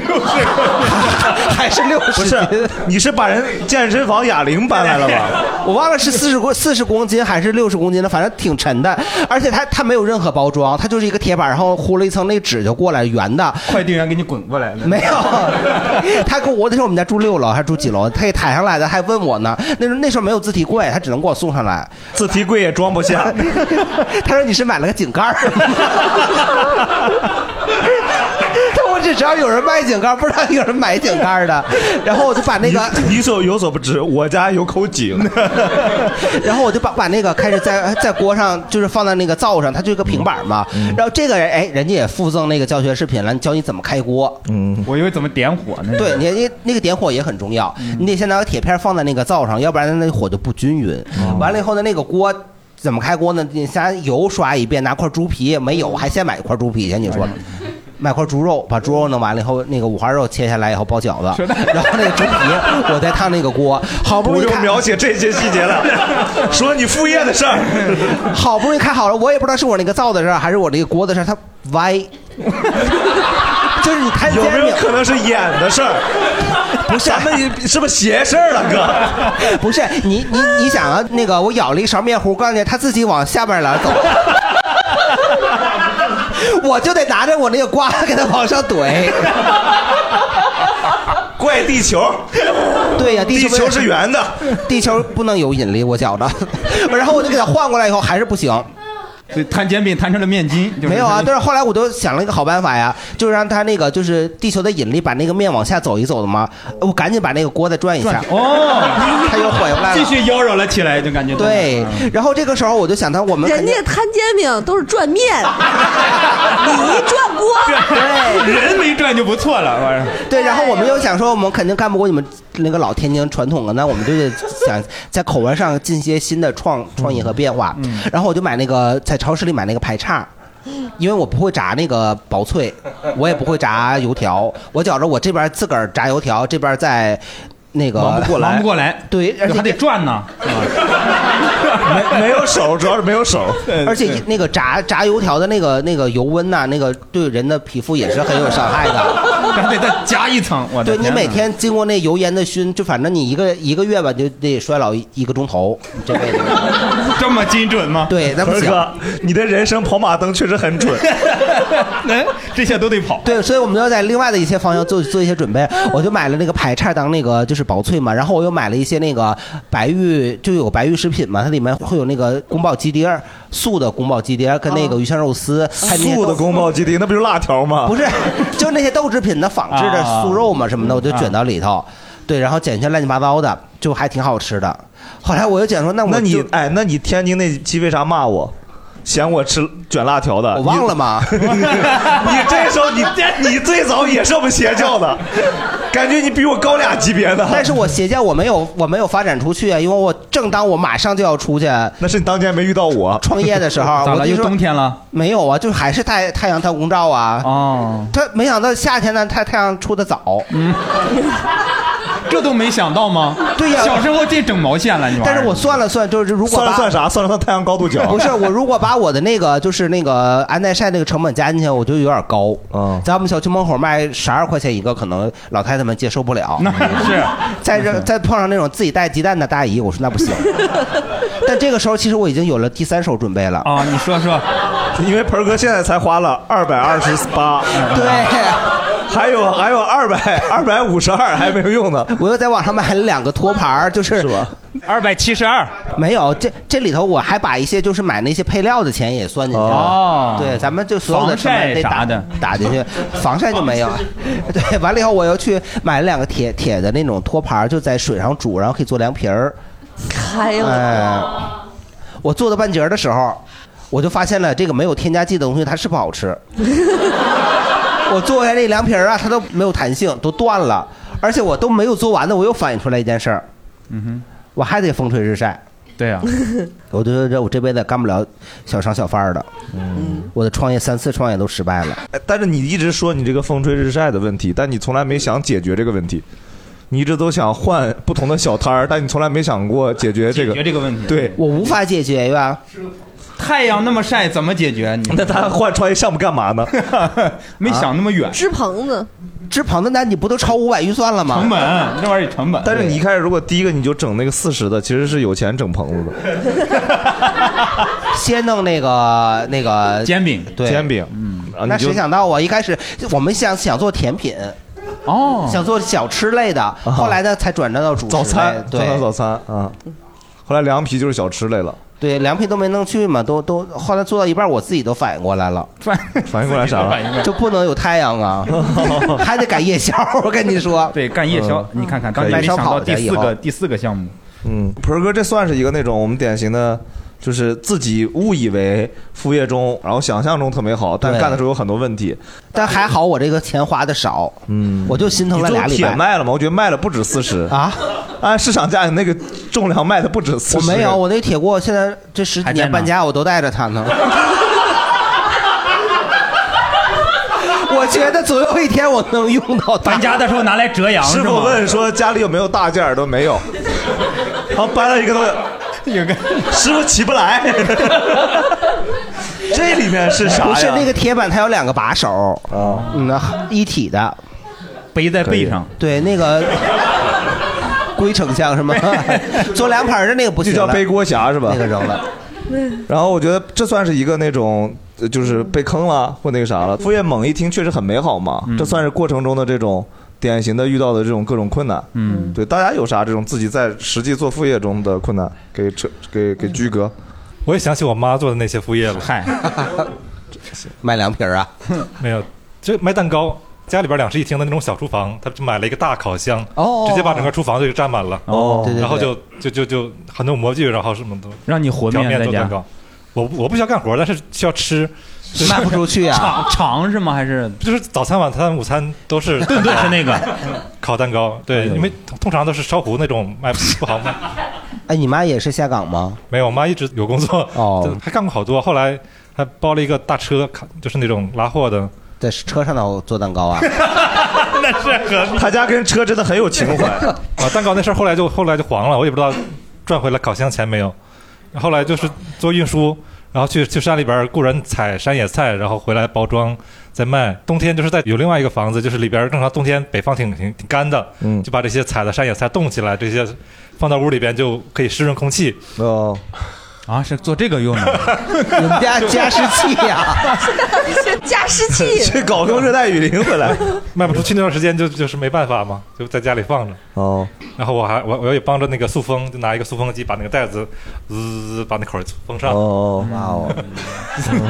Speaker 4: 还是六十？
Speaker 2: 不是，你是把人健身房哑铃搬来了吧？
Speaker 4: 我忘了是四十公四十公斤还是六十公斤了，反正挺沉的，而且它它没有任何包装，它就是一个铁板，然后糊了一层那纸就过来，圆的。
Speaker 3: 快递员给你滚过来了。
Speaker 4: 没有， 他跟我那时候我们家住六楼还是住几楼，他给抬上来的，还问我呢。那时候那时候没有自提柜，他只能给我送上来，
Speaker 2: 自提柜也装不下。
Speaker 4: 他说你是买了个井盖儿。 但我只知道有人卖井盖儿，不知道有人买井盖儿的。然后我就把啊那个
Speaker 2: 你所有所不知，我家有口 井。
Speaker 4: 然后我就把把那个开始在在锅上，就是放在那个灶上，它就一个平板嘛。然后这个人哎，人家也附赠那个教学视频了，教你怎么开锅。
Speaker 2: 嗯，
Speaker 3: 我以为怎么点火呢？嗯
Speaker 4: 对，你你那个点火也很重要，你得先拿个铁片放在那个灶上，要不然那火就不均匀。完了以后呢，那个锅。怎么开锅呢？你先油刷一遍，拿块猪皮，没有还先买一块猪皮去。你说，买块猪肉，把猪肉弄完了以后，那个五花肉切下来以后包饺 子，然后那个猪皮我再烫那个锅，好不
Speaker 2: 我
Speaker 4: 容易
Speaker 2: 就
Speaker 4: 看
Speaker 2: 描写这些细节 了，说你副业的事儿。
Speaker 4: 好不容易开好了，我也不知道是我那个灶的事儿还是我那个锅的事儿，它歪，就是你摊煎
Speaker 2: 有
Speaker 4: 饼
Speaker 2: 没有可能是演的事儿？
Speaker 4: 不是
Speaker 2: 咱们是不是邪事儿了，哥？
Speaker 4: 不是你你你想啊，那个我舀了一勺面糊，告诉你，它自己往下边栏走， 我就得拿着我那个瓜给它往上怼。
Speaker 2: 怪地球。
Speaker 4: 对呀、地球
Speaker 2: 地球是圆的，
Speaker 4: 地球不能有引力，我觉着。 然后我就给它换过来以后还是不行。
Speaker 3: 所以摊煎饼摊成了面筋，就是
Speaker 4: 没有啊，但是后来我就想了一个好办法呀，就是让它那个就是地球的引力把那个面往下走一走的嘛，我赶紧把那个锅再转一下。
Speaker 3: 哦，
Speaker 4: 它又缓过来了
Speaker 3: 继续妖娆了起来，就感觉到嗯
Speaker 4: 对，然后这个时候我就想到我们肯
Speaker 5: 人
Speaker 4: 定
Speaker 5: 家摊煎饼都是转面， 你一转锅，
Speaker 3: 对人没转就不错了，我说。
Speaker 4: 对，然后我们又想说，我们肯定干不过你们那个老天津传统的，那我们就得想在口味上进些新的创创意和变化。
Speaker 3: 嗯
Speaker 4: 然后我就买那个在超市里买那个排叉，因为我不会炸那个薄脆，我也不会炸油条，我觉着我这边自个儿炸油条，这边在。那个
Speaker 3: 忙不过来忙不过来
Speaker 4: 对，而且
Speaker 3: 还得转呢，
Speaker 2: 没没有手，主要是没有手。
Speaker 4: 而且一那个炸炸油条的那个那个油温呐、那个对人的皮肤也是很有伤害的。
Speaker 3: 还得再加一层，我的
Speaker 4: 对你
Speaker 3: 哪
Speaker 4: 每天经过那油烟的熏，就反正你一个一个月吧，就得衰老一一个钟头，你这辈子。
Speaker 3: 这么精 准吗？
Speaker 4: 对，那不
Speaker 2: 鹏
Speaker 4: 行。
Speaker 2: 哥，你的人生跑马灯确实很 准。
Speaker 3: 哎这些都得跑。
Speaker 4: 对，所以我们要在另外的一些方向做做一些准备。我就买了那个排叉当那个就是薄脆嘛，然后我又买了一些那个白玉，就有白玉食品嘛，它里面会有那个宫保鸡丁儿，素的宫保鸡丁儿跟那个鱼香肉丝，还有那些
Speaker 2: 素的宫保鸡丁，那不就是辣条吗？
Speaker 4: 不是，
Speaker 3: 啊
Speaker 4: 就是那些豆制品的仿制的
Speaker 2: 啊
Speaker 4: 素肉嘛什么的，我就卷到里头，对，然后剪一些乱七八糟的，就还挺好吃的。后来我又讲说，那我
Speaker 2: 那你
Speaker 4: 就
Speaker 2: 哎，那你天津那期为啥骂我？嫌我吃卷辣条的，我
Speaker 4: 忘了吗？
Speaker 2: 你这时候你你最早也是我们邪教的，感觉你比我高俩级别的。
Speaker 4: 但是我邪教我没有我没有发展出去啊，因为我正当我马上就要出去，
Speaker 2: 那是你当年没遇到我
Speaker 4: 创业的时候，啊
Speaker 3: 咋
Speaker 4: 我
Speaker 3: 了？
Speaker 4: 就
Speaker 3: 又
Speaker 4: 说
Speaker 3: 冬天了，
Speaker 4: 没有啊，就还是太太阳太公照啊。
Speaker 3: 哦，
Speaker 4: 他没想到夏天呢，太太阳出的早。嗯，
Speaker 3: 这都没想到吗？
Speaker 4: 对呀
Speaker 3: 小时候这整毛线了，你玩意儿
Speaker 4: 但是我算了算，就是如果
Speaker 3: 算了算
Speaker 2: 啊啥？算了算太阳高度角
Speaker 4: 不是 我，如果把我的那个就是那个安耐晒那个成本加进去，我就有点高。嗯，在我们小区门口卖十二块钱一个，可能老太太们接受不 了。那
Speaker 3: 是，
Speaker 4: 在这再碰上那种自己带鸡蛋的大姨，我说那不 行。但这个时候其实我已经有了第三手准备了。
Speaker 3: 啊，你说说，哎
Speaker 2: 因为盆儿哥现在才花了二百二十八，
Speaker 4: 对，
Speaker 2: 还有还有二百 二百五十二还没有用呢。
Speaker 4: 我又在网上买了两个托盘儿，就是
Speaker 3: 二百七十二，
Speaker 4: 没有这这里头我还把一些就是买那些配料的钱也算进去了。
Speaker 3: 哦
Speaker 4: 啊对，咱们就所有的成本得
Speaker 3: 防晒啥
Speaker 4: 打
Speaker 3: 的
Speaker 4: 打进去，防晒就没 有。对，完了以后我又去买了两个铁铁的那种托盘儿，就在水上煮，然后可以做凉皮儿。
Speaker 8: 还有，
Speaker 4: 哎，我做到半截儿的时候，我就发现了这个没有添加剂的东西它是不好吃。 我做下来这凉皮儿啊，它都没有弹性，都断了，而且我都没有做完呢，我又反映出来一件事儿，
Speaker 3: 嗯哼，
Speaker 4: 我还得风吹日晒。
Speaker 3: 对啊呀、
Speaker 4: 我就觉得我这辈子干不了小商小贩儿的，
Speaker 3: 嗯
Speaker 4: 我的创业三次创业都失败了。
Speaker 2: 哎但是你一直说你这个风吹日晒的问题，但你从来没想解决这个问题，你一直都想换不同的小摊儿，但你从来没想过解决这个
Speaker 3: 解决这个问题
Speaker 2: 对
Speaker 4: 我无法解决呀。
Speaker 3: 太阳那么晒，怎么解决？你
Speaker 2: 那他换创业项目干嘛呢？ 啊
Speaker 3: 没想那么远，
Speaker 8: 支棚子，
Speaker 4: 支棚子，那你不都超五百预算了吗？
Speaker 3: 成本那玩意儿成本。
Speaker 2: 但是你一开始如果第一个你就整那个四十的，其实是有钱整棚子的，
Speaker 4: 先弄那个那个
Speaker 3: 煎饼，
Speaker 4: 对
Speaker 2: 煎饼，嗯，
Speaker 4: 那
Speaker 2: 你就
Speaker 4: 谁想到啊？一开始我们想想做甜品，
Speaker 3: 哦，
Speaker 4: 想做小吃类的，后来呢才转战到主食
Speaker 2: 啊早餐
Speaker 4: 类，
Speaker 2: 早餐
Speaker 4: 对
Speaker 2: 早餐啊。后来凉皮就是小吃类了，
Speaker 4: 对，凉皮都没弄去嘛，都都后来做到一半，我自己都反应过来了，
Speaker 3: 反
Speaker 2: 反应过来啥了自己都反应过来
Speaker 4: 就不能有太阳啊， 还得赶夜宵。我跟你说，
Speaker 3: 对，干夜宵，
Speaker 2: 嗯
Speaker 3: 你看看，刚才
Speaker 2: 可以
Speaker 3: 没想到第
Speaker 2: 可以
Speaker 3: 四
Speaker 2: 以后
Speaker 3: 个第四个项目，
Speaker 2: 嗯，盆儿哥这算是一个那种我们典型的，就是自己误以为副业中，然后想象中特美好，但
Speaker 4: 对
Speaker 2: 干的时候有很多问题。
Speaker 4: 但还好我这个钱花的少，
Speaker 2: 嗯，
Speaker 4: 我就心疼了
Speaker 2: 你最
Speaker 4: 俩
Speaker 2: 后
Speaker 4: 礼
Speaker 2: 铁
Speaker 4: 拜。
Speaker 2: 卖了吗？我觉得卖了不止四十
Speaker 4: 啊，
Speaker 2: 按市场价你那个重 量卖的不止四
Speaker 4: 我
Speaker 2: 十。
Speaker 4: 没有，我那铁锅现在这十几
Speaker 2: 还在
Speaker 4: 年
Speaker 2: 呢
Speaker 4: 搬家我都带着它呢。 我觉得总有一天我能用到它。
Speaker 3: 搬家的时候拿来折
Speaker 2: 师傅问说家里有没有大件儿都没有，然后搬了一个东西，
Speaker 3: 有个
Speaker 2: 师傅起 不来。 这里面是啥呀
Speaker 4: 不是那个铁板，它有两个把手啊，嗯，那一体的，
Speaker 3: 背在背上。
Speaker 4: 对，那个 龟丞相 是吗？做凉盘儿的那个不行了，
Speaker 2: 就叫背锅侠是吧？
Speaker 4: 那个扔了。
Speaker 2: 然后我觉得这算是一个那种，呃就是被坑了或那个
Speaker 6: 嗯
Speaker 2: 啥了。副业猛一听确实很美好嘛，这算是过程中的这种典型的遇到的这种各种困难。
Speaker 3: 嗯，
Speaker 2: 对，大家有啥这种自己在实际做副业中的困难，给扯给
Speaker 6: 嗯
Speaker 2: 给居哥。
Speaker 6: 我也想起我 妈做的那些副业了。
Speaker 3: 嗨，
Speaker 4: 卖凉皮儿啊？
Speaker 6: 没有，就卖蛋糕。家里边两室一厅的那种小厨房，他就买了一个大烤箱，
Speaker 4: 哦
Speaker 6: 直接把整个厨房就占满了。
Speaker 3: 哦对对对
Speaker 6: 然后就就就就很多模具，然后什么都
Speaker 3: 让你和
Speaker 6: 表面
Speaker 3: 面在
Speaker 6: 做
Speaker 3: 家
Speaker 6: 蛋，糕。我不我不需要干活，但是需要吃，
Speaker 3: 卖不出 去 啊尝尝是吗？还是
Speaker 6: 就是早餐、晚餐、午餐都是
Speaker 3: 顿顿是那个
Speaker 6: 烤蛋糕？对，因为通通常都是烧糊那种卖不好卖。
Speaker 4: 哎，你妈也是下岗吗？
Speaker 6: 没有，我妈一直有工作，
Speaker 4: 哦，
Speaker 6: 还干过好多。后来还包了一个大车，卡就是那种拉货的。
Speaker 4: 在车上头做 蛋糕啊？
Speaker 6: 那是何必？
Speaker 2: 他家跟车真的很有情怀
Speaker 6: 啊！蛋糕那事儿后来就后来就黄了，我也不知道赚回来烤箱钱没有。后来就是做运输，然后去去山里边儿雇人采山野菜，然后回来包装再卖。冬天就是在有另外一个房子，就是里边儿正常冬天北方挺挺挺干的，
Speaker 2: 嗯
Speaker 6: 就把这些采的山野菜冻起来，这些放到屋里边就可以湿润空气。
Speaker 2: 哦，
Speaker 3: 啊，是做这个用的。
Speaker 4: 你们家加湿器呀、
Speaker 8: 加湿 器
Speaker 2: 去搞个热带雨林回来，
Speaker 6: 卖不出去那段时间就就是没办法嘛，就在家里放着。
Speaker 2: 哦，
Speaker 6: 然后我还我我也帮着那个塑封，就拿一个塑封机把那个袋子滋滋滋把那口儿封上。
Speaker 2: 哦，哇哦！
Speaker 6: 嗯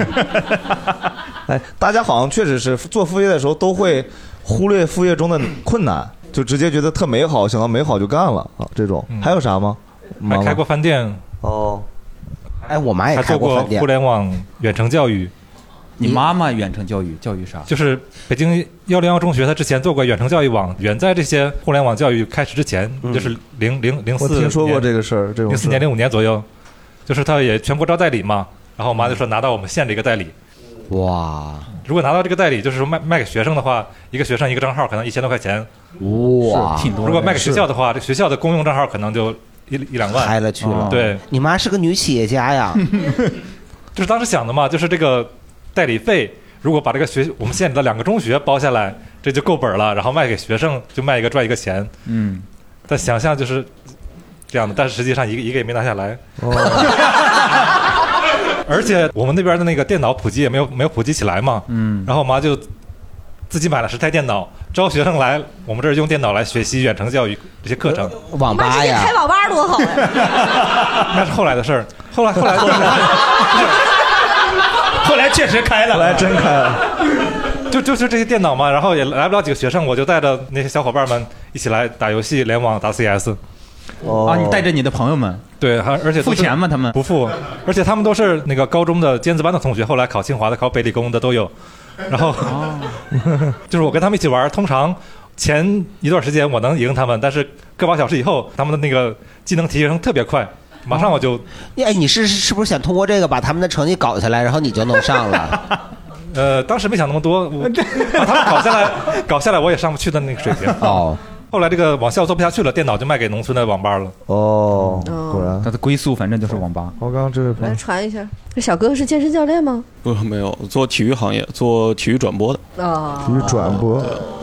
Speaker 2: 哎，大家好像确实是做副业的时候都会忽略副业中的困难，就直接觉得特美好，想到美好就干了啊。这种还有啥吗？
Speaker 6: 嗯还开过饭店
Speaker 2: 哦。
Speaker 4: 哎，我妈
Speaker 6: 还做过互联网远程教育。
Speaker 3: 你妈妈远程教育教育啥？
Speaker 6: 就是北京幺零幺中学，他之前做过远程教育网，远在这些互联网教育开始之前，就是零零零
Speaker 2: 嗯我
Speaker 6: 四，
Speaker 2: 听说过这个事儿，这种
Speaker 6: 零
Speaker 2: 事
Speaker 6: 四年零五年左右，就是他也全国招代理嘛，然后我妈就说拿到我们县的一个代理，
Speaker 4: 哇，
Speaker 3: 嗯
Speaker 6: 如果拿到这个代理，就是说卖卖给学生的话，一个学生一个账号可能一千多块钱，
Speaker 4: 哇，
Speaker 6: 如果卖给学校的话，这学校的公用账号可能就一一两万，
Speaker 4: 开了去
Speaker 2: 嗯
Speaker 4: 了。
Speaker 6: 对，，
Speaker 4: 你妈是个女企业家 呀。
Speaker 6: 就是当时想的嘛，就是这个代理费，如果把这个学我们县里的两个中学包下来，这就够本了，然后卖给学生就卖一个赚一个钱。
Speaker 3: 嗯，
Speaker 6: 但想象就是这样的，但是实际上一个一个也没拿下来。 而且我们那边的那个电脑普及也没有没有普及起来嘛。
Speaker 3: 嗯
Speaker 6: 然后我妈就。自己买了十台电脑，招学生来我们这儿用电脑来学习远程教育这些课程。
Speaker 4: 网
Speaker 5: 妈这开网吧多好呀！
Speaker 6: 那是后来的事儿，后来后 来后来，后来确实开了，后来真开了。 就就是这些电脑嘛，然后也来不了几个学生，我就带着那些小伙伴们一起来打游戏、联网、打 CS。哦
Speaker 3: 啊，你带着你的朋友们，
Speaker 6: 对，还而且
Speaker 3: 付钱吗？他们
Speaker 6: 不付，而且他们都是那个高中的尖子班的同学，后来考清华的、考北理工的都有。然后，
Speaker 4: 哦
Speaker 6: 就是我跟他们一起玩，通常前一段时间我能赢他们，但是个把小时以后，他们的那个技能提升特别快，马上我就
Speaker 4: 哎，你是是不是想通过这个把他们的成绩搞下来，然后你就能上 了？
Speaker 6: 呃，当时没想那么多，我把他们搞下来，搞下来我也上不去的那个水平。
Speaker 4: 哦，
Speaker 6: 后来这个网校做不下去了，电脑就卖给农村的网吧了。
Speaker 4: 哦，
Speaker 5: 果
Speaker 3: 然，他的归宿反正就是网吧。
Speaker 2: 我刚刚这位
Speaker 5: 来传一下，这小哥哥是健身教练吗？
Speaker 16: 不是没有做体育行业，做体育转播的。
Speaker 5: 啊、
Speaker 16: 育转播，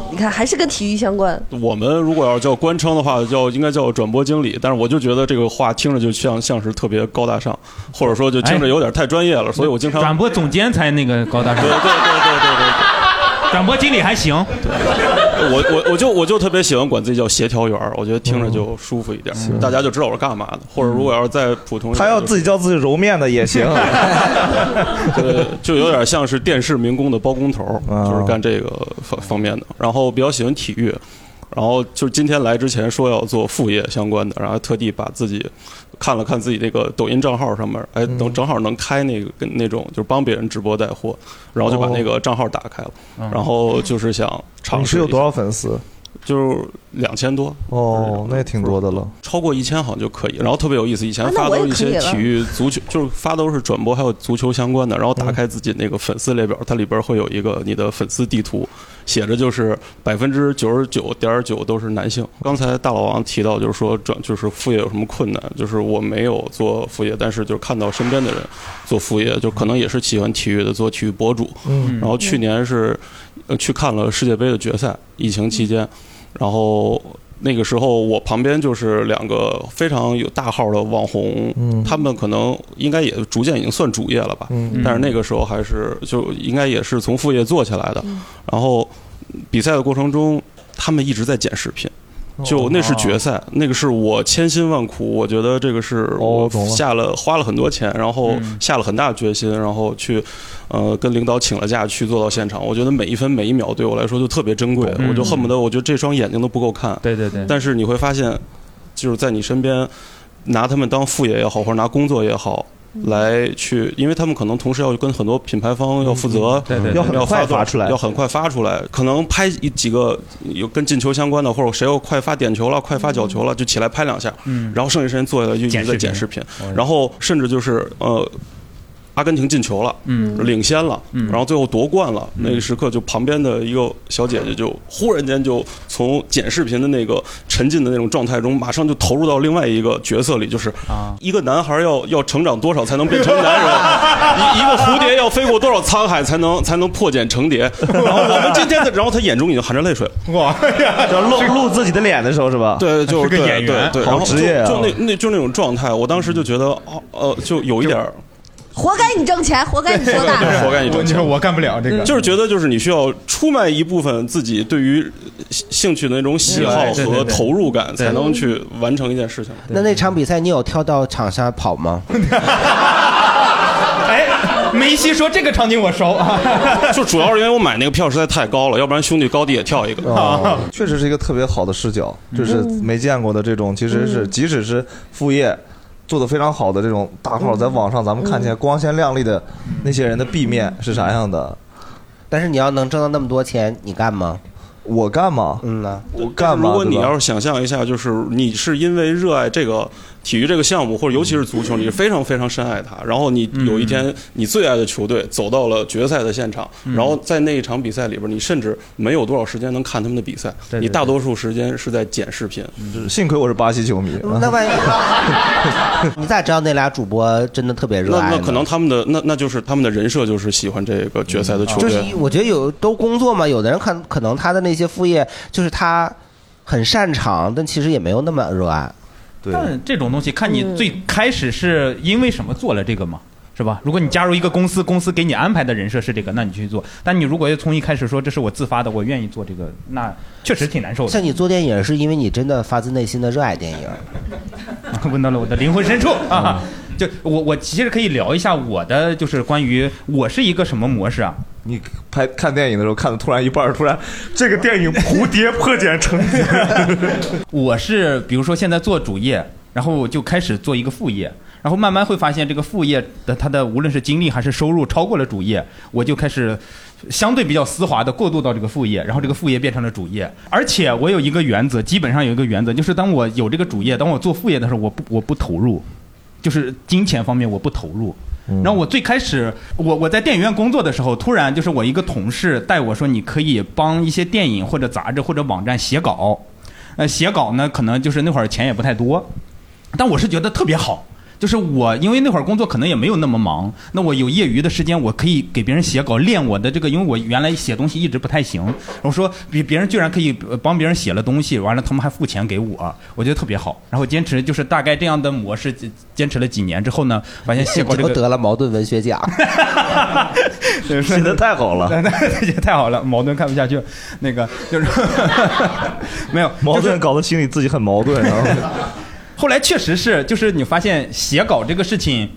Speaker 5: 你看还是跟体育相关。
Speaker 16: 我们如果要是叫官称的话，叫应该叫转播经理，但是我就觉得这个话听着就像像是特别高大上，或者说就听着有点太专业了，所以我经常
Speaker 3: 转播总监才那个高大上。对对对
Speaker 16: 对对
Speaker 3: 对，转播经理还行。
Speaker 16: 我我我就我就特别喜欢管自己叫协调员儿，我觉得听着就舒服一点，大家就知道我是干嘛的。或者如果要是再普通一点，
Speaker 2: 他要自己叫自己揉面的也行。
Speaker 16: 呃，就有点像是电视民工的包工头儿，
Speaker 2: 啊
Speaker 16: 就是干这个方方面的。然后比较喜欢体育，然后就是今天来之前说要做副业相关的，然后特地把自己看了看自己那个抖音账号上面，哎，
Speaker 2: 嗯
Speaker 16: 等正好能开那个跟那种就是帮别人直播带货，然后就把那个账号打开了，
Speaker 2: 哦
Speaker 16: 然后就是想尝
Speaker 2: 你是
Speaker 16: 试
Speaker 2: 有
Speaker 16: 一下
Speaker 2: 多少粉丝？
Speaker 16: 就是两千多
Speaker 2: 哦，那也挺多的 了。
Speaker 16: 超过一千好像就可以。然后特别有意思，以前
Speaker 2: 啊那
Speaker 16: 发
Speaker 2: 我
Speaker 16: 都
Speaker 2: 也
Speaker 16: 一
Speaker 2: 可以
Speaker 16: 些
Speaker 2: 了
Speaker 16: 体育、足球，就是发都是转播还有足球相关的。然后打开自己那个粉丝列表，它里边会有一个你的粉丝地图，写着就是百分之九十九点九都是男性。刚才大老王提到，就是说转就是副业有什么困难，就是我没有做副业，但是就是看到身边的人做副业，就可能也是喜欢体育的，做体育博主。
Speaker 2: 嗯
Speaker 16: 然后去年是呃去看了世界杯的决赛，疫情期
Speaker 2: 嗯
Speaker 16: 间，然后那个时候我旁边就是两个非常有大号的网红，
Speaker 2: 嗯
Speaker 16: 他们可能应该也逐渐已经算主业了吧，
Speaker 2: 嗯
Speaker 16: 但是那个时候还是就应该也是从副业做起来的，
Speaker 2: 嗯
Speaker 16: 然后比赛的过程中，他们一直在剪视频。
Speaker 2: 哦
Speaker 16: 就那是决赛，那个是我千辛万苦，我觉得这个是我
Speaker 2: 哦懂了
Speaker 16: 下了花了很多钱，然后
Speaker 2: 嗯
Speaker 16: 下了很大的决心，然后去，呃，跟领导请了假去做到现场。我觉得每一分每一秒对我来说就特别珍贵，
Speaker 3: 嗯
Speaker 16: 我就恨不得我觉得这双眼睛都不够看。
Speaker 3: 对对对。
Speaker 16: 但是你会发现，就是在你身边，拿他们当副业也好，或者拿工作也好。来去，因为他们可能同时要跟很多品牌方要负
Speaker 2: 嗯
Speaker 16: 责，
Speaker 2: 对对对
Speaker 16: 要
Speaker 2: 要很
Speaker 16: 发
Speaker 2: 快
Speaker 16: 动
Speaker 2: 发出来
Speaker 16: 要很快发出来。可能拍一几个有跟进球相关的，或者谁又快发点球了，快发角球了，就起来拍两下，
Speaker 3: 嗯
Speaker 16: 然后剩下时间坐下来就一直在剪视频，然后甚至就是呃。阿根廷进球了，
Speaker 3: 嗯
Speaker 16: 领先了，
Speaker 3: 嗯
Speaker 16: 然后最后夺冠了。那个时刻，就旁边的一个小姐姐就忽然间就从剪视频的那个沉浸的那种状态中，马上就投入到另外一个角色里，就是一个男孩要要成长多少才能变成 男人，一一个蝴蝶要飞过多少沧海才能才能破茧成蝶。然后我们今天的，然后他眼中已经含着泪水了。
Speaker 2: 哇，就录录自己的脸的时候是吧？
Speaker 16: 对，就是对对对，然
Speaker 2: 好
Speaker 16: 后
Speaker 2: 职业啊！
Speaker 16: 就就那那就那种状态，我当时就觉得，哦呃，就有一点儿，
Speaker 5: 活该你挣钱，活该你做大。
Speaker 16: 就是活该你挣钱。
Speaker 3: 我干不了这
Speaker 16: 就是觉得，就是你需要出卖一部分自己对于兴兴趣的那种喜好
Speaker 4: 对对
Speaker 16: 和
Speaker 4: 对对
Speaker 16: 投入感，
Speaker 4: 对
Speaker 16: 才能去完 成一件事情。
Speaker 4: 那那场比赛你有跳到场上跑吗？
Speaker 3: 梅西说这个场景我熟啊，
Speaker 16: 就主要是因为我买那个票实在太高了，要不然兄弟高低也跳一个。
Speaker 2: 哦，确实是一个特别好的视角，就是没见过的这种，其实是
Speaker 16: 嗯
Speaker 2: 即使是副业做的非常好的这种大
Speaker 16: 嗯
Speaker 2: 号，在网上咱们看起来光鲜亮丽的那些人的 B 面是啥样的？
Speaker 4: 但是你要能挣到那么多钱，你干吗？
Speaker 2: 我干嘛？
Speaker 4: 嗯呐，
Speaker 16: 我
Speaker 2: 干嘛
Speaker 16: 如果
Speaker 2: 对吧
Speaker 16: 你要是想象一下，就是你是因为热爱这个体育这个项目，或者尤其是
Speaker 2: 嗯
Speaker 16: 足球，你是非常非常深爱它。然后你有一天，你最爱的球队走到了决赛的现场，
Speaker 3: 嗯
Speaker 16: 然后在那一场比赛里边，你甚至没有多少时间能看他们的比赛，
Speaker 2: 对对
Speaker 16: 你大多数时间是在剪视频。
Speaker 2: 幸亏我是巴西球迷，
Speaker 4: 那万一 你咋知道那俩主播真的特别热
Speaker 16: 那
Speaker 4: 爱呢？
Speaker 16: 那可能他们的那那就是他们的人设就是喜欢这个决
Speaker 2: 嗯
Speaker 16: 赛的球
Speaker 2: 啊
Speaker 4: 就是
Speaker 16: 队。
Speaker 4: 我觉得有都工作嘛，有的人看可能他的那些副业就是他很擅长，但其实也没有那么热爱。
Speaker 3: 但这种东西看你最开始是因为什么做了这个嘛？是吧？如果你加入一个公司，公司给你安排的人设是这个，那你去做。但你如果要从一开始说这是我自发的，我愿意做这个，那确实挺难受的。
Speaker 4: 像你做电影，是因为你真的发自内心的热爱电 影。
Speaker 3: 问到了我的灵魂深处
Speaker 2: 嗯
Speaker 3: 啊！就我我其实可以聊一下我的，就是关于我是一个什么模式啊？
Speaker 2: 你拍看电影的时候看的突然一半，突然这个电影蝴蝶破茧成蝶。
Speaker 3: 我是比如说现在做主业，然后我就开始做一个副业，然后慢慢会发现这个副业的它的无论是精力还是收入超过了主业，我就开始相对比较丝滑的过渡到这个副业，然后这个副业变成了主业。而且我有一个原则，基本上有一个原则，就是当我有这个主业，当我做副业的时候，我不我不投入，就是金钱方面我不投入。然后我最开始，我我在电影院工作的时候，突然就是我一个同事带我说，你可以帮一些电影或者杂志或者网站写稿，呃，写稿呢可能就是那会儿钱也不太多，但我是觉得特别好，就是我因为那会儿工作可能也没有那么忙，那我有业余的时间，我可以给别人写稿，练我的这个，因为我原来写东西一直不太行，我说比别人居然可以呃帮别人写了东西，完了他们还付钱给我，我觉得特别好，然后坚持就是大概这样的模式坚坚持了几年之后呢，发现写稿这个
Speaker 4: 都得了矛盾文学奖。
Speaker 3: 写的太好了， 写的太好了，矛盾看不下去，那个就是 没 有
Speaker 2: 矛盾搞得心里自己很矛盾，然后
Speaker 3: 后来确实是，就是你发现写稿这个事情，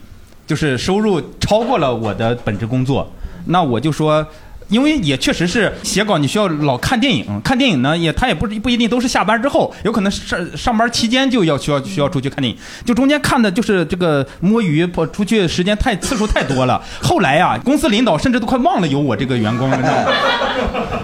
Speaker 3: 就是收入超过了我的本职工作，那我就说。因为也确实是写稿，你需要老看电影，看电影呢也他也不是不一定都是下班之后，有可能上上班期间就要需要需要出去看电影，就中间看的就是这个摸鱼，跑出去时间太次数太多了。后来呀、啊公司领导甚至都快忘了有我这个员工了，你知道吗？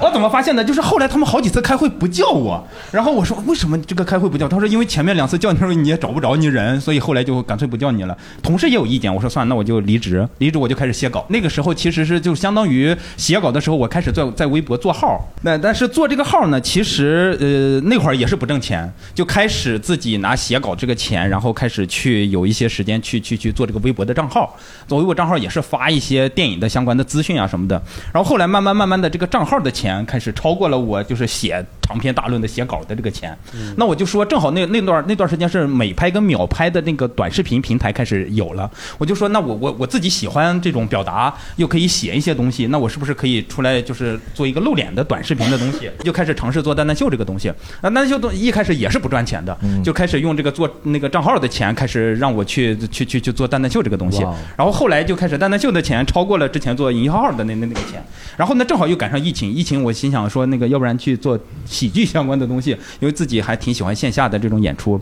Speaker 3: 我怎么发现的？就是后来他们好几次开会不叫我，然后我说为什么这个开会不叫？他说因为前面两次叫你的时候你也找不着你人，所以后来就干脆不叫你了。同事也有意见，我说算了，那我就离职，离职我就开始写稿。那个时候其实是就相当于写稿的时候，我开始在在微博做号。那但是做这个号呢，其实呃那会儿也是不挣钱，就开始自己拿写稿这个钱，然后开始去有一些时间去去去做这个微博的账号。做微博账号也是发一些电影的相关的资讯啊什么的。然后后来慢慢慢慢的，这个账号的钱开始超过了我就是写长篇大论的写稿的这个钱。那我就说，正好那那段那段时间是美拍跟秒拍的那个短视频平台开始有了，我就说，那我我我自己喜欢这种表达，又可以写一些东西，那我是不是可以出来就是做一个露脸的短视频的东西？就开始尝试做蛋蛋秀这个东西。那蛋蛋秀东一开始也是不赚钱的，
Speaker 2: 嗯
Speaker 3: 就开始用这个做那个账号的钱，开始让我去去去去做蛋蛋秀这个东西
Speaker 17: 哇哦。
Speaker 3: 然后后来就开始蛋蛋秀的钱超过了之前做营销号的那那那个钱，然后呢正好又赶上疫情，疫情我心想说那个要不然去做喜剧相关的东西，因为自己还挺喜欢线下的这种演出。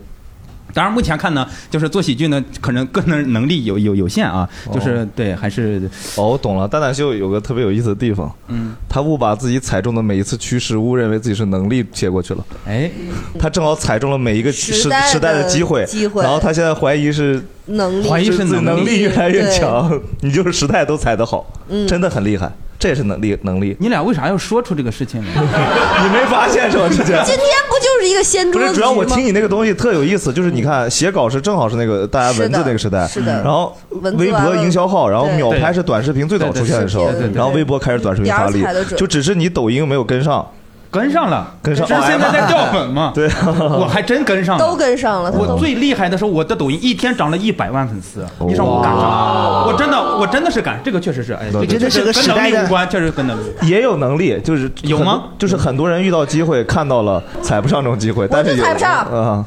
Speaker 3: 当然，目前看呢，就是做喜剧呢，可能个人能力有有有限啊，就是、对，还是
Speaker 2: 哦，我懂了。 蛋蛋秀有个特别有意思的地方，
Speaker 3: 嗯，
Speaker 2: 他误把自己踩中的每一次趋势，误认为自己是能力切过去了。
Speaker 3: 哎，
Speaker 2: 他正好踩中了每一个时
Speaker 5: 时代的
Speaker 2: 时代的机会，
Speaker 5: 机会
Speaker 2: 然后他现在怀疑是
Speaker 5: 能力
Speaker 2: 自己能力越来越
Speaker 5: 对
Speaker 2: 强，你就是时代都踩得好，
Speaker 5: 嗯
Speaker 2: 真的很厉害，这也是能力能力。
Speaker 3: 你俩为啥要说出这个事情呢？
Speaker 2: 你没 发现是吧？之前
Speaker 5: 今天不就是一个掀
Speaker 2: 不
Speaker 5: 桌
Speaker 2: 是，
Speaker 5: 子
Speaker 2: 主要我听
Speaker 5: 局
Speaker 2: 你
Speaker 5: 吗？
Speaker 2: 那个东西特有意思，就是你看写稿是正好是那个大家文字那个时代，
Speaker 5: 是的是的
Speaker 2: 然后
Speaker 5: 文字
Speaker 2: 微
Speaker 5: 完
Speaker 2: 博
Speaker 5: 了
Speaker 2: 营销号，然后
Speaker 5: 对
Speaker 2: 秒拍是短视频最早出现的时候
Speaker 5: 对对对，对
Speaker 2: 然后微博开始短视频发力
Speaker 5: 点儿踩得，准
Speaker 2: 就只是你抖音没有跟上，
Speaker 3: 跟上了，
Speaker 2: 跟上，哦哎
Speaker 3: 只是现在在掉粉嘛。
Speaker 2: 对啊，
Speaker 3: 我还真跟上了，
Speaker 5: 都跟上了，他
Speaker 3: 我
Speaker 5: 都
Speaker 3: 最厉害的时候，我的抖音一天涨了一百万粉丝，你让我赶上了，我真的，我真的是赶，这个确实是，哎，
Speaker 2: 对
Speaker 3: 这
Speaker 2: 真的是个
Speaker 3: 跟
Speaker 2: 时
Speaker 3: 能
Speaker 2: 代
Speaker 3: 力
Speaker 2: 的
Speaker 3: 无关，确实跟能力无关。
Speaker 2: 也有能力，就是
Speaker 3: 有
Speaker 2: 很多
Speaker 3: 吗？
Speaker 2: 就是很多人遇到机会看到了，踩不上这种机会，但是有
Speaker 3: 踩不上
Speaker 2: 啊。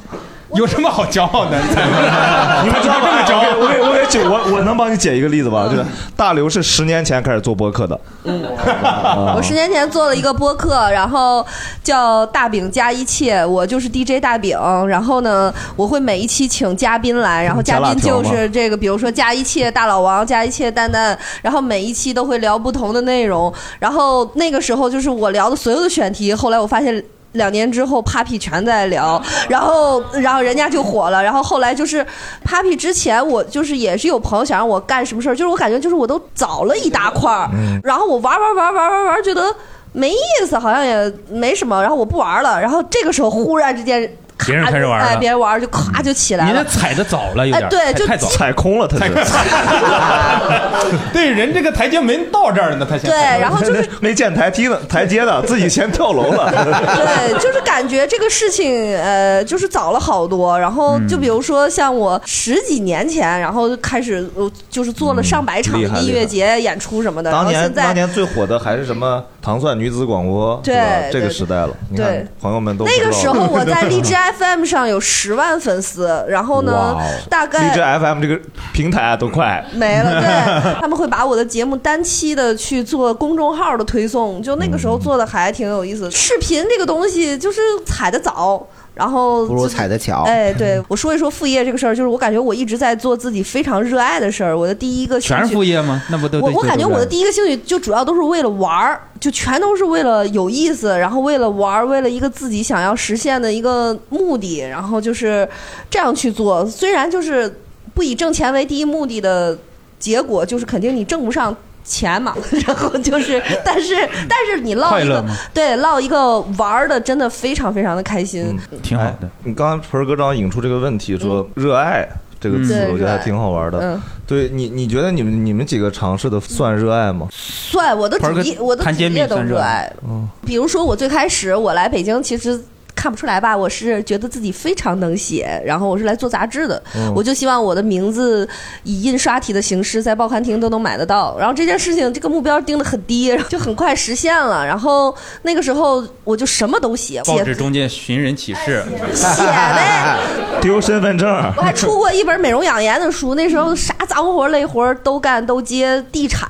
Speaker 3: 有什么好骄 傲的？你才你们知道这么骄傲？
Speaker 2: 啊我 给我给举我我能帮你解一个例子
Speaker 5: 嗯
Speaker 2: 吧？就是大刘是十年前开始做播客的，啊
Speaker 5: 我十年前做了一个播客，然后叫“大饼加一切”，我就是 DJ 大饼。然后呢，我会每一期请嘉宾来，然后嘉宾
Speaker 18: 加
Speaker 5: 就
Speaker 18: 辣条
Speaker 5: 是
Speaker 18: 吗
Speaker 5: 这个，比如说加一切大老王、加一切蛋蛋，然后每一期都会聊不同的内容。然后那个时候就是我聊的所有的选题，后来我发现。两年之后，Papi 全在 聊，然后，然后人家就火了。然后后来就是 Papi 之前，我就是也是有朋友想让我干什么事儿，就是我感觉就是我都找了一大块儿，
Speaker 3: 嗯
Speaker 5: 然后我玩玩玩玩玩玩，觉得没意思，好像也没什么，然后我不玩了。然后这个时候忽然之间。
Speaker 3: 别人开始玩
Speaker 5: 哎，
Speaker 3: 了
Speaker 5: 别人玩儿就咵就起来
Speaker 3: 你
Speaker 5: 了
Speaker 3: 这。踩的早了，有点
Speaker 5: 哎对
Speaker 3: 踩
Speaker 5: 就
Speaker 3: 太早
Speaker 5: 踩
Speaker 3: 空了，他踩对人这个台阶没到这儿呢，他先
Speaker 5: 对然后就是
Speaker 2: 没建台梯呢，台阶呢，自己先跳楼了。
Speaker 5: 对，就是感觉这个事情，呃，就是早了好多。然后就
Speaker 2: 嗯
Speaker 5: 比如说像我十几年前，然后开始呃就是做了上百场
Speaker 2: 嗯厉害
Speaker 5: 的音乐节演出什么的。然
Speaker 2: 当
Speaker 5: 后现
Speaker 2: 年当
Speaker 5: 在
Speaker 2: 年最火的还是什么糖蒜女子广播，
Speaker 5: 对
Speaker 2: 是吧这
Speaker 5: 对
Speaker 2: 个时代了。你看
Speaker 5: 对
Speaker 2: 朋友们都。
Speaker 5: 那个时候我在荔枝 FM 上有十万粉丝，然后呢，大概
Speaker 2: 哦
Speaker 5: 嗯
Speaker 2: 荔枝 FM 这个平台啊都快
Speaker 5: 没 了，对，他们会把我的节目单期的去做公众号的推送，就那个时候做的还挺有意
Speaker 4: 嗯
Speaker 5: 思。视频这个东西就是踩的早，然后
Speaker 4: 不如
Speaker 5: 就是
Speaker 4: 踩得巧
Speaker 5: 哎，对我说一说副业这个事儿，就是我感觉我一直在做自己非常热爱的事儿。我的第一个兴
Speaker 3: 呃全是
Speaker 5: 趣
Speaker 3: 副业吗？那不都
Speaker 5: 我我感觉我的第
Speaker 3: 一
Speaker 5: 一个兴趣就主要都是为了玩儿，就全都是为了有意思，然后为了玩儿，为了一个自己想要实现的一个目的，然后就是这样去做。虽然就是不以挣钱为第一目的的结果，就是肯定你挣不上。钱嘛， 然后就是，但是但是你唠一
Speaker 2: 快乐
Speaker 5: 个
Speaker 2: 吗，
Speaker 5: 对，唠一个玩儿的，真的非常非常的开心。
Speaker 2: 挺好的。哎你刚刚盆儿哥正好引出这个问题，说热爱这个词，
Speaker 5: 嗯
Speaker 2: 我觉得还挺好玩
Speaker 5: 对热爱
Speaker 2: 的
Speaker 5: 嗯。
Speaker 2: 对你，你觉得你们你们几个尝试的算热爱吗？
Speaker 5: 算我的主业，我的主业都热爱。
Speaker 2: 嗯
Speaker 5: 比如说，我最开始我来北京，其实看不出来吧，我是觉得自己非常能写，然后我是来做杂志的，
Speaker 17: 嗯
Speaker 5: 我就希望我的名字以印刷体的形式在报刊亭都能买得到。然后这件事情，这个目标定的很低，然后就很快实现了。然后那个时候我就什么都写，
Speaker 3: 报
Speaker 5: 写
Speaker 3: 纸中间寻人启事，
Speaker 5: 写呗，
Speaker 2: 丢身份证，
Speaker 5: 我还出过一本美容养颜的书，那时候啥脏活累活都干，都接地产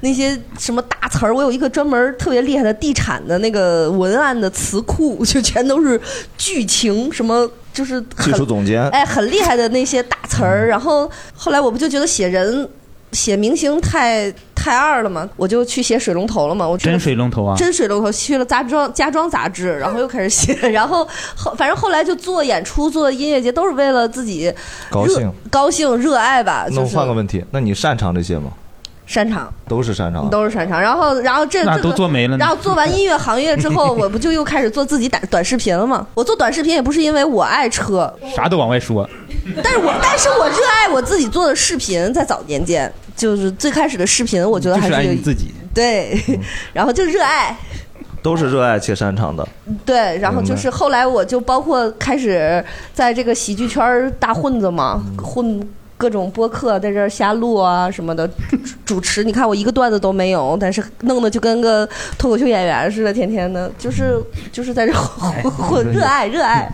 Speaker 5: 那些什么大词儿，我有一个专门特别厉害的地产的那个文案的词库，就全都是剧情什么。就是很
Speaker 2: 技术总监
Speaker 5: 哎，很厉害的那些大词儿。然后后来我不就觉得写人、写明星太太二了嘛，我就去写水龙头了嘛。我去
Speaker 3: 真水龙头啊，
Speaker 5: 真水龙头去了家装家装杂志，然后又开始写， 然后后反正后来就做演出、做音乐节，都是为了自己
Speaker 2: 高
Speaker 5: 热
Speaker 2: 兴
Speaker 5: 高兴、热爱吧，
Speaker 2: 那
Speaker 5: 就
Speaker 2: 我
Speaker 5: 是
Speaker 2: 换个问题，那你擅长这些吗？
Speaker 5: 擅长。嗯
Speaker 2: 都是擅长啊，
Speaker 5: 都是擅长，然后，然后这
Speaker 2: 那
Speaker 5: 这个
Speaker 2: 都做没了呢
Speaker 5: 然后做完音乐行业之 后，我不就又开始做自己短短视频了吗？我做短视频也不是因为我爱车，
Speaker 3: 啥都往外说。
Speaker 5: 但是我但是我热爱我自己做的视频，在早年间，就是最开始的视频，我觉得还
Speaker 2: 就是是爱
Speaker 5: 有
Speaker 2: 你自己嗯
Speaker 5: 对， 然后就热爱，
Speaker 2: 都是热爱且擅长的。
Speaker 5: 对，然后就是后来我就包括开始在这个喜剧圈儿大混子嘛，混各种播客，在这儿瞎录啊什么的，主主持。你看我一个段子都没有，但是弄得就跟个脱口秀演员似的，天天的，就是就是在这儿混混，热爱热爱。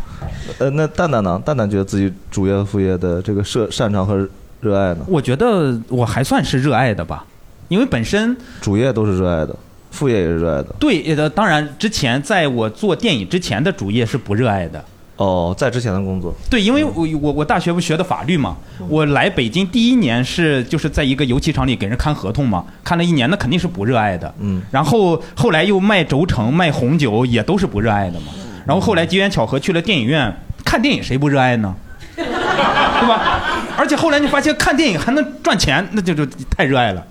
Speaker 2: 呃，那蛋蛋呢？蛋蛋觉得自己主业和副业的这个擅擅长和热爱呢？
Speaker 3: 我觉得我还算是热爱的吧，因为本身
Speaker 2: 主业都是热爱的，副业也是热爱的。
Speaker 3: 对呃，当然之前在我做电影之前的主业是不热爱的。
Speaker 2: 哦，在之前的工作，嗯
Speaker 3: 对，因为我我我大学不学的法律嘛，我来北京第一年是就是在一个油漆厂里给人看合同嘛，看了一年，那肯定是不热爱的。
Speaker 2: 嗯，
Speaker 3: 然后后来又卖轴承、卖红酒，也都是不热爱的嘛。然后后来机缘巧合去了电影院看电影，谁不热爱 呢？对吧？而且后来你发现看电影还能赚钱，那就就太热爱了。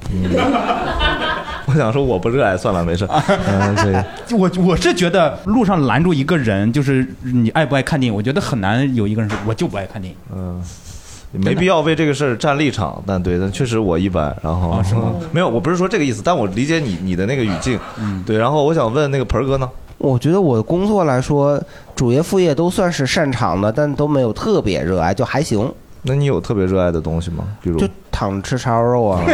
Speaker 2: 我想说我不热爱，算了，没事。嗯，对。
Speaker 3: 我我是觉得路上拦住一个人，就是你爱不爱看电影，我觉得很难有一个人说我就不爱看电影。
Speaker 2: 嗯，没必要为这个事儿站立场，但对，但确实我一般。然
Speaker 3: 哦
Speaker 2: 后、 没有，我不是说这个意思，但我理解你你的那个语境。
Speaker 3: 嗯
Speaker 2: 对。然后我想问那个盆儿哥呢？
Speaker 4: 我觉得我工作来说，主业副业都算是擅长的，但都没有特别热爱，就还行。
Speaker 2: 那你有特别热爱的东西吗？比如
Speaker 4: 就躺着吃烧肉啊。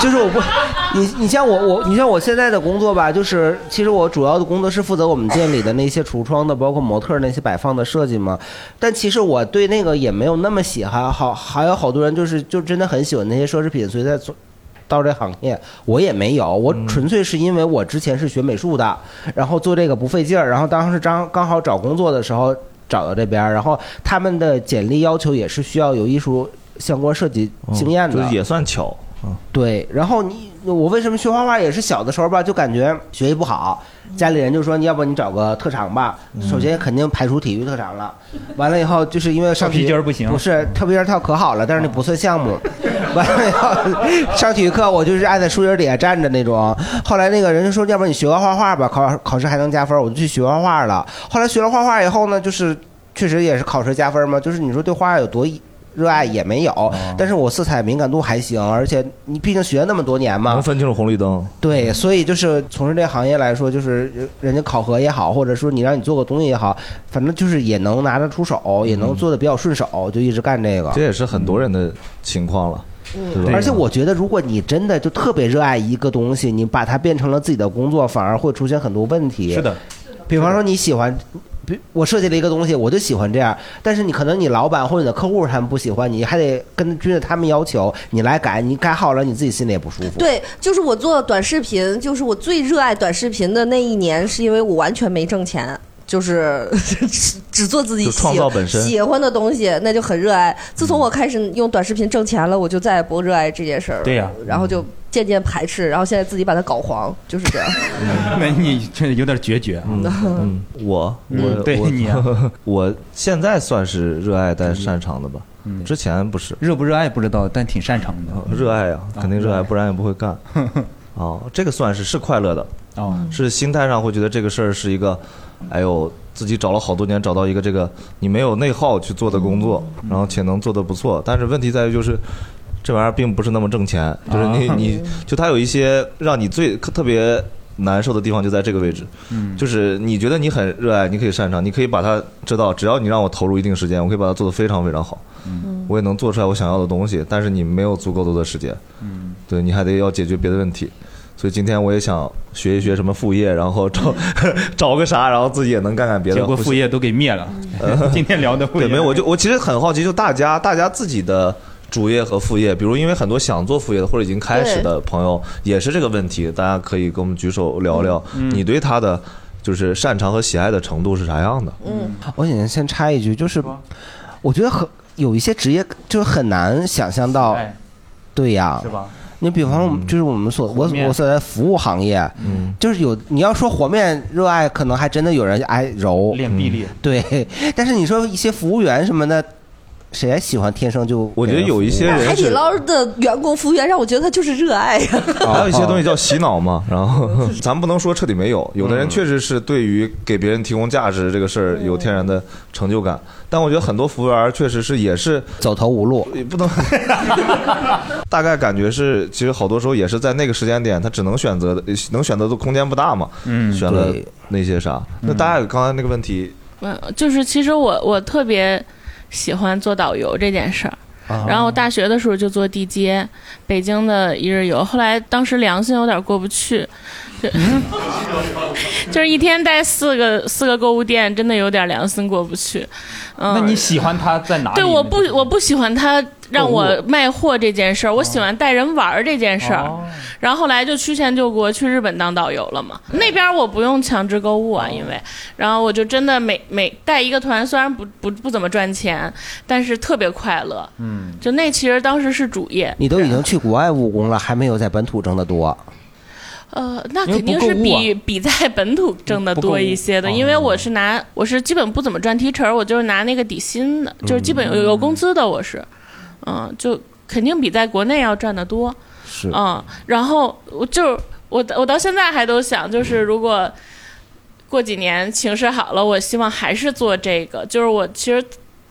Speaker 4: 就是我不，你你像我我你像我现在的工作吧，就是其实我主要的工作是负责我们店里的那些橱窗的，包括模特那些摆放的设计嘛。但其实我对那个也没有那么喜欢，好还有好多人就是就真的很喜欢那些奢侈品，所以在做。到这行业，我也没有，
Speaker 2: 嗯
Speaker 4: 我纯粹是因为我之前是学美术的，然后做这个不费劲儿，然后当时刚刚好找工作的时候找到这边儿，然后他们的简历要求也是需要有艺术相关设计经验的，
Speaker 2: 哦就是也算巧。嗯
Speaker 4: 对，然后你我为什么学画画也是小的时候吧，就感觉学习不好，家里人就说你要不你找个特长吧，首先肯定排除体育特长了，完了以后就是因为上
Speaker 3: 跳皮筋儿不行哦
Speaker 4: 不是跳皮筋儿跳可好了，但是那不算项目， 完了以后上体育课我就是爱在树荫底下站着那种。后来那个人就说，要不然你学个画画吧，考考试还能加分，我就去学画画了。后来学了画画以后呢，就是确实也是考试加分嘛，就是你说对画有多热爱也没
Speaker 3: 哦
Speaker 4: 有，但是我色彩敏感度还行，而且你毕竟学那么多年嘛，
Speaker 2: 能分清楚红绿灯。
Speaker 4: 对，所以就是从事这个行业来说，就是呃人家考核也好，或者说你让你做个东西也好，反正就是也能拿得出手，也
Speaker 2: 嗯
Speaker 4: 能做得比较顺手，就一直干
Speaker 3: 啊
Speaker 4: 这个。
Speaker 2: 这也是很多人的情况了，
Speaker 5: 嗯
Speaker 2: 对吧？
Speaker 4: 而且我觉得，如果你真的就特别热爱一个东西，你把它变成了自己的工作，反而会出现很多问题。
Speaker 2: 是的，
Speaker 4: 比方说你喜欢。比我设计了一个东西，我就喜欢这样，但是你可能你老板或者你的客户他们不喜欢，你还得根据他们要求你来改，你改好了你自己心里也不舒服。
Speaker 5: 对，就是我做短视频，就是我最热爱短视频的那一年，是因为我完全没挣钱。就是只只做自己
Speaker 2: 就
Speaker 5: 喜
Speaker 2: 创造本身
Speaker 5: 喜欢的东西，那就很热
Speaker 2: 嗯
Speaker 5: 爱。自从我开始用短视频挣钱了，我就再也不热爱这件事儿了。
Speaker 3: 对呀
Speaker 5: 然后就渐渐排斥，然后现在自己把它搞黄，就是这样。
Speaker 3: 那你这有点决绝啊。
Speaker 2: 嗯， 我
Speaker 3: 嗯
Speaker 2: 我
Speaker 3: 对
Speaker 2: 我
Speaker 3: 你啊
Speaker 2: 我现在算是热爱但擅长的吧，之前不是。
Speaker 3: 嗯
Speaker 2: 嗯
Speaker 3: 热不热爱不知道，但挺擅长的。啊
Speaker 2: 热爱呀、肯定热爱，不然也不会干。哦，这个算是是快乐的，
Speaker 3: 哦，
Speaker 2: 是心态上会觉得这个事儿是一个，哎呦，自己找了好多年找到一个这个你没有内耗去做的工作，
Speaker 3: 嗯
Speaker 2: 然后且能做得不错，但是问题在于就是。这玩意儿并不是那么挣钱，就是你
Speaker 3: 啊
Speaker 2: 你就它有一些让你最特别难受的地方就在这个位置，
Speaker 3: 嗯
Speaker 2: 就是你觉得你很热爱，你可以擅长，你可以把它知道，只要你让我投入一定时间，我可以把它做得非常非常好，我也能做出来我想要的东西，但是你没有足够多的时间，
Speaker 3: 嗯，
Speaker 2: 对你还得要解决别的问题。所以今天我也想学一学什么副业，然后找 找个啥，然后自己也能干干别的。
Speaker 3: 结
Speaker 2: 呃
Speaker 3: 果副业都给灭了。 今天聊的副业
Speaker 2: 对，没有，我就我其实很好奇，就大家大家自己的主业和副业，比如因为很多想做副业的或者已经开始的朋友也是这个问题，大家可以跟我们举手聊聊，
Speaker 4: 嗯
Speaker 2: 你对他的就是擅长和喜爱的程度是啥样的？
Speaker 5: 嗯，
Speaker 4: 我想先插一句，就是我觉得很有一些职业就是很难想象到，对呀，
Speaker 3: 哎是吧？
Speaker 4: 你比方我们就是我们所我
Speaker 3: 面
Speaker 4: 我所在服务行业，
Speaker 2: 嗯，
Speaker 4: 就是有你要说和面热爱，可能还真的有人爱揉嗯
Speaker 3: 练臂力，
Speaker 4: 对。但是你说一些服务员什么的，谁还喜欢天生就？
Speaker 2: 我觉得有一些人
Speaker 5: 海底
Speaker 2: 是，
Speaker 5: 捞的员工服务员让我觉得他就是 热爱呀。
Speaker 2: 还哦有一些东西叫洗 脑嘛，然后咱不能说彻底没有，有的
Speaker 4: 嗯
Speaker 2: 人确实是对于给别人提供价值这个事儿有天然的成就感，但我觉得很多服务员儿确实是也是
Speaker 4: 走投无路，
Speaker 2: 也不能， 大概感觉是其实好多时候也是在那个时间点，他只能选择的能选择的空间不大嘛，
Speaker 3: 嗯
Speaker 2: 选了那些啥，
Speaker 4: 嗯
Speaker 2: 那大家刚才那个问题
Speaker 7: 嗯，就是其实我我特别喜欢做导游这件事儿。
Speaker 2: 啊
Speaker 7: 然后大学的时候就做地接，北京的一日游。后来当时良心有点过不去，就、
Speaker 3: 嗯
Speaker 7: 就是一天带四个四个购物店，真的有点良心过不去。嗯，
Speaker 3: 那你喜欢他在哪里？
Speaker 7: 对，我不我不喜欢他让我卖货这件
Speaker 3: 哦
Speaker 7: 事儿，我喜欢带人玩儿这件事儿。然后后来就曲线救国，去日本当导游了嘛。
Speaker 3: 哎
Speaker 7: 那边我不用强制购物
Speaker 3: 哦
Speaker 7: 啊，因为，然后我就真的每每带一个团，虽然不不不怎么赚钱，但是特别快乐。
Speaker 4: 嗯，
Speaker 7: 就那其实当时是主业，
Speaker 4: 你都已经去国外务工了，还没有在本土挣得多。
Speaker 7: 呃，那
Speaker 4: 因为
Speaker 7: 肯定
Speaker 4: 不购
Speaker 7: 是
Speaker 4: 物
Speaker 7: 比、
Speaker 4: 啊
Speaker 7: 比在 本土挣的
Speaker 4: 不购物哦
Speaker 7: 多一些的，因为我是拿我是基本不怎么赚提成，我就是拿那个底薪的，就是基本有有工资的，我是，嗯、就肯定比在国内要赚的多，
Speaker 4: 是
Speaker 7: 嗯，然后我就我我到现在还都想，就是如果过几年形势好了，我希望还是做这个，就是我其实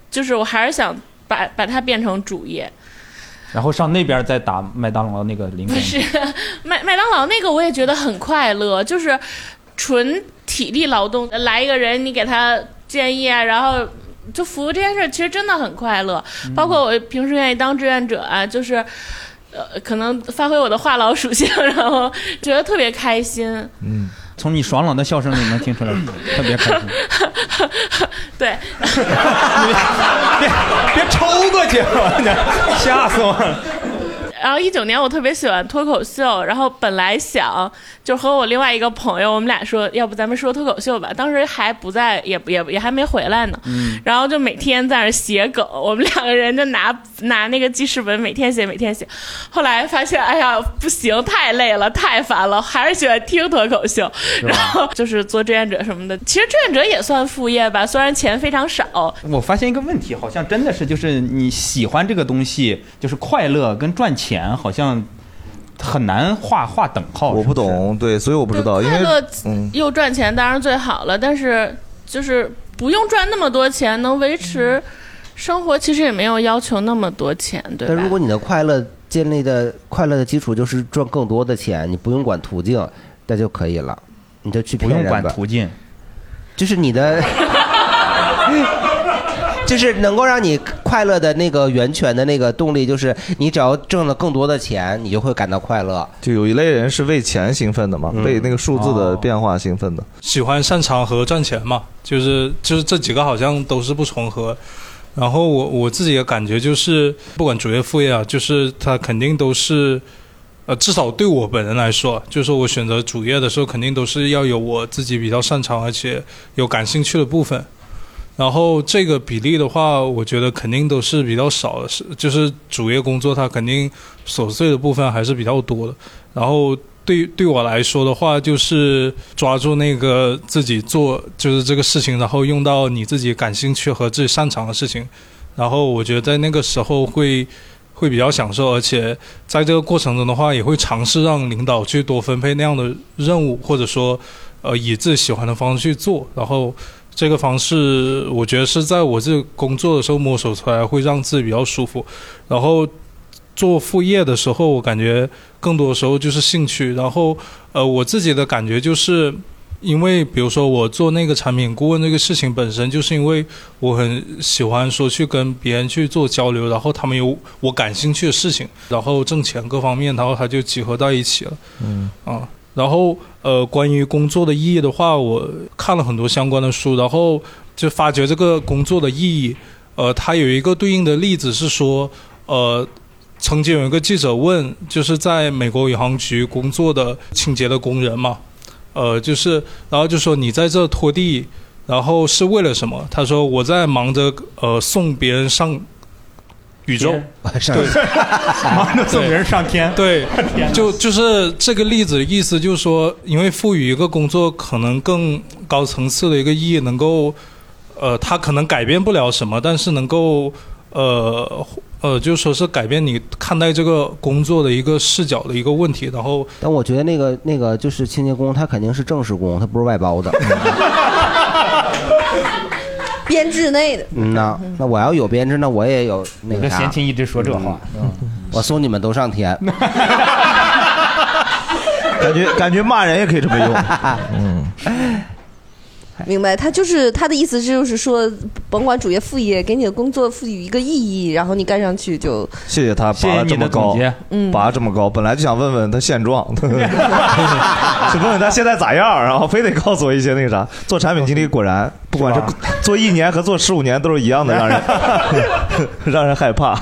Speaker 7: 就是我还是想把把它变成主业，
Speaker 3: 然后上那边再打麦当劳那个零工。
Speaker 7: 不是麦麦当劳那个，我也觉得很快乐，就是纯体力劳动，来一个人你给他建议啊，然后。就服务这件事儿，其实真的很快乐。
Speaker 3: 嗯
Speaker 7: 包括我平时愿意当志愿者啊，就是，呃，可能发挥我的话痨属性，然后觉得特别开心。
Speaker 3: 嗯，从你爽朗的笑声里能听出来，特别开 心。
Speaker 7: 对，
Speaker 3: 别别抽过去，我吓死我了。
Speaker 7: 然后一九年我特别喜欢脱口秀，然后本来想就和我另外一个朋友，我们俩说，要不咱们说脱口秀吧。当时还不在，也也也还没回来呢。
Speaker 17: 嗯
Speaker 7: 然后就每天在那儿写梗，我们两个人就拿拿那个记事本每天写，每天写。后来发现，哎呀，不行，太累了，太烦了，还是喜欢听脱口秀。
Speaker 3: 吧
Speaker 7: 然后就是做志愿者什么的。其实志愿者也算副业吧，虽然钱非常少。
Speaker 3: 我发现一个问题，好像真的是就是你喜欢这个东西，就是快乐跟赚钱好像很难划划等号。我
Speaker 18: 不懂，对，所以我不知道，因
Speaker 7: 快
Speaker 18: 为
Speaker 7: 乐
Speaker 18: 嗯，
Speaker 7: 又赚钱当然最好了，但是就是不用赚那么多钱，能维持生活，其实也没有要求那么多钱，对
Speaker 4: 但
Speaker 7: 吧
Speaker 4: 如？果你的快乐建立的快乐的基础就是赚更多的钱，你不用管途径，那就可以了，你就去骗人
Speaker 3: 不用
Speaker 4: 吧
Speaker 3: 管途径，
Speaker 4: 就是你的， 就是能够让你快乐的那个源泉的那个动力，就是你只要挣了更多的钱，你就会感到快乐。
Speaker 18: 就有一类人是为钱兴奋的嘛，
Speaker 4: 嗯
Speaker 18: 为那个数字
Speaker 4: 哦
Speaker 18: 的变化兴 奋的。
Speaker 10: 喜欢擅长和赚钱嘛，就是就是这几个好像都是不重合。然后我我自己的感觉就是，不管主业副业啊，就是它肯定都是，呃，至少对我本人来说，就是我选择主业的时候，肯定都是要有我自己比较擅长而且有感兴趣的部分。然后这个比例的话，我觉得肯定都是比较少的，是就是主业工作它肯定琐碎的部分还是比较多的。然后对对我来说的话，就是抓住那个自己做就是这个事情，然后用到你自己感兴趣和自己擅长的事情。然后我觉得在那个时候会会比较享受，而且在这个过程中的话，也会尝试让领导去多分配那样的任务，或者说，呃，以自己喜欢的方式去做。然后这个方式，我觉得是在我这工作的时候摸索出来，会让自己比较舒服。然后做副业的时候，我感觉更多的时候就是兴趣。然后，呃，我自己的感觉就是，因为比如说我做那个产品顾问这个事情本身，就是因为我很喜欢说去跟别人去做交流，然后他们有我感兴趣的事情，然后挣钱各方面，然后它就集合到一起了。
Speaker 18: 嗯
Speaker 10: 啊。然后呃，关于工作的意义的话，我看了很多相关的书，然后就发觉这个工作的意义。呃，它有一个对应的例子是说，呃，曾经有一个记者问，就是在美国宇航局工作的清洁的工人嘛，呃，就是然后就说你在这拖地，然后是为了什么？他说我在忙着呃送别人上宇宙， 对， 忙着送别人上 天，对，就就是这个例子的意思，就是说，因为赋予一个工作可能更高层次的一个意义，能够，呃，它可能改变不了什么，但是能够，呃，呃，就是说是改变你看待这个工作的一个视角的一个问题，然后
Speaker 4: 但我觉得那个那个就是清洁工，他肯定是正式工，他不是外包的。
Speaker 5: 编制内的。
Speaker 4: 嗯呐，那我要有编制，那我也有那个
Speaker 3: 你这
Speaker 4: 啥嗯
Speaker 3: 闲情一直说这话，嗯
Speaker 4: 我送你们都上 天。
Speaker 18: 感觉感觉骂人也可以这么用。嗯，
Speaker 5: 明白，他就是他的意思，就是说，甭管主业副业，给你的工作赋予一个意义，然后你干上去就
Speaker 18: 谢谢他
Speaker 5: 谢
Speaker 18: 拔
Speaker 5: 谢
Speaker 18: 了这
Speaker 5: 你的
Speaker 18: 么
Speaker 5: 总
Speaker 18: 高
Speaker 5: 结，嗯
Speaker 18: 拔这么高，本来就想问问他现状，是问问他现在咋样，然后非得告诉我一些那个啥。做产品经理果然，不管是 做一年和做十五年都是一样的，让人让人害怕。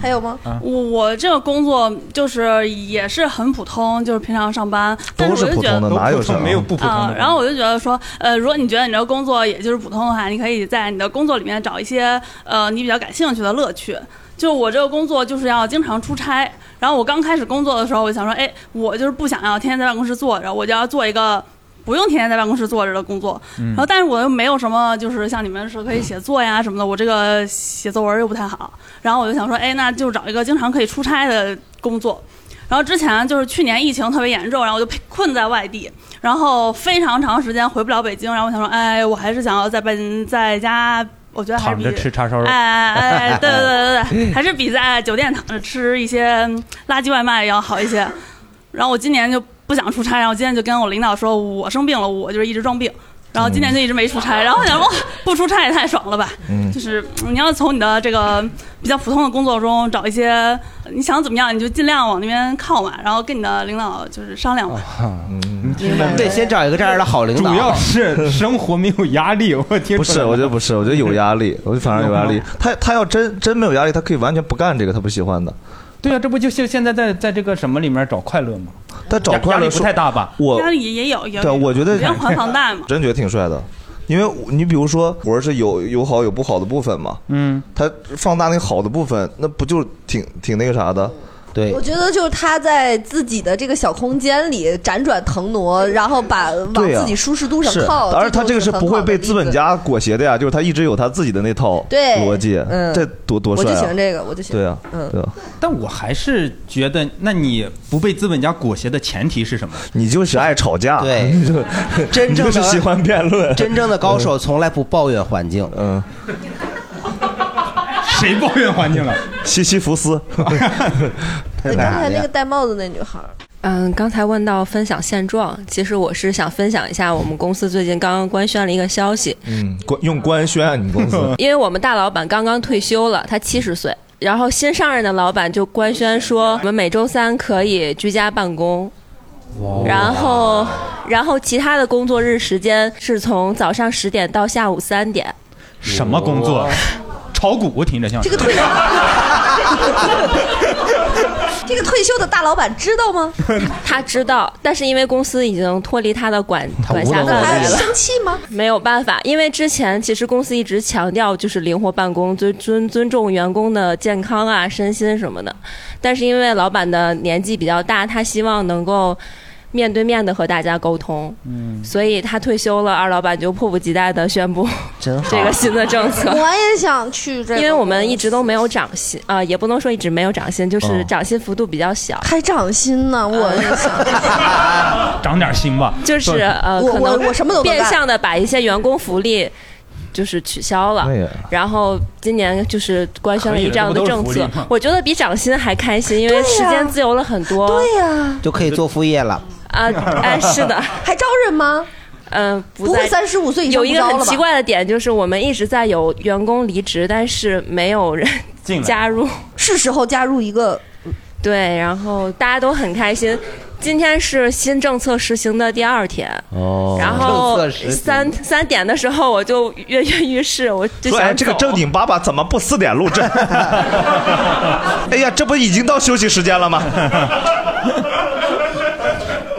Speaker 17: 还有吗
Speaker 18: 啊
Speaker 17: 我我这个工作就是也是很普通，就是平常上班，但
Speaker 18: 都
Speaker 17: 是
Speaker 18: 是
Speaker 17: 我就
Speaker 18: 普
Speaker 17: 觉得
Speaker 18: 通的，哪有什么？
Speaker 17: 啊、然后我就觉得说，呃，如果你觉得你这个工作也就是普通的话，你可以在你的工作里面找一些呃你比较感兴趣的乐趣。就我这个工作就是要经常出差，然后我刚开始工作的时候，我就想说，哎，我就是不想要天天在办公室坐着，我就要做一个不用天天在办公室坐着的工作。
Speaker 18: 嗯
Speaker 17: 然后，但是我又没有什么，就是像你们是可以写作呀什么的，我这个写作文又不太好。然后我就想说，哎，那就找一个经常可以出差的工作。然后之前就是去年疫情特别严重，然后我就被困在外地，然后非常长时间回不了北京。然后我想说，哎，我还是想要在本在家，我觉得还是
Speaker 3: 躺
Speaker 17: 比
Speaker 3: 着吃叉烧肉。
Speaker 17: 哎哎哎，对对 对对对，还是比在酒店躺着吃一些垃圾外卖要好一些。然后我今年就不想出差，然后今天就跟我领导说我生病了，我就是一直装病。然后今年就一直没出
Speaker 2: 嗯
Speaker 17: 差，然后我想哇，不出差也太爽了吧！
Speaker 18: 嗯
Speaker 17: 就是嗯你要从你的这个比较普通的工作中找一些你想怎么样，你就尽量往那边靠嘛，然后跟你的领导就是商量嘛。
Speaker 18: 嗯，
Speaker 4: 得先找一个这样的好领导。
Speaker 18: 主要
Speaker 3: 是生活没有压力，我听
Speaker 18: 不是，我觉得不是，我觉得有压力，我就反而有压力
Speaker 3: 有吗。
Speaker 18: 他他要真真没有压力，他可以完全不干这个他不喜欢的。
Speaker 3: 对啊，这不就现现在在在这个什么里面找快乐吗？
Speaker 2: 但找
Speaker 3: 压
Speaker 2: 快
Speaker 3: 压
Speaker 2: 乐
Speaker 3: 力不
Speaker 2: 说
Speaker 3: 太大吧？
Speaker 2: 我
Speaker 17: 压力也有，也有
Speaker 2: 对，我觉得
Speaker 17: 要还房贷嘛。
Speaker 2: 真觉得挺帅的，因为你比如说，我是有有好有不好的部分嘛，
Speaker 3: 嗯，
Speaker 2: 他放大那个好的部分，那不就挺挺那个啥的？
Speaker 4: 对
Speaker 5: 我觉得就是他在自己的这个小空间里辗转腾挪，然后把往
Speaker 2: 对呀、
Speaker 5: 自己舒适度上
Speaker 2: 是
Speaker 5: 靠。
Speaker 2: 当然他这个
Speaker 5: 就是很
Speaker 2: 不会
Speaker 5: 好的
Speaker 2: 被
Speaker 5: 例
Speaker 2: 资本
Speaker 5: 子。
Speaker 2: 家裹挟的呀，就是他一直有他自己的那套
Speaker 5: 对
Speaker 2: 逻辑，
Speaker 5: 嗯
Speaker 2: 这多多
Speaker 5: 我
Speaker 2: 帅
Speaker 5: 就
Speaker 2: 啊！
Speaker 5: 喜欢这个，我就喜欢。
Speaker 2: 对啊，
Speaker 5: 嗯
Speaker 2: 对啊，
Speaker 3: 但我还是觉得，那你不被资本家裹挟的前提是什么？
Speaker 2: 你就是爱吵 架，
Speaker 4: 对， 真正的
Speaker 2: 辩论
Speaker 4: 真正的高手从来不抱怨环境。
Speaker 2: 嗯，
Speaker 3: 谁抱怨环境了？
Speaker 2: 西西弗斯，
Speaker 5: 那
Speaker 2: 啊
Speaker 5: 刚才那个戴帽子那女孩儿，
Speaker 19: 嗯，刚才问到分享现状，其实我是想分享一下我们公司最近刚刚官宣了一个消息，
Speaker 2: 嗯，官用官宣你 公司，
Speaker 19: 因为我们大老板刚刚退休了，他七十岁，然后新上任的老板就官宣说，我们每周三可以居家办公，
Speaker 7: 哦
Speaker 19: 然后，然后其他的工作日时间是从早上十点到下午三点。
Speaker 3: 什么工作？炒股听着像是
Speaker 5: 这个退休，这个退休的大老板知道吗？
Speaker 19: 他知道，但是因为公司已经脱离他的管
Speaker 5: 他
Speaker 19: 管
Speaker 5: 无
Speaker 19: 辖
Speaker 5: 能为
Speaker 19: 范围
Speaker 5: 力了
Speaker 19: 了，
Speaker 5: 生气吗？
Speaker 19: 没有办法，因为之前其实公司一直强调就是灵活办公，尊尊尊重员工的健康啊、身心什么的，但是因为老板的年纪比较大，他希望能够。面对面的和大家沟通，
Speaker 5: 嗯
Speaker 19: 所以他退休了，二老板就迫不及待的宣布
Speaker 4: 真
Speaker 19: 这个新的政策。
Speaker 5: 我也想去这个，
Speaker 19: 因为我们一直都没有涨薪啊、也不能说一直没有涨薪，就是
Speaker 3: 哦
Speaker 19: 涨薪幅度比较小。
Speaker 5: 还涨薪 呢，我也想。
Speaker 3: 长点心吧。
Speaker 19: 就是呃，
Speaker 5: 我
Speaker 19: 可
Speaker 5: 我
Speaker 19: 能
Speaker 5: 我什么都能
Speaker 19: 变
Speaker 5: 干
Speaker 19: 相的把一些员工福利就是取消了
Speaker 5: 那也，
Speaker 19: 然后今年就是官宣了
Speaker 4: 哎可以
Speaker 19: 一
Speaker 4: 了
Speaker 19: 这样
Speaker 4: 这
Speaker 19: 的
Speaker 4: 不都是
Speaker 19: 政
Speaker 4: 福利
Speaker 19: 策
Speaker 4: 吗，
Speaker 19: 我觉得比涨薪还开心，因为时间自由了很多。对呀，
Speaker 4: 就可以做副业了。
Speaker 19: 啊，哎，是的，
Speaker 5: 还招人吗？
Speaker 19: 嗯，
Speaker 5: 不会
Speaker 19: 在
Speaker 5: 35岁以上
Speaker 19: 有
Speaker 5: 不
Speaker 19: 一个
Speaker 5: 招
Speaker 19: 很
Speaker 5: 了吧
Speaker 19: 奇怪的点就是，我们一直在有员工离职，但是没有人
Speaker 5: 进来
Speaker 19: 加入，
Speaker 5: 是时候加入一个。
Speaker 19: 对，然后大家都很开心。今天是新政策实行的第二天，
Speaker 2: 哦
Speaker 19: 然后三三点的时候我就跃跃欲试，我就
Speaker 2: 说
Speaker 19: 想
Speaker 2: 哎，这个
Speaker 19: 走
Speaker 2: 正经爸爸怎么不四点录 制？哎呀，这不已经到休息时间 了吗？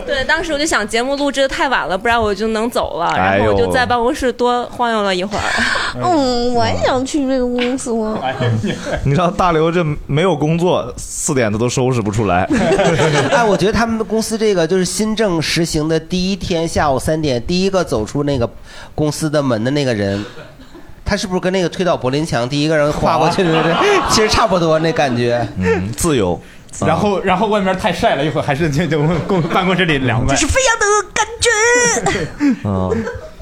Speaker 19: 对，当时我就想节目录制的太晚了，不然我就能走了，
Speaker 2: 哎
Speaker 19: 然
Speaker 2: 呦
Speaker 19: 后我就在办公室多晃悠了一会儿。
Speaker 5: 嗯，我也想去这个公司。
Speaker 2: 哎你知道大刘这没有工作，四点他都收拾不出 来。
Speaker 4: 哎，我觉得他们公司这个就是新政实行的第一天下午三点，第一个走出那个公司的门的那个人，他是不是跟那个推倒柏林墙第一个人跨过去的那个人，其实差不多那感觉。
Speaker 2: 嗯，自由。
Speaker 3: 然 后，然后外面太晒了，一会儿还是这这公办公室里凉快。
Speaker 5: 飞扬的感觉。
Speaker 2: 嗯，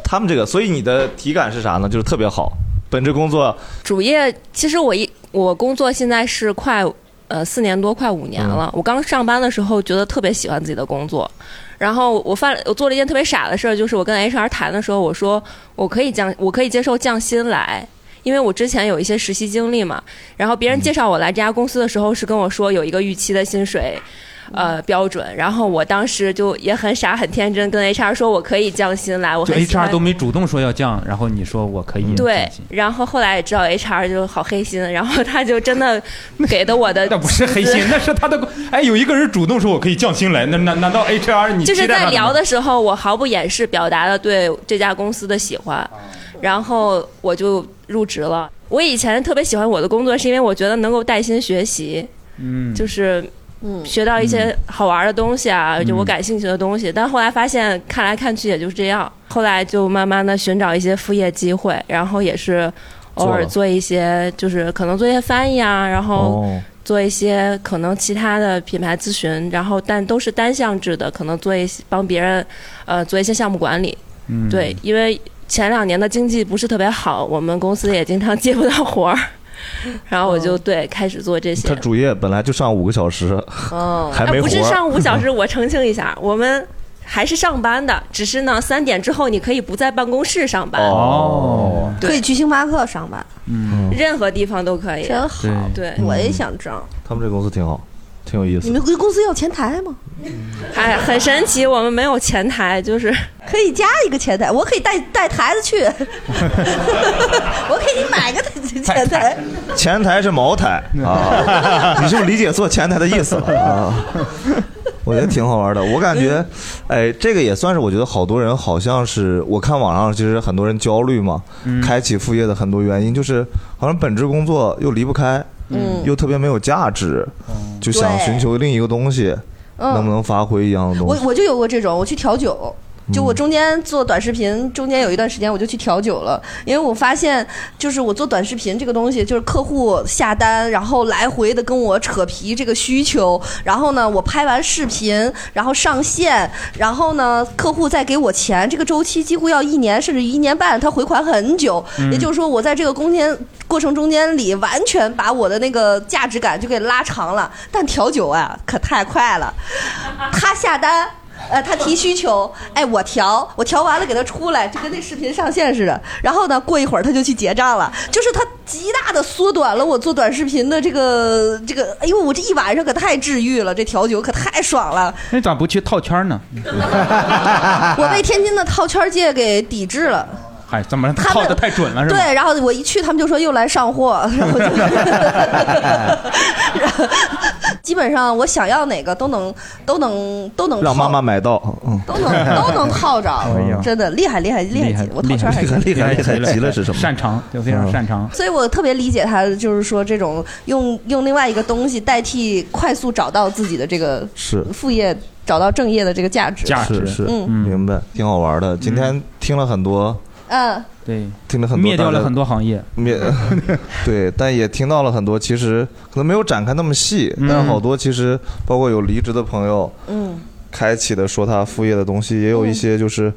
Speaker 2: 他们这个，所以你的体感是啥呢？就是特别好。本职工作
Speaker 19: 主业其实我一我工作现在是快呃四年多快五年了。
Speaker 3: 嗯
Speaker 19: 我刚上班的时候觉得特别喜欢自己的工作，然后我犯我做了一件特别傻的事儿，就是我跟 HR 谈的时候，我说我可以降我可以接受降薪来。因为我之前有一些实习经历嘛，然后别人介绍我来这家公司的时候是跟我说有一个预期的薪水，呃标准，然后我当时就也很傻很天真，跟 HR 说我可以降薪来，我
Speaker 3: 就
Speaker 19: 很喜欢
Speaker 3: HR 都没主动说要降，然后你说我可以。
Speaker 19: 对，然后后来也知道 HR 就好黑心，然后他就真的给的我的 那
Speaker 3: 不是黑 心， 那是他的工。哎，有一个人主动说我可以降薪来，那难难道 HR 你
Speaker 19: 就是
Speaker 3: 期待他
Speaker 19: 在
Speaker 3: 的吗
Speaker 19: 聊的时候，我毫不掩饰表达了对这家公司的喜
Speaker 3: 啊
Speaker 19: 欢，然后我就入职了。我以前特别喜欢我的工作，是因为我觉得能够带薪学习，
Speaker 3: 嗯
Speaker 19: 就是学到一
Speaker 7: 嗯
Speaker 19: 些好玩的东西啊，就我感兴趣的东西。但后来发现，看来看去也就是这样。后来就慢慢的寻找一些副业机会，然后也是偶
Speaker 7: 做
Speaker 19: 尔
Speaker 7: 了
Speaker 19: 做一些，就是可能做一些翻译啊，然后
Speaker 7: 哦
Speaker 19: 做一些可能其他的品牌咨询，然后但都是单项制的，可能做一些帮别人，呃，做一些项目管理。
Speaker 7: 嗯
Speaker 19: 对，因为前两年的经济不是特别好，我们公司也经常接不到活儿，然后我
Speaker 7: 哦
Speaker 19: 就、对开始做这些。
Speaker 2: 他主业本来就上五个小时，
Speaker 19: 哦，
Speaker 2: 还
Speaker 19: 啊
Speaker 2: 没
Speaker 19: 不是
Speaker 2: 活儿
Speaker 19: 上 五小时，我澄清一下，我们还是上班的，只是呢三点之后你可以不在办公室上班，
Speaker 2: 哦，
Speaker 5: 可以去星巴克上班，
Speaker 2: 嗯，
Speaker 19: 任何地方都可以。
Speaker 5: 真好
Speaker 19: 对，
Speaker 5: 我也想这样。
Speaker 2: 他们这公司挺好，挺有意
Speaker 5: 你
Speaker 2: 思。
Speaker 5: 们公司要前台吗？
Speaker 19: 哎，很神奇，我们没有前台，就是
Speaker 5: 可以加一个前台，我可以带带台子 去，我给你买个前台。
Speaker 2: 前台是茅台
Speaker 5: 嗯
Speaker 2: 啊，你是不是理解错前台的意思了啊？我觉得挺好玩的，我感
Speaker 5: 嗯
Speaker 2: 觉，哎，这个也算是我觉得好多人好像是我看网上其实很多人焦虑嘛，
Speaker 5: 嗯
Speaker 2: 开启副业的很多原因就是好像本职工作又离不开，
Speaker 5: 嗯
Speaker 2: 又特别没有价值，就想寻求另一个东西，
Speaker 5: 嗯
Speaker 2: 能不能发挥一样的东
Speaker 5: 我
Speaker 2: 西？
Speaker 5: 我就有过这种，我去调酒。就我
Speaker 2: 嗯
Speaker 5: 中间做短视频，中间有一段时间我就去调酒了，因为我发现就是我做短视频这个东西，就是客户下单，然后来回的跟我扯皮这个需求，然后呢我拍完视频，然后上线，然后呢客户再给我钱，这个周期几乎要一年甚至一年半，他回款很久，
Speaker 20: 嗯
Speaker 5: 也就是说我在这个中间过程中间里，完全把我的那个价值感就给拉长了。但调酒啊可太快了，他下单，呃，他提需求，哎，我调，我调完了给他出来，就跟那视频上线似的。然后呢，过一会儿他就去结账了，就是他极大的缩短了我做短视频的这个这个。哎呦，我这一晚上可太治愈了，这调酒可太爽了。
Speaker 3: 那咋不去套圈呢？
Speaker 5: 我被天津的套圈界给抵制了。
Speaker 3: 嗨，哎怎么套的太准了是吧？
Speaker 5: 对，然后我一去，他们就说又来上货，然后就，然后 基本上我想要哪个都能都能都能
Speaker 2: 让妈
Speaker 5: 套，
Speaker 2: 妈买到，嗯，
Speaker 5: 都能 都能套着
Speaker 2: 哎呀，
Speaker 5: 真的厉害厉害厉害极了，我套圈还行。
Speaker 2: 厉害厉害极了是什么
Speaker 3: 擅长，就非常擅长。
Speaker 5: 所以我特别理解他，就是说这种用用另外一个东西代替快速找到自己的这个
Speaker 2: 是
Speaker 5: 副业，找到正业的这个价值，
Speaker 2: 是是，
Speaker 5: 嗯
Speaker 2: 明白，挺好玩的。今天听了很多，
Speaker 5: 嗯，
Speaker 3: 对，
Speaker 2: 听了很多
Speaker 3: 灭掉了
Speaker 2: 大家
Speaker 3: 很多行业，
Speaker 2: 灭， 对，但也听到了很多，其实可能没有展开那么细，
Speaker 3: 嗯
Speaker 2: 但好多其实包括有离职的朋友，
Speaker 5: 嗯，
Speaker 2: 开启的说他副业的东西，也有一些就是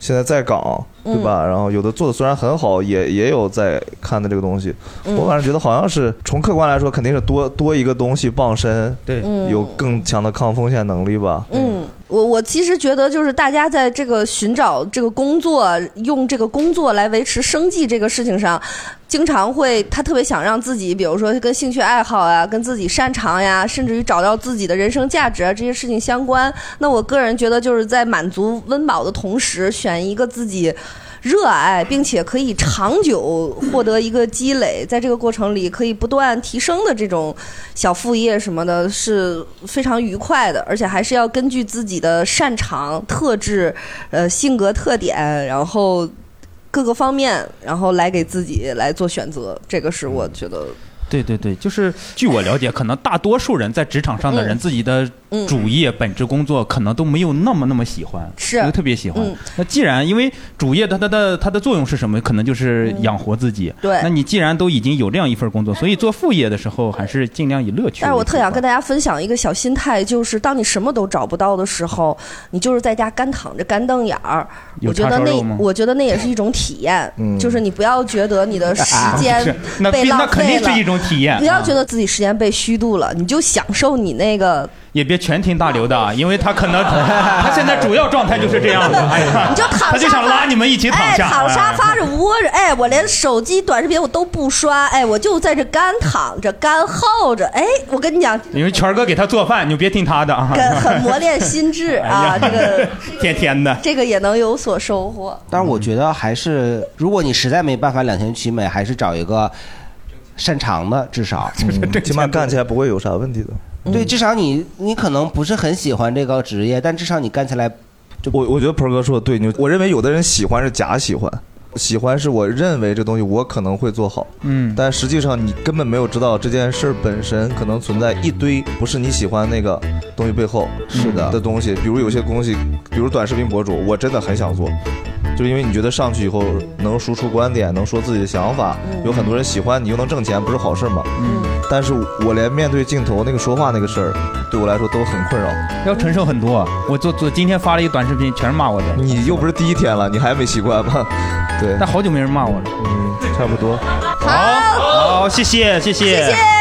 Speaker 2: 现在在岗，
Speaker 5: 嗯
Speaker 2: 对吧？然后有的做的虽然很好，也也有在看的这个东西。
Speaker 5: 嗯
Speaker 2: 我反正觉得好像是从客观来说，肯定是多多一个东西傍身，对
Speaker 5: 嗯
Speaker 2: 有更强的抗风险能力吧。
Speaker 5: 嗯，我我其实觉得，就是大家在这个寻找这个工作，用这个工作来维持生计这个事情上，经常会他特别想让自己，比如说跟兴趣爱好呀、跟自己擅长呀，甚至于找到自己的人生价值啊这些事情相关。那我个人觉得，就是在满足温饱的同时，选一个自己。热爱，并且可以长久获得一个积累，在这个过程里可以不断提升的这种小副业什么的，是非常愉快的，而且还是要根据自己的擅长、特质、呃性格特点，然后各个方面，然后来给自己来做选择。这个是我觉得，
Speaker 3: 对对对，就是据我了解，可能大多数人在职场上的人，
Speaker 5: 嗯
Speaker 3: 自己的
Speaker 5: 嗯
Speaker 3: 主业、本职工作可能都没有那么那么喜欢，
Speaker 5: 是
Speaker 3: 没有特别喜欢
Speaker 5: 嗯。
Speaker 3: 那既然因为主业它它的它的作用是什么？可能就是养活自己。
Speaker 5: 嗯对
Speaker 3: 那你既然都已经有这样一份工作，所以做副业的时候还是尽量以乐趣为主。
Speaker 5: 但是我特想跟大家分享一个小心态，就是当你什么都找不到的时候，你就是在家干躺着、干瞪眼儿。
Speaker 3: 有
Speaker 5: 我觉得
Speaker 3: 叉烧
Speaker 5: 那
Speaker 3: 肉吗，
Speaker 5: 我觉得那也是一种体验，
Speaker 3: 嗯啊
Speaker 5: 就是你不要觉得你的时间
Speaker 3: 是那
Speaker 5: 被
Speaker 3: 必那
Speaker 5: 浪
Speaker 3: 肯
Speaker 5: 费
Speaker 3: 定
Speaker 5: 了，
Speaker 3: 是一种体验。啊
Speaker 5: 不要觉得自己时间被虚度了，你就享受你那个
Speaker 3: 也别全听大刘的啊，因为他 可能他现在主要状态就是这样的，哎呀，
Speaker 5: 你就躺沙发
Speaker 3: 他就想拉你们一起躺下，
Speaker 5: 哎，躺沙
Speaker 3: 哎
Speaker 5: 发上窝着，哎，我连手机短视频我都不刷，哎，我就在这干躺着、干耗着，哎，我跟你 讲，
Speaker 3: 因为权儿哥给他做饭，你就别听他的啊，
Speaker 5: 跟很磨练心智
Speaker 3: 哎呀
Speaker 5: 啊，这个
Speaker 3: 天天的。
Speaker 5: 这个也能有所收获。
Speaker 4: 但是我觉得还是，如果你实在没办法两全其美，还是找一个擅长的，至少嗯
Speaker 2: 起码干起来不会有啥问题的。
Speaker 4: 对，至少你你可能不是很喜欢这个职业，但至少你干起来，
Speaker 2: 我我觉得鹏哥说的
Speaker 5: 嗯
Speaker 2: 对，你我认为有的人喜欢是假喜欢，喜欢是我认为这东西我可能会做好，
Speaker 3: 嗯，
Speaker 2: 但实际上你根本没有知道这件事儿本身可能存在一堆不是你喜欢那个东西背后
Speaker 3: 是的
Speaker 2: 的东西，比如有些东西，比如短视频博主，我真的很想做。就是因为你觉得上去以后能输出观点，能说自己的想法，有很多人喜欢你，又能挣钱，不是好事吗？
Speaker 3: 嗯，
Speaker 2: 但是我连面对镜头那个说话那个事儿，对我来说都很困扰。
Speaker 3: 要承受很多。啊我做做今天发了一个短视频，全是骂我的。
Speaker 2: 你又不是第一天了，你还没习惯吗？对，
Speaker 3: 但好久没人骂我了。
Speaker 2: 嗯，差不多。
Speaker 3: 哎好，好，谢谢，谢谢，谢谢。